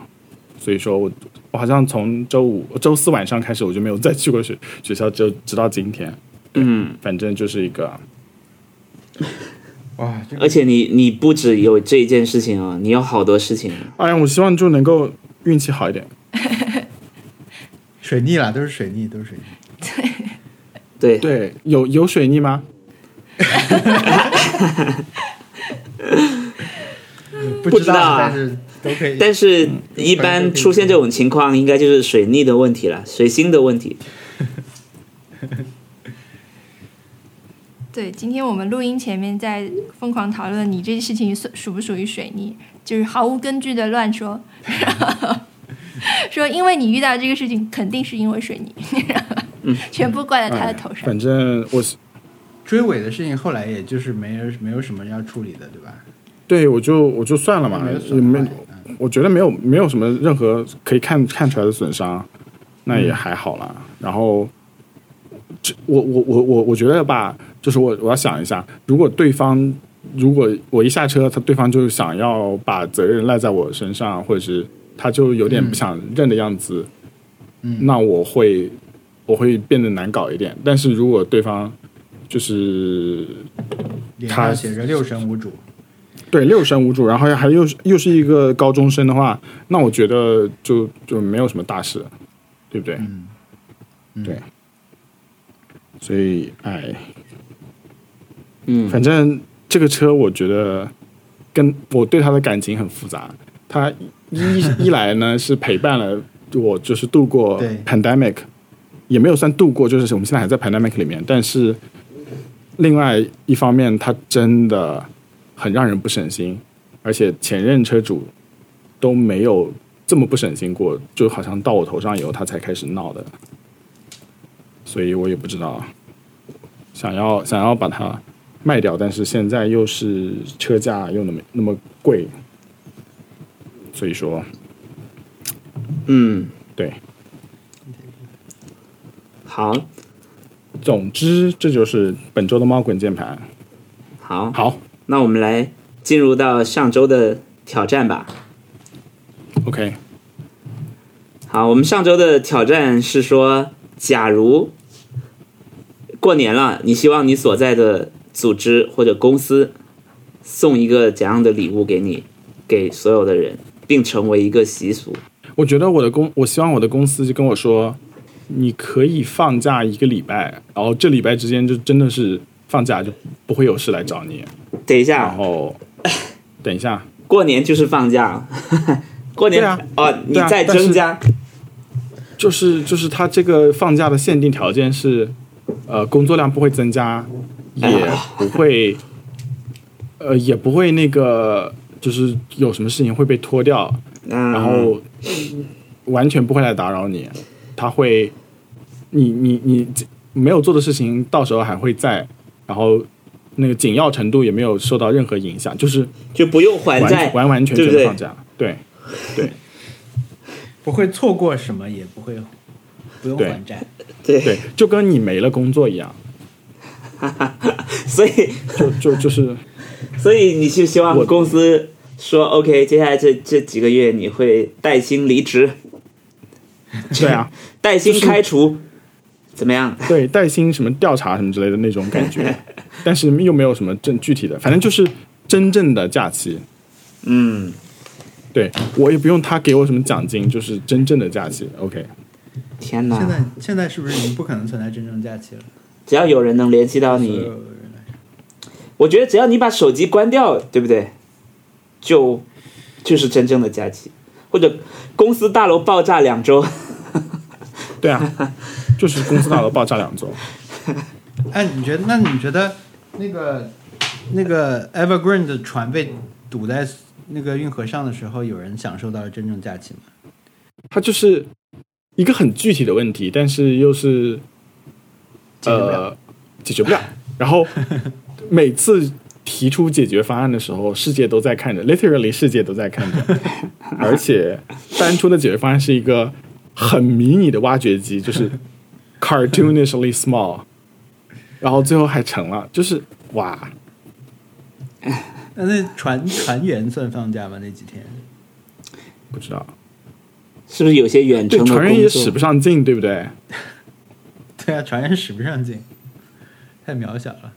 E: 所以说我我好像从周五周四晚上开始，我就没有再去过学学校，就直到今天。
A: 嗯，
E: 反正就是一个
C: 哇，这
A: 而且你你不止有这一件事情啊，你有好多事情啊。
E: 哎呀，我希望就能够运气好一点。
C: 水逆了，都是水逆，都是水逆。
A: 对，
E: 对，有有水逆吗？
C: 不
A: 不
C: 知
A: 知道啊
C: 但是都可以。
A: 但是
E: 嗯
A: 一般出现这种情况，应该就是水逆的问题了，水星的问题。
B: 对，今天我们录音前面在疯狂讨论你这件事情属属不属于水逆，就是毫无根据的乱
C: [laughs]
B: 说，说因为你遇到这个事情，肯定是因为水逆，
C: 嗯
B: [laughs] 全部怪在他的头上。
E: 哎反正我
C: 追尾的事情后来也就是没有没有什么要处理的，对吧？
E: 对我就我就算了嘛
C: 没有，
E: 也
C: 损
E: 没
C: 坏。
E: 我觉得没有没有什么任何可以看看出来的损伤，那也还好啦。然后，这我我我我我觉得吧，就是我我要想一下，如果对方如果我一下车，他对方就想要把责任赖在我身上，或者是他就有点不想认的样子，
C: 嗯
E: 那我会我会变得难搞一点。但是如果对方就是
C: 脸
E: 他
C: 上写着六神无主，
E: 对，六神无主，然后还又是又是一个高中生的话，那我觉得就就没有什么大事，对不对？
C: 嗯，嗯
E: 对所以，哎，
A: 嗯，
E: 反正这个车，我觉得跟我对它的感情很复杂。它一一来呢是陪伴了我，就是度过
C: 对
E: pandemic，也没有算度过，就是我们现在还在 pandemic 里面。但是，另外一方面，它真的很让人不省心，而且前任车主都没有这么不省心过，就好像到我头上以后，他才开始闹的。所以我也不知道，想要想要把它卖掉，但是现在又是车价又那么那么贵，所以说
A: 嗯，
E: 对，
A: 好，
E: 总之这就是本周的猫滚键盘。
A: 好，
E: 好
A: 那我们来进入到上周的挑战吧。
E: ，OK，
A: 好，我们上周的挑战是说，假如过年了，你希望你所在的组织或者公司送一个怎样的礼物给你，给所有的人，并成为一个习俗。
E: 我觉得我的公，我希望我的公司就跟我说，你可以放假一个礼拜，然后这礼拜之间就真的是放假就不会有事来找你。
A: 等一下
E: 然，后等一下，
A: 过年就是放假， [laughs] 过年
E: 对啊
A: 哦，你
E: 对啊
A: 再
E: 但是
A: 增加
E: 就是就是他这个放假的限定条件是，呃，工作量不会增加，
A: 哎
E: 也不会，呃，也不会那个就是有什么事情会被拖掉，
A: 嗯，
E: 然后完全不会来打扰你，他会，你你你没有做的事情，到时候还会在，然后那个紧要程度也没有受到任何影响，就是
A: 就不用还
E: 完
A: 债，
E: 完完全
A: 对
E: 全
A: 不
E: 的
A: 对
E: 放假，对
C: 不会错过什么，也不会不用
E: 对
C: 还债。
A: 对
E: 对，就跟你没了工作一样，
A: [laughs] 所以
E: 就就
A: [laughs]
E: 就是
A: 所以你是希望
E: 我
A: 公司说 OK，接下来这这几个月你会带薪离职，
E: [laughs] 对啊，
A: [laughs] 带薪开除，怎么样？
E: 对带薪什么调查什么之类的那种感觉，但是又没有什么正具体的，反正就是真正的假期。
A: 嗯，
E: 对我也不用他给我什么奖金，就是真正的假期。OK，
A: 天
E: 嗯
C: 现在
A: 哪！
C: 现在是不是已经不可能存在真正假期了？
A: 只要有人能联系到
C: 所
A: 你，
C: 有人来说
A: 我觉得只要你把手机关掉，对不对？就就是真正的假期，或者公司大楼爆炸两周， [laughs]
E: 对啊，就是公司大楼爆炸两周。
C: 哎，你觉得？那你觉得那个那个 Evergreen 的船被堵在那个运河上的时候，有人享受到了真正假期吗？
E: 它就是一个很具体的问题，但是又是
C: 解决不了
E: 呃解决不了。 [laughs] 然后每次提出解决方案的时候，世界都在看着，literally 世界都在看 [laughs] 着，而且单出的解决方案是一个很迷你的挖掘机，就是 cartoonishly small，然后最后还成了，就是哇，
C: 那那船 [laughs] 船员算放假吗？那几天？
E: 不知道，
A: 是不是有些远
E: 对
A: 程的
E: 船员
A: 工
E: 也使
A: 作
E: 不？上劲，对不对？
C: 对啊，船员使不上劲，太渺小了。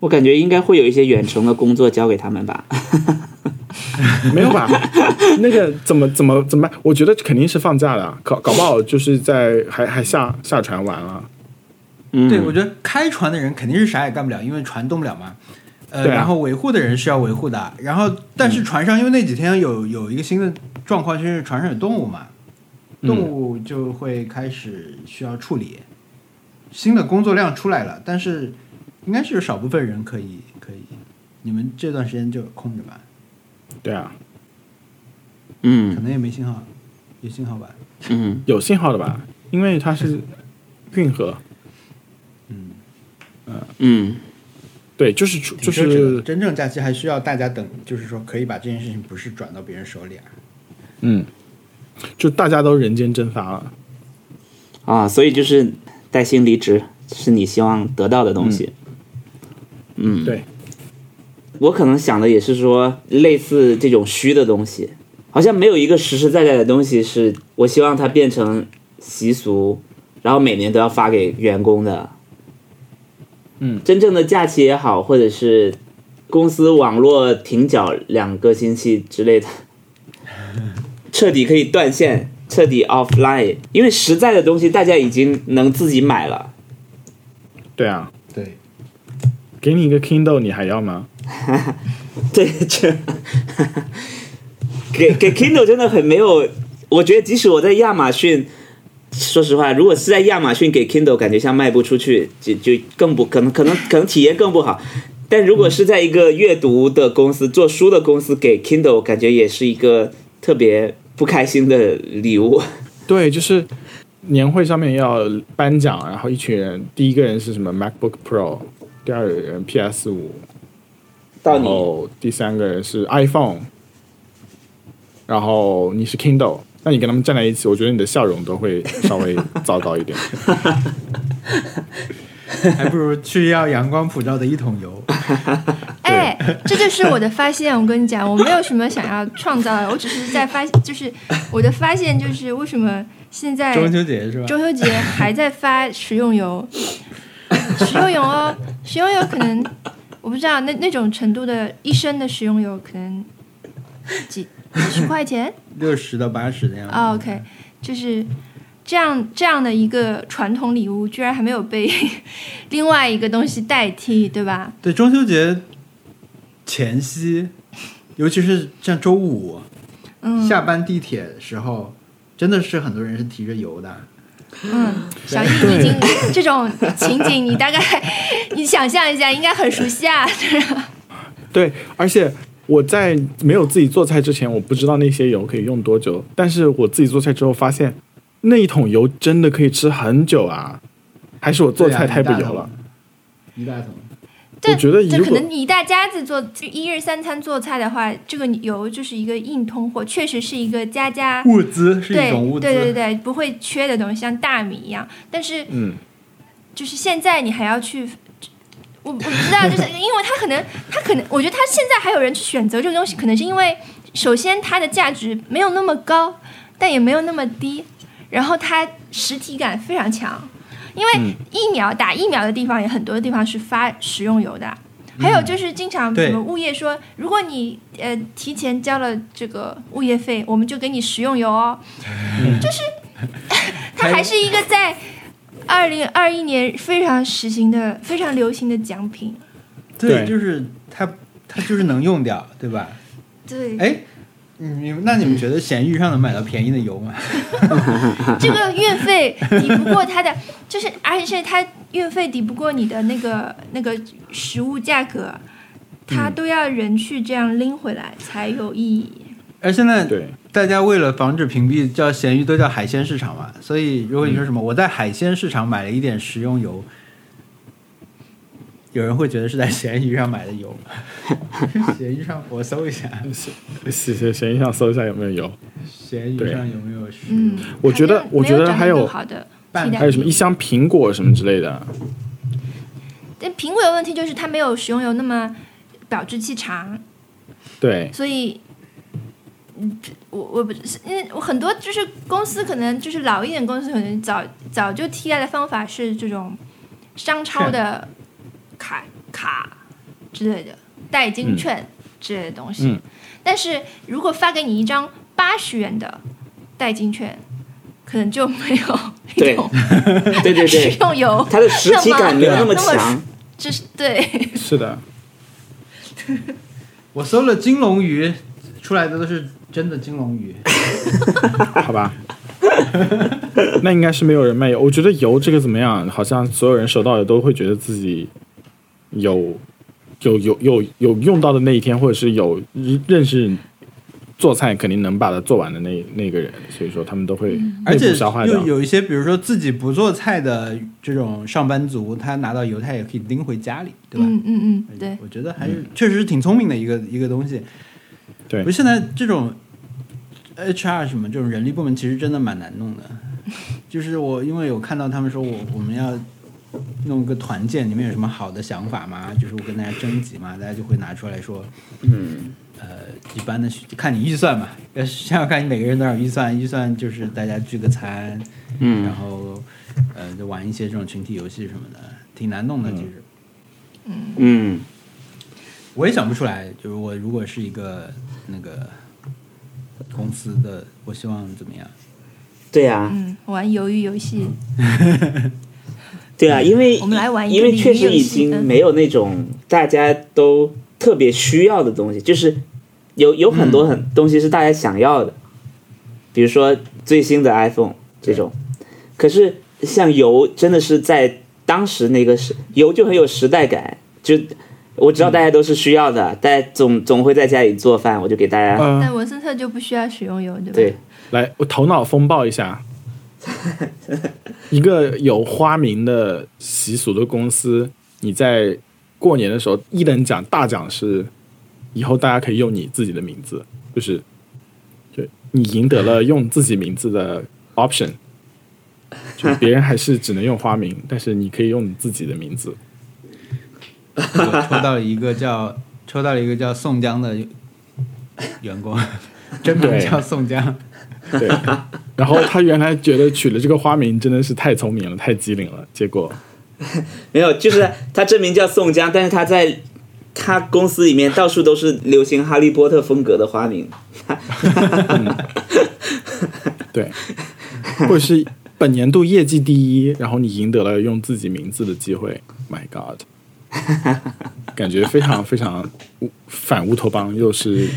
A: 我感觉应该会有一些远程的工作交给他们吧。
E: 没有吧？ [laughs] 那个怎么怎么怎么办？我觉得肯定是放假的啊，搞搞不好就是在还还下下船玩了。
A: 嗯，
C: 对，我觉得开船的人肯定是啥也干不了，因为船动不了嘛。呃，
E: 对啊嗯
C: 然后维护的人是要维护的，然后但是船上因为那几天有有一个新的状况，就是船上有动物嘛，
E: 嗯
C: 动物就会开始需要处理，新的工作量出来了，但是应该是有少部分人可以可以，你们这段时间就空着吧，
E: 对啊，
A: 嗯
C: 可能也没信号，有信号吧？
A: 嗯，
E: 有信号的吧？因为它是运河，
A: 嗯，
E: 对，就是出就
C: 挺奢侈的
E: 是
C: 真正假期还需要大家等，就是说可以把这件事情不是转到别人手里啊，
E: 嗯，就大家都人间蒸发了。
A: 啊，所以就是带薪离职是你希望得到的东西。嗯，
E: 对，
A: 我可能想的也是说，类似这种虚的东西，好像没有一个实实在在的东西是我希望它变成习俗，然后每年都要发给员工的。
E: 嗯，
A: 真正的假期也好，或者是公司网络停缴两个星期之类的，彻底可以断线，彻底 offline，因为实在的东西大家已经能自己买了。
E: 对啊，
C: 对。
E: 给你一个 Kindle，你还要吗？
A: [laughs] 对，这给给 Kindle 真的很没有，我觉得即使我在亚马逊，说实话，如果是在亚马逊给 Kindle，感觉像卖不出去，就就更不可能，可能可能体验更不好。但如果是在一个阅读的公司、做书的公司给 Kindle，感觉也是一个特别不开心的礼物。
E: 对，就是年会上面要颁奖，然后一群人，第一个人是什么 MacBook Pro，第二个人 PS 五，
A: 到
E: 然
A: 你，
E: 后第三个人是 iPhone，然后你是 Kindle，那你跟他们站在一起，我觉得你的笑容都会稍微糟糕一点。
C: [laughs] 还不如去要阳光普照的一桶油。
B: 哎，这就是我的发现。我跟你讲，我没有什么想要创造的，我只是在发，就是我的发现就是为什么现在
C: 中秋节是吧？
B: 中秋节还在发食用油， [laughs] 食用油哦，食用油可能我不知道那那种程度的一升的食用油可能几几十块钱哦
C: 六十到八十的样子。
B: 啊、o k 就是这样这样的一个传统礼物，居然还没有被 [laughs] 另外一个东西代替，对吧？
C: 对，中秋节前夕，尤其是像周五、
B: 嗯
C: 下班地铁的时候，真的是很多人是提着油的。
B: 嗯，小易你已经这种情景，你大概你想象一下，应该很熟悉啊。
E: 对，而且我在没有自己做菜之前，我不知道那些油可以用多久，但是我自己做菜之后发现，那一桶油真的可以吃很久啊！还是我做菜
C: 啊
E: 太不油了。
C: 一大桶，
B: 这
E: 我觉得
B: 这
E: 如
B: 可
E: 果
B: 能你一大家子做一日三餐做菜的话，这个油就是一个硬通货，确实是一个家家
C: 物资是一
B: 对
C: 种物资。
B: 对对对不会缺的东西，像大米一样。但是
E: 嗯，就是
B: 现在你还要去，我我不知道，就是 [laughs] 因为他可能他可能，我觉得他现在还有人去选择这个东西，可能是因为首先它的价值没有那么高，但也没有那么低，然后它实体感非常强。因为疫苗打疫苗的地方也很多地方是发食用油的，还有就是经常
C: 对
B: 什么物业说，如果你呃提前交了这个物业费，我们就给你食用油哦。 [laughs] 它还是一个在二零二一年非常实行的、非常流行的奖品。
C: 对，
E: 对
C: 就是它，它就是能用掉，对吧？
B: 对，
C: 哎，你们那你们觉得闲鱼上能买到便宜的油吗？
B: 这个运费抵不过它的， [laughs] 就是而且它运费抵不过你的那个那个食物价格，
E: 嗯
B: 它都要人去这样拎回来才有意义。
C: 而现在
E: 对
C: 大家为了防止屏蔽，叫咸鱼都叫海鲜市场嘛。所以如果你说什么、我在海鲜市场买了一点食用油，有人会觉得是在咸鱼上买的油。
E: [laughs]
C: 咸鱼上我搜一下，
E: 闲闲闲鱼上搜一下有没有油，
C: 咸鱼
E: 对
C: 上有没有食用
B: 嗯
C: 油？，
E: 我觉得
B: 还没有
E: 我觉得
B: 没有
E: 还有
B: 找到更好的替代
E: 还有什么一
B: 品。
E: 箱苹果什么之类的。
B: 但苹果的问题就是它没有食用油那么保质期长，
E: 对，
B: 所以，嗯，我我不是，因为我很多就是公司可能就是老一点公司可能早早就替代的方法是这种商超的卡卡之类的代金券之类的东西，
E: 嗯
B: 但是如果发给你一张八十元的代金券，可能就没有
A: 对
B: [laughs] 一种
A: 对对
B: 食 [laughs]
A: 对，
B: 用油，
A: [laughs] 它的实体感没有那么强。
B: 这是对，
E: 是的，
C: 我搜了金龙鱼，出来的都是真的金龙鱼。
E: 嗯 [laughs] 好吧。那应该是没有人卖油。我觉得油这个怎么样？好像所有人收到的都会觉得自己有有有有有用到的那一天，或者是有认识做菜肯定能把它做完的那那个人，所以说他们都会
C: 嗯而
E: 内部
C: 且
E: 消化掉
C: 又。有一些，比如说自己不做菜的这种上班族，他拿到油，他也可以拎回家里，对吧？
B: 嗯嗯嗯，对，
C: 我觉得还是确实是挺聪明的一个一个东西。
E: 对
C: 不是现在这种 HR 什么这种人力部门，其实真的蛮难弄的。就是我因为有看到他们说我我们要弄个团建，你们有什么好的想法吗？就是我跟大家征集嘛，大家就会拿出来说，
A: 嗯，
C: 呃，一般的需看你预算嘛，呃要想想看你每个人多少预算，预算就是大家聚个餐，
A: 嗯
C: 然后呃就玩一些这种群体游戏什么的，挺难弄的其实。
A: 嗯，
C: 我也想不出来，就是我如果是一个那个公司的，我希望怎么样？
A: 对啊呀、
B: 嗯，玩鱿鱼游戏，
A: 对啊，因为
B: 嗯我们来玩一个
A: 因为
B: 鲤鱼
A: 确实
B: 游戏
A: 已经
B: 嗯
A: 没有那种大家都特别需要的东西，就是有有很多很东西是大家想要的，比如说最新的 iPhone 这种。可是像油，真的是在当时那个时，油就很有时代感。就我知道大家都是需要的，
B: 嗯
A: 大家总总会在家里做饭，我就给大家、
E: 嗯、
B: 但文森特就不需要使用油，对吧？
A: 对
E: 来，我头脑风暴一下，一个有花名的习俗的公司，你在过年的时候，一等奖大奖是以后大家可以用你自己的名字，就是就你赢得了用自己名字的 option，就别人还是只能用花名，但是你可以用你自己的名字。
C: 我抽到了一个叫抽到了一个叫宋江的员工， [laughs] 真名叫宋江，
E: 对，然后他原来觉得取了这个花名真的是太聪明了，太机灵了，结果
A: 没有，就是他真名叫宋江，但是他在他公司里面到处都是流行哈利波特风格的
E: [laughs]
A: 花名。
E: 对，或者是本年度业绩第一，然后你赢得了用自己名字的机会。My
A: [laughs]
E: God，感觉非常非常乌反乌托邦，又是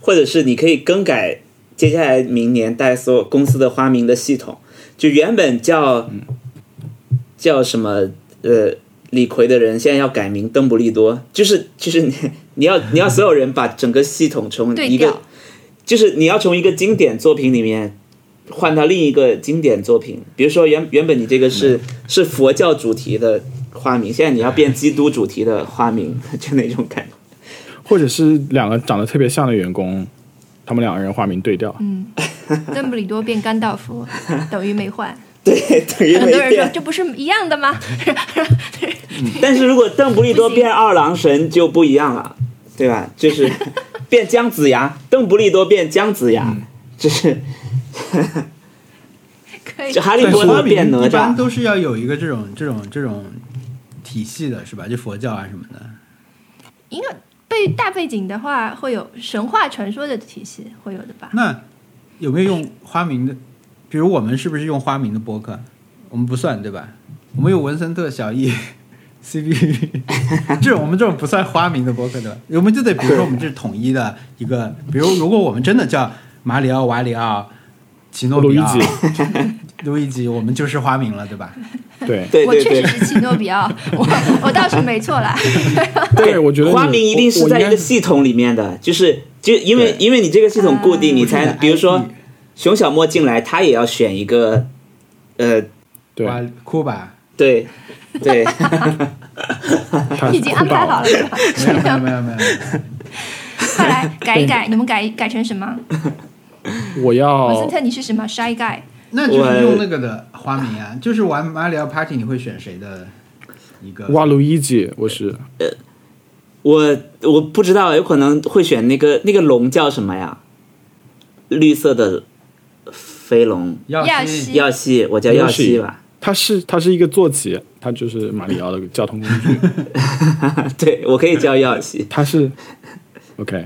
A: 或者是你可以更改接下来明年带所有公司的花名的系统，就原本叫叫什么呃李逵的人，现在要改名邓布利多，就是就是你你要你要所有人把整个系统从
B: 对
A: 一个
B: 调
A: 就是你要从一个经典作品里面。换到另一个经典作品，比如说原原本你这个是是佛教主题的花名，现在你要变基督主题的花名，就那种感觉。
E: 或者是两个长得特别像的员工，他们两个人化名对调，
B: 嗯邓布利多变甘
A: [laughs]
B: 道夫，等于没换。
A: 对，等于
B: 很
A: 没
B: 多人说
A: 变。
B: 这不是一样的吗？ [laughs]
A: 但是如果邓布利多变二郎神就不一样了，对吧？就是变姜子
C: [laughs]
A: 牙，邓布利多变姜子牙，
C: 嗯
A: 就是
B: 可以
A: 嗯就。哈利
C: 但
A: 波
C: 是
A: 特变哪
C: 一般
A: 吒。
C: 都是要有一个这种这种这种体系的，是吧？就佛教啊什么的。
B: 因为背大背景的话，会有神话传说的体系，会有的吧？
C: 那有没有用花名的？比如我们是不是用花名的播客？我们不算对吧？我们有文森特、小易、CB，这 [laughs] 种我们这种不算花名的播客对吧？我们就得比如说我们这是统一的一个，比如如果我们真的叫马里奥、瓦里奥、奇诺
E: 路
C: 比
E: 易
C: 奥
E: 吉、
C: [laughs] 路易吉，我们就是花名了对吧？
B: [laughs]
E: 对
A: 对
B: 我
A: 对
B: 确
A: 对
B: 实是奇诺比奥，我我倒是没
A: [laughs]
B: 错啦。
E: 对，我觉得你
A: 花名一定是
E: 我
A: 在
E: 我
A: 一
E: 应
A: 个
E: 该
A: 系统里面的，就是就因为
C: 对
A: 因为你这个系统固定，
B: 啊
A: 你才比如
C: 嗯
A: 说熊小莫进来，他也要选一个，呃，
E: 对，
C: 哇库吧，
A: 对对，
E: 他
B: 已经安排好了，对吧？
C: 没有没有没有没有，没有
B: 快来改一改，你们改改成什么？
E: 我
A: 哦
B: 文森
E: 要
B: 特，你是什么？Shy Guy？
C: 那就是用那个的花名啊，就是玩马里奥 Party 你会选谁的一个？
E: 哇路易吉，我是
A: 我我不知道，有可能会选那个那个龙叫什么呀？绿色的飞龙，
C: 耀
B: 耀
C: 西
B: 西
A: 耀西，我叫耀西吧。
E: 他是他是一个坐骑，他就是马里奥的交通工具，
A: [laughs] 对，我可以叫耀西。
E: 他是 OK。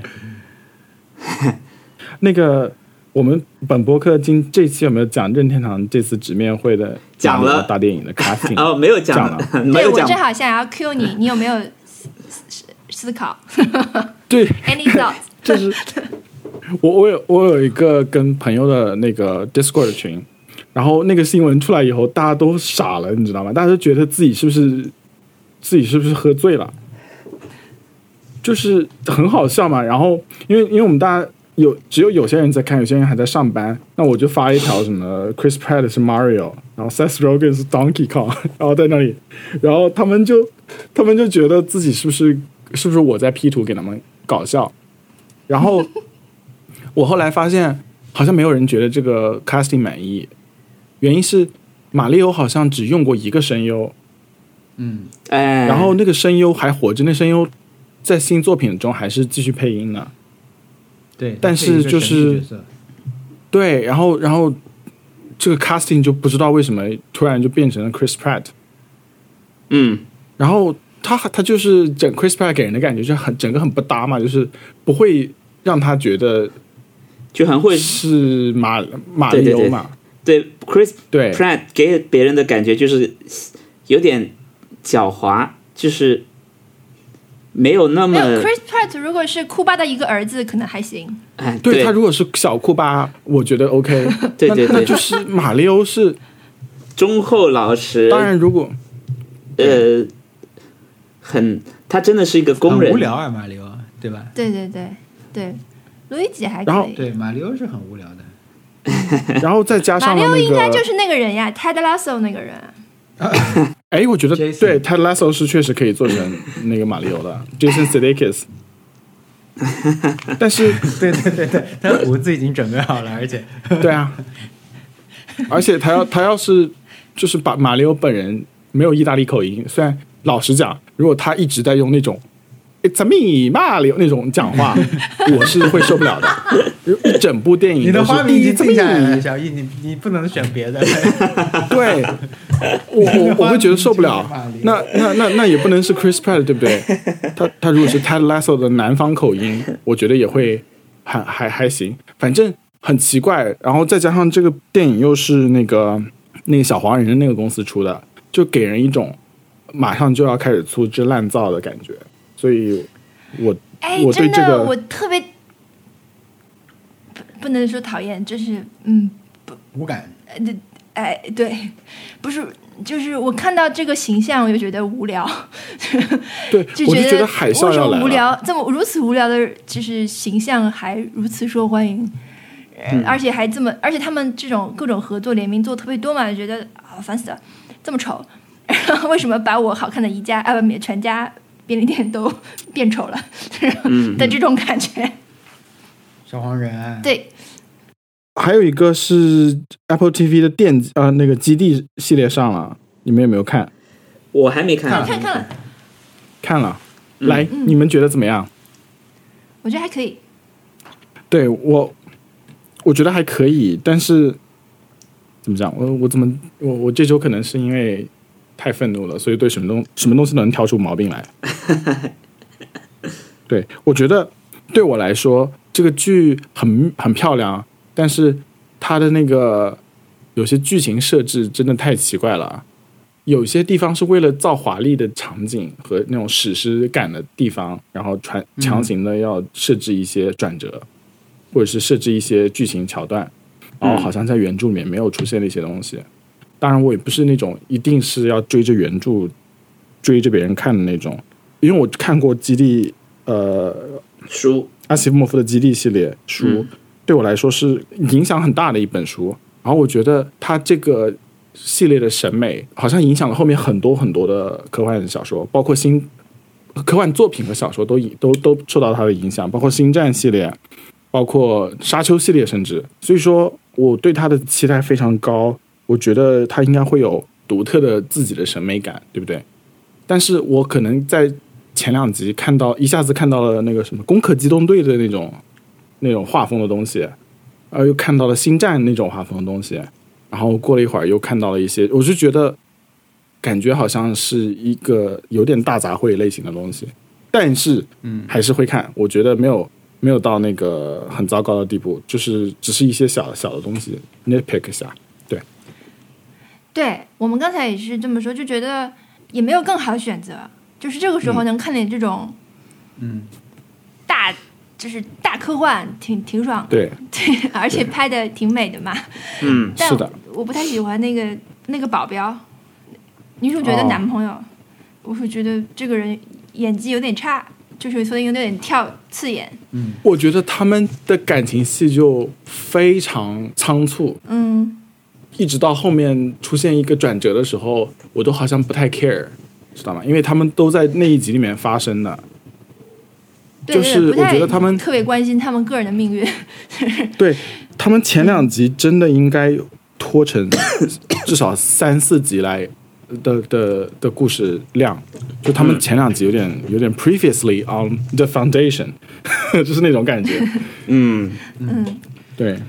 E: 那个我们本播客今这期有没有讲任天堂这次直面会的
A: 讲了
E: 马里奥大电影的 casting？
A: [laughs] 哦，没有讲
E: 嗯
A: [laughs]
E: 讲，
A: 没
B: 对
A: 有
B: 我
A: 讲
B: 正，好想要 Q 你，你有没有思思思考
E: 对，
B: ？Any thoughts？
E: 这是我我有我有一个跟朋友的那个 Discord 群，然后那个新闻出来以后，大家都傻了，你知道吗？大家都觉得自己是不是自己是不是喝醉了，就是很好笑嘛。然后因为因为我们大家。有只有有些人在看，有些人还在上班。那我就发一条什么 Chris Pratt 是 Mario，然后 Seth Rogen 是 Donkey Kong，然 [laughs] 后在那里，然后他们就他们就觉得自己是不是是不是我在 P 图给他们搞笑，然后我后来发现，好像没有人觉得这个 casting 满意，原因是马里欧好像只用过一个声优，
C: 嗯，
A: 哎，
E: 然后那个声优还活着，那声优在新作品中还是继续配音呢。
C: 对，
E: 但
C: 这一
E: 是
C: 个
E: 就
C: 神秘
E: 是
C: 角色
E: 对，然后然后这个 casting 就不知道为什么突然就变成了 Chris Pratt，
A: 嗯，
E: 然后他他就是整 Chris Pratt 给人的感觉就很整个很不搭嘛，就是不会让他觉得
A: 就很会
E: 是马马里欧嘛，
A: 对 Chris
E: 对
A: Pratt 给别人的感觉就是有点狡猾，就是没有那
B: 没
A: 么
B: 有 Chris Pratt 如果是库巴的一个儿子，可能还行。
A: 哎，
E: 对
A: 对。
E: 他如果是小库巴，我觉
B: [laughs]
E: 得 OK
A: 对对
E: 那那
A: 对
E: 就是马里欧是，
A: 忠厚老实，
E: 当然如果
B: [laughs]
A: 呃，很他真的是一个工
C: 很
A: 人
C: 无，聊啊，马里奥，对吧？
B: 对对对对，路易吉还
E: 然
B: 可
E: 后
B: 以。
C: 对，马里奥是很无聊 [laughs] 的。
E: 然后再加
B: 马
E: 上
B: 里
E: 了
B: 奥
E: 那
B: 应该
E: 个，
B: 就是那个人呀，Ted Lasso 那个人啊。
E: 哎，我觉得
C: Jason
E: 对 Ted Lasso 是确实可以做成那个马里欧的
B: [laughs]
E: Jason Sudeikis，但是
C: 对对对对，他胡子已经准备好了，而且
E: [laughs] 对啊，而且他要他要是就是把马里奥本人没有意大利口音，虽然老实讲，如果他一直在用那种 “It's me, Mario” 那种讲 [laughs] 话，我是会受不了的。一整部电影
C: 你的
E: 都是
C: 花名已经
E: "It's
C: 定下来
E: me
C: 了，小易，你你不能选别的。。
E: [laughs] 对，我我我会觉得受不了那那那那也不能是 Chris Pratt 对不
B: [laughs]
E: 对？他他如果是 Ted Lasso 的南方口音，我觉得也会还还还行。反正很奇怪。然后再加上这个电影又是那个那个小黄人那个公司出的，就给人一种马上就要开始粗制滥造的感觉。所以我，
B: 哎，
E: 我对
B: 真
E: 这
B: 的，
E: 个
B: 我特别不不能说讨厌，就是嗯，
C: 无感。
B: 哎，对，不是，就是我看到这个形象，我就觉得无聊，
E: 对
B: 就
E: 我就觉
B: 得
E: 得海啸要
B: 为什
E: 来
B: 么
E: 了。
B: 无聊，这么如此无聊的，就是形象还如此受欢迎，呃
E: 嗯
B: 而且还这么，而且他们这种各种合作联名做特别多嘛，就觉得啊、烦死了，这么丑， [laughs] 然后为什么把我好看的宜家啊不全家便利店都 [laughs] 变丑了
E: 嗯
B: [laughs] 的这种感觉？
C: 小黄人，啊
B: 对，
E: 还有一个是 Apple TV 的电呃那个基地系列上了，你们有没有看？
A: 我还没看，
B: 看看了，
E: 看了，
A: 嗯
E: 来，你们觉得怎么样？
B: 我觉得还可以，
E: 对我，我觉得还可以，但是怎么讲？我我怎么我我这周可能是因为太愤怒了，所以对什么东什么东西都能挑出毛病来。对，我觉得对我来说，这个剧很很漂亮，但是它的那个有些剧情设置真的太奇怪了。有些地方是为了造华丽的场景和那种史诗感的地方，然后传强行的要设置一些转折，或者是设置一些剧情桥段，然后好像在原著里面没有出现的一些东西。当然，我也不是那种一定是要追着原著追着别人看的那种，因为我看过《基地》呃
A: 书
E: 阿西莫夫的《基地》系列书，对我来说是影响很大的一本书。然后我觉得他这个系列的审美，好像影响了后面很多很多的科幻小说，包括新科幻作品和小说都影都都受到他的影响，包括《星战》系列，包括《沙丘》系列，甚至所以说我对他的期待非常高。我觉得他应该会有独特的自己的审美感，对不对？但是我可能在前两集看到一下子看到了那个什么《攻壳机动队》的那种那种画风的东西，呃，又看到了《星战》那种画风的东西，然后过了一会儿又看到了一些，我就觉得感觉好像是一个有点大杂烩类型的东西，但是嗯，还是会看，我觉得没有没有到那个很糟糕的地步，就是只是一些小小的东西 nitpick 一下，
B: 对我们刚才也是这么说，就觉得也没有更好的选择，就是这个时候能看点这种，
C: 嗯，
B: 大就是大科幻，挺挺爽的，
E: 对，
B: 对， [laughs] 而且拍的挺美的嘛。
A: 嗯，
B: 但
E: 是的，
B: 我不太喜欢那个那个保镖，女主角
E: 哦
B: 的男朋友，我会觉得这个人演技有点差，就是所以有点跳刺眼，
E: 我觉得他们的感情戏就非常仓促，
B: 嗯，
E: 一直到后面出现一个转折的时候，我都好像不太 care，知道吗？因为他们都在那一集里面发生的。
B: 对
E: 就
B: 对
E: 是
B: 对，不太
E: 我觉得他们
B: 特别关心他们个人的命运， [laughs]
E: 对他们前两集真的应该拖成 [coughs] 至少三四集来的的的故事量，就他们前两集有点有点 previously on the foundation，就是那种感觉。
A: 嗯，
B: 嗯，
E: 对，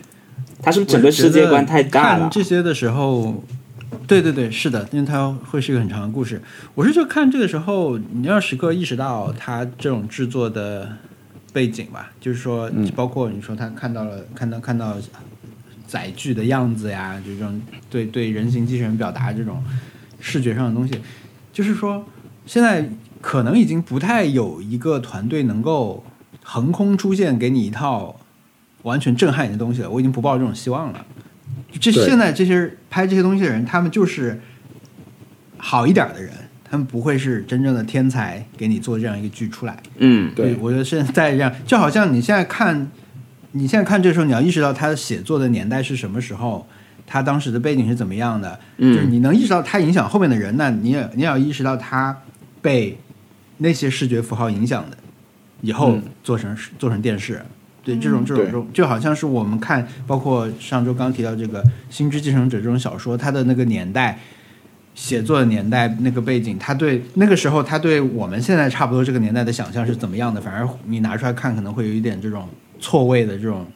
A: 它是不是整个世界观太大
C: 看
A: 了？
C: 这些的时候，对对对，是的，因为它会是一个很长的故事。我是就看这个时候，你要时刻意识到它这种制作的背景吧，
A: 嗯
C: 就是说，包括你说他看到了，看到看到载具的样子呀，就这种对对人形机器人表达这种视觉上的东西，就是说，现在可能已经不太有一个团队能够横空出现给你一套完全震撼你的东西了。我已经不抱这种希望了。这
E: 对
C: 现在这些拍这些东西的人，他们就是好一点的人，他们不会是真正的天才给你做这样一个剧出来。
A: 嗯，
E: 对
C: 我觉得现在这样，就好像你现在看，你现在看这时候，你要意识到他写作的年代是什么时候，他当时的背景是怎么样的，
A: 嗯
C: 就是你能意识到他影响后面的人，那你也你也要意识到他被那些视觉符号影响的，以后
E: 嗯
C: 做成、做成电视。对这种这种
E: 对
C: 这种，就好像是我们看，包括上周刚提到这个《星之继承者》这种小说，它的那个年代，写作的年代那个背景，他对那个时候他对我们现在差不多这个年代的想象是怎么样的？反而你拿出来看，可能会有一点这种错位的这种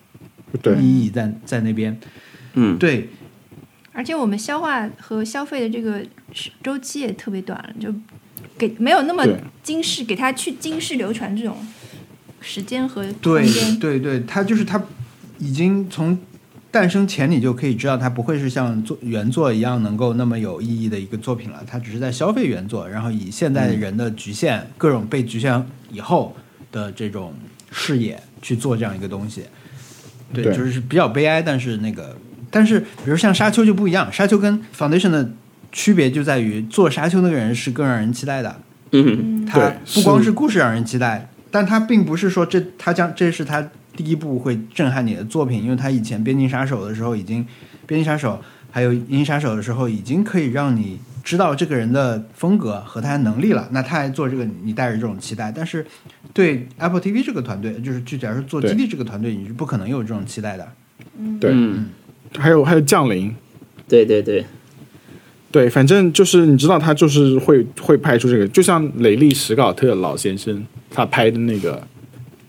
E: 对，
C: 意义在在那边。
A: 嗯，
C: 对，
B: 而且我们消化和消费的这个时周期也特别短了，就给没有那么
E: 对
B: 经世，给它去经世流传这种时间和空
C: 对
B: 间。
C: 对对，他就是他，已经从诞生前你就可以知道，它不会是像作原作一样能够那么有意义的一个作品了。它只是在消费原作，然后以现在
B: 嗯
C: 人的局限、各种被局限以后的这种视野去做这样一个东西。对，
E: 对
C: 就是比较悲哀，但是那个，但是比如像沙丘就不一样，沙丘跟 Foundation 的区别就在于做沙丘那个人是更让人期待的。
A: 嗯，
C: 它
E: 对
C: 不光
E: 是
C: 是故事让人期待，但它并不是说这它将这是它第一部会震撼你的作品，因为它以前《边境杀手》的时候已经，《边境杀手》还有《银翼杀手》的时候已经可以让你知道这个人的风格和他的能力了。那他还做这个，你带着这种期待，但是对 Apple TV 这个团队，就是具体来说做
E: 对
C: 基地这个团队，你是不可能有这种期待的。
E: 对
A: 嗯，
E: 还有还有降临，
A: 对对对，
E: 对，反正就是你知道他就是会会拍出这个，就像雷利·史考特老先生他拍的那个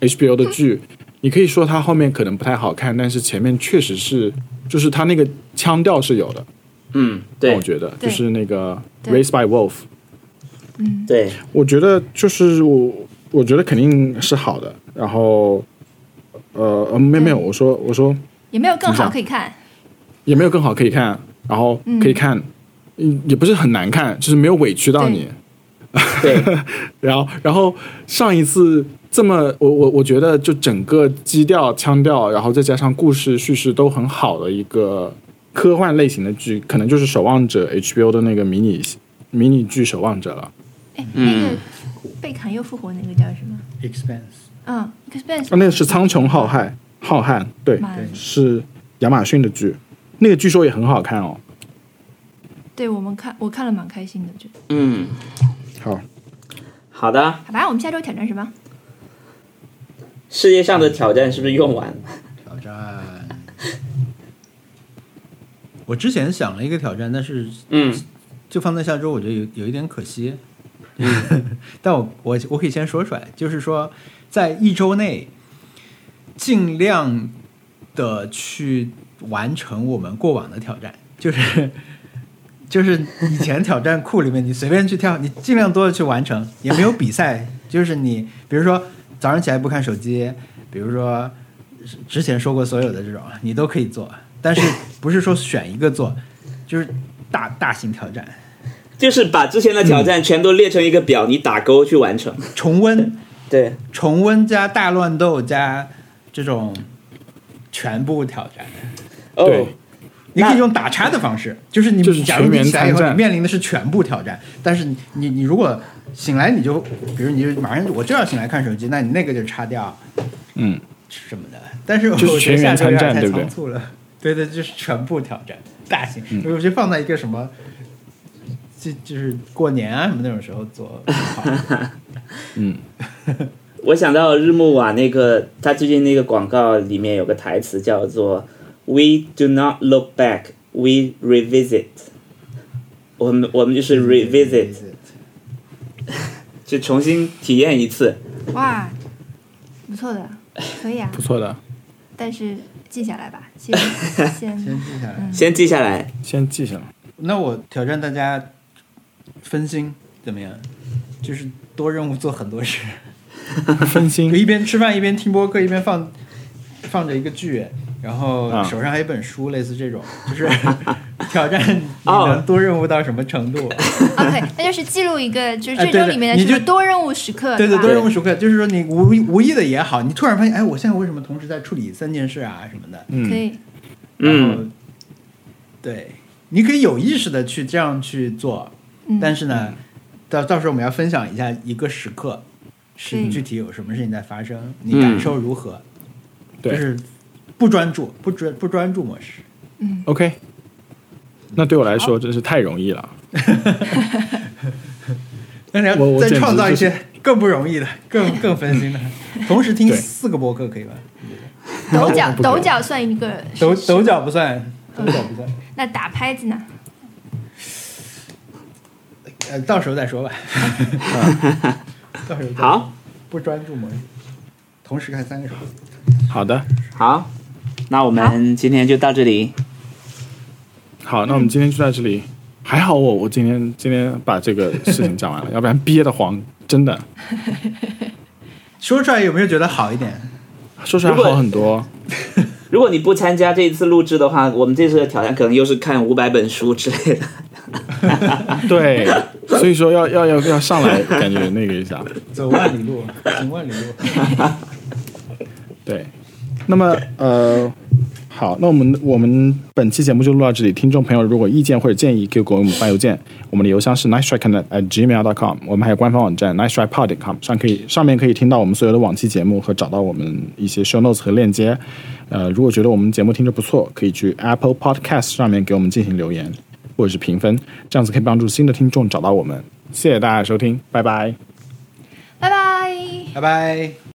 E: HBO 的剧，你可以说他后面可能不太好看，但是前面确实是就是他那个腔调是有的，
A: 嗯，
E: 让
A: 对
E: 我觉得
B: 对
E: 就是那个《
B: 对
E: Raised by Wolf》，
A: 对，
E: 我觉得就是我我觉得肯定是好的，然后呃呃没有没有，我说我说
B: 也没有更
E: 怎么
B: 好
E: 讲
B: 可以看。
E: 也没有更好可以看，然后可以看，嗯，也不是很难看，就是没有委屈到你。
A: 对，
E: 然后，然后上一次这么，我我我觉得就整个基调、腔调，然后再加上故事叙事都很好的一个科幻类型的剧，可能就是《守望者》HBO 的那个迷你迷你剧《守望者》了。
B: 哎，
C: 嗯
B: 那个贝坎又复活那个叫什么？
C: Expense，
B: 嗯，Expense
E: 啊，那个是《苍穹浩瀚》，浩瀚，对，
B: 妈的
C: 对
E: 是亚马逊的剧，那个据说也很好看哦。
B: 对我们看我看了蛮开心的，我觉得。
A: 嗯，
E: 好，
A: 好的，
B: 好吧，我们下周挑战什么？
A: 世界上的挑战是不是用完了？
C: 挑战。 [laughs] 我之前想了一个挑战，但是
A: 嗯，
C: 就放在下周，我觉得有有一点可惜。 [laughs] 但我我我可以先说出来，就是说，在一周内，尽量的去完成我们过往的挑战，就是就是以前挑战库里面你随便去跳，你尽量多的去完成，也没有比赛，就是你比如说早上起来不看手机，比如说之前说过所有的这种，你都可以做，但是不是说选一个做，就是大大型挑战。
A: 就是把之前的挑战全都列成一个表，你打勾去完成。
C: 重温、
A: 对，
C: 重温加大乱斗加这种全部挑战，
A: 哦
E: 对，
C: 你可
A: 那
C: 以用打叉的方式，就是你
E: 就是
C: 假如你
E: 全员
C: 起来以后，
E: 参战
C: 你面临的是全部挑战，但是你你你如果醒来你就，比如你就马上我就要醒来看手机，那你那个就叉掉
E: 嗯，
C: 什么的。但是我
E: 就是
C: 我觉得
E: 全员
C: 下周有点太
E: 参战对不对嗯
C: 仓促了，对对，就是全部挑战，大型，我觉得放在一个什么。就就是过年啊什么那种时候做，好
A: 我想到日木瓦那个，他最近那个广告里面有个台词叫做 “We do not look back, we revisit”。我们我们就是 revisit，就重新体验一次。
B: 哇，不错的，可以啊
E: 不，错的，
B: 但是记下来吧，
C: [laughs]
B: 先
C: 先
B: 先
C: 记下来。
A: 先记下来，
E: 先记下来。
C: 那我挑战大家分心怎么样？就是多任务做很多事，
E: 分心
C: 就，一边吃饭一边听播客，一边放放着一个剧，然后
E: 啊
C: 手上还有一本书，类似这种，就是挑战你能多任务到什么程度。
B: OK，那就是记录一个就是这
C: 哎对
B: 周
C: 对
B: 里面的
C: 你
B: 什么
C: 就
B: 多任务时刻，
C: [laughs] 对对，
B: 吧
C: 多任务时刻，就是说你无意无意的也好，你突然发现，哎，我现在为什么同时在处理三件事啊什么的？
B: 可
E: 嗯，
B: 以，
C: 然
A: 嗯
C: 后，对，你可以有意识的去这样去做，
B: 嗯，
C: 但是呢，到到时候我们要分享一下一个时刻，是
B: 对
C: 具体有什么事情在发生，你感受如何？
E: 嗯对
C: 就是不专注，不专不专注模式。
E: OK，那对我来说真是太容易了。
C: 那你
E: 我
C: 要
E: 我
C: 再
E: 简直
C: 创造一
E: 就是
C: 些更不容易的、更更分心的，同时听
E: 对
C: 四个播客可以吧？
B: 抖脚
E: 不可以
B: 抖脚算一个时
C: 抖
B: 时
C: 抖脚不算，抖脚不算，
B: 那打拍子呢？
C: 呃，到时候再说
E: [laughs]
C: 吧。
A: 嗯
C: 到时候再说
A: 好，
C: 不专注模式，同时看三个手机。
E: 好的，
A: [laughs] 好，那我们今天就到这里。
E: 好，那我们今天就到这里。还好我我今天今天把这个事情讲完了，要不然憋得慌，真的。
C: 说出来有没有觉得好一点？
E: 说出来
A: 如果
E: 好很多，
A: 如果你不参加这一次录制的话，我们这次的挑战可能又是看五百本书之类的。
E: 对，所以说要要要要上来，感觉那个一下。
C: 走万里路，行万里路。
E: 对，那么呃，好，那我们我们本期节目就录到这里。听众朋友如果有意见或者建议，可以给我们发邮件，我们的邮箱是 nice try connect at gmail dot com，我们还有官方网站 nice try pod com 上可以上面可以听到我们所有的往期节目和找到我们一些 show notes 和链接。呃，如果觉得我们节目听着不错，可以去 Apple Podcast 上面给我们进行留言或者是评分，这样子可以帮助新的听众找到我们。谢谢大家的收听，拜拜。
B: 拜拜。
C: 拜拜。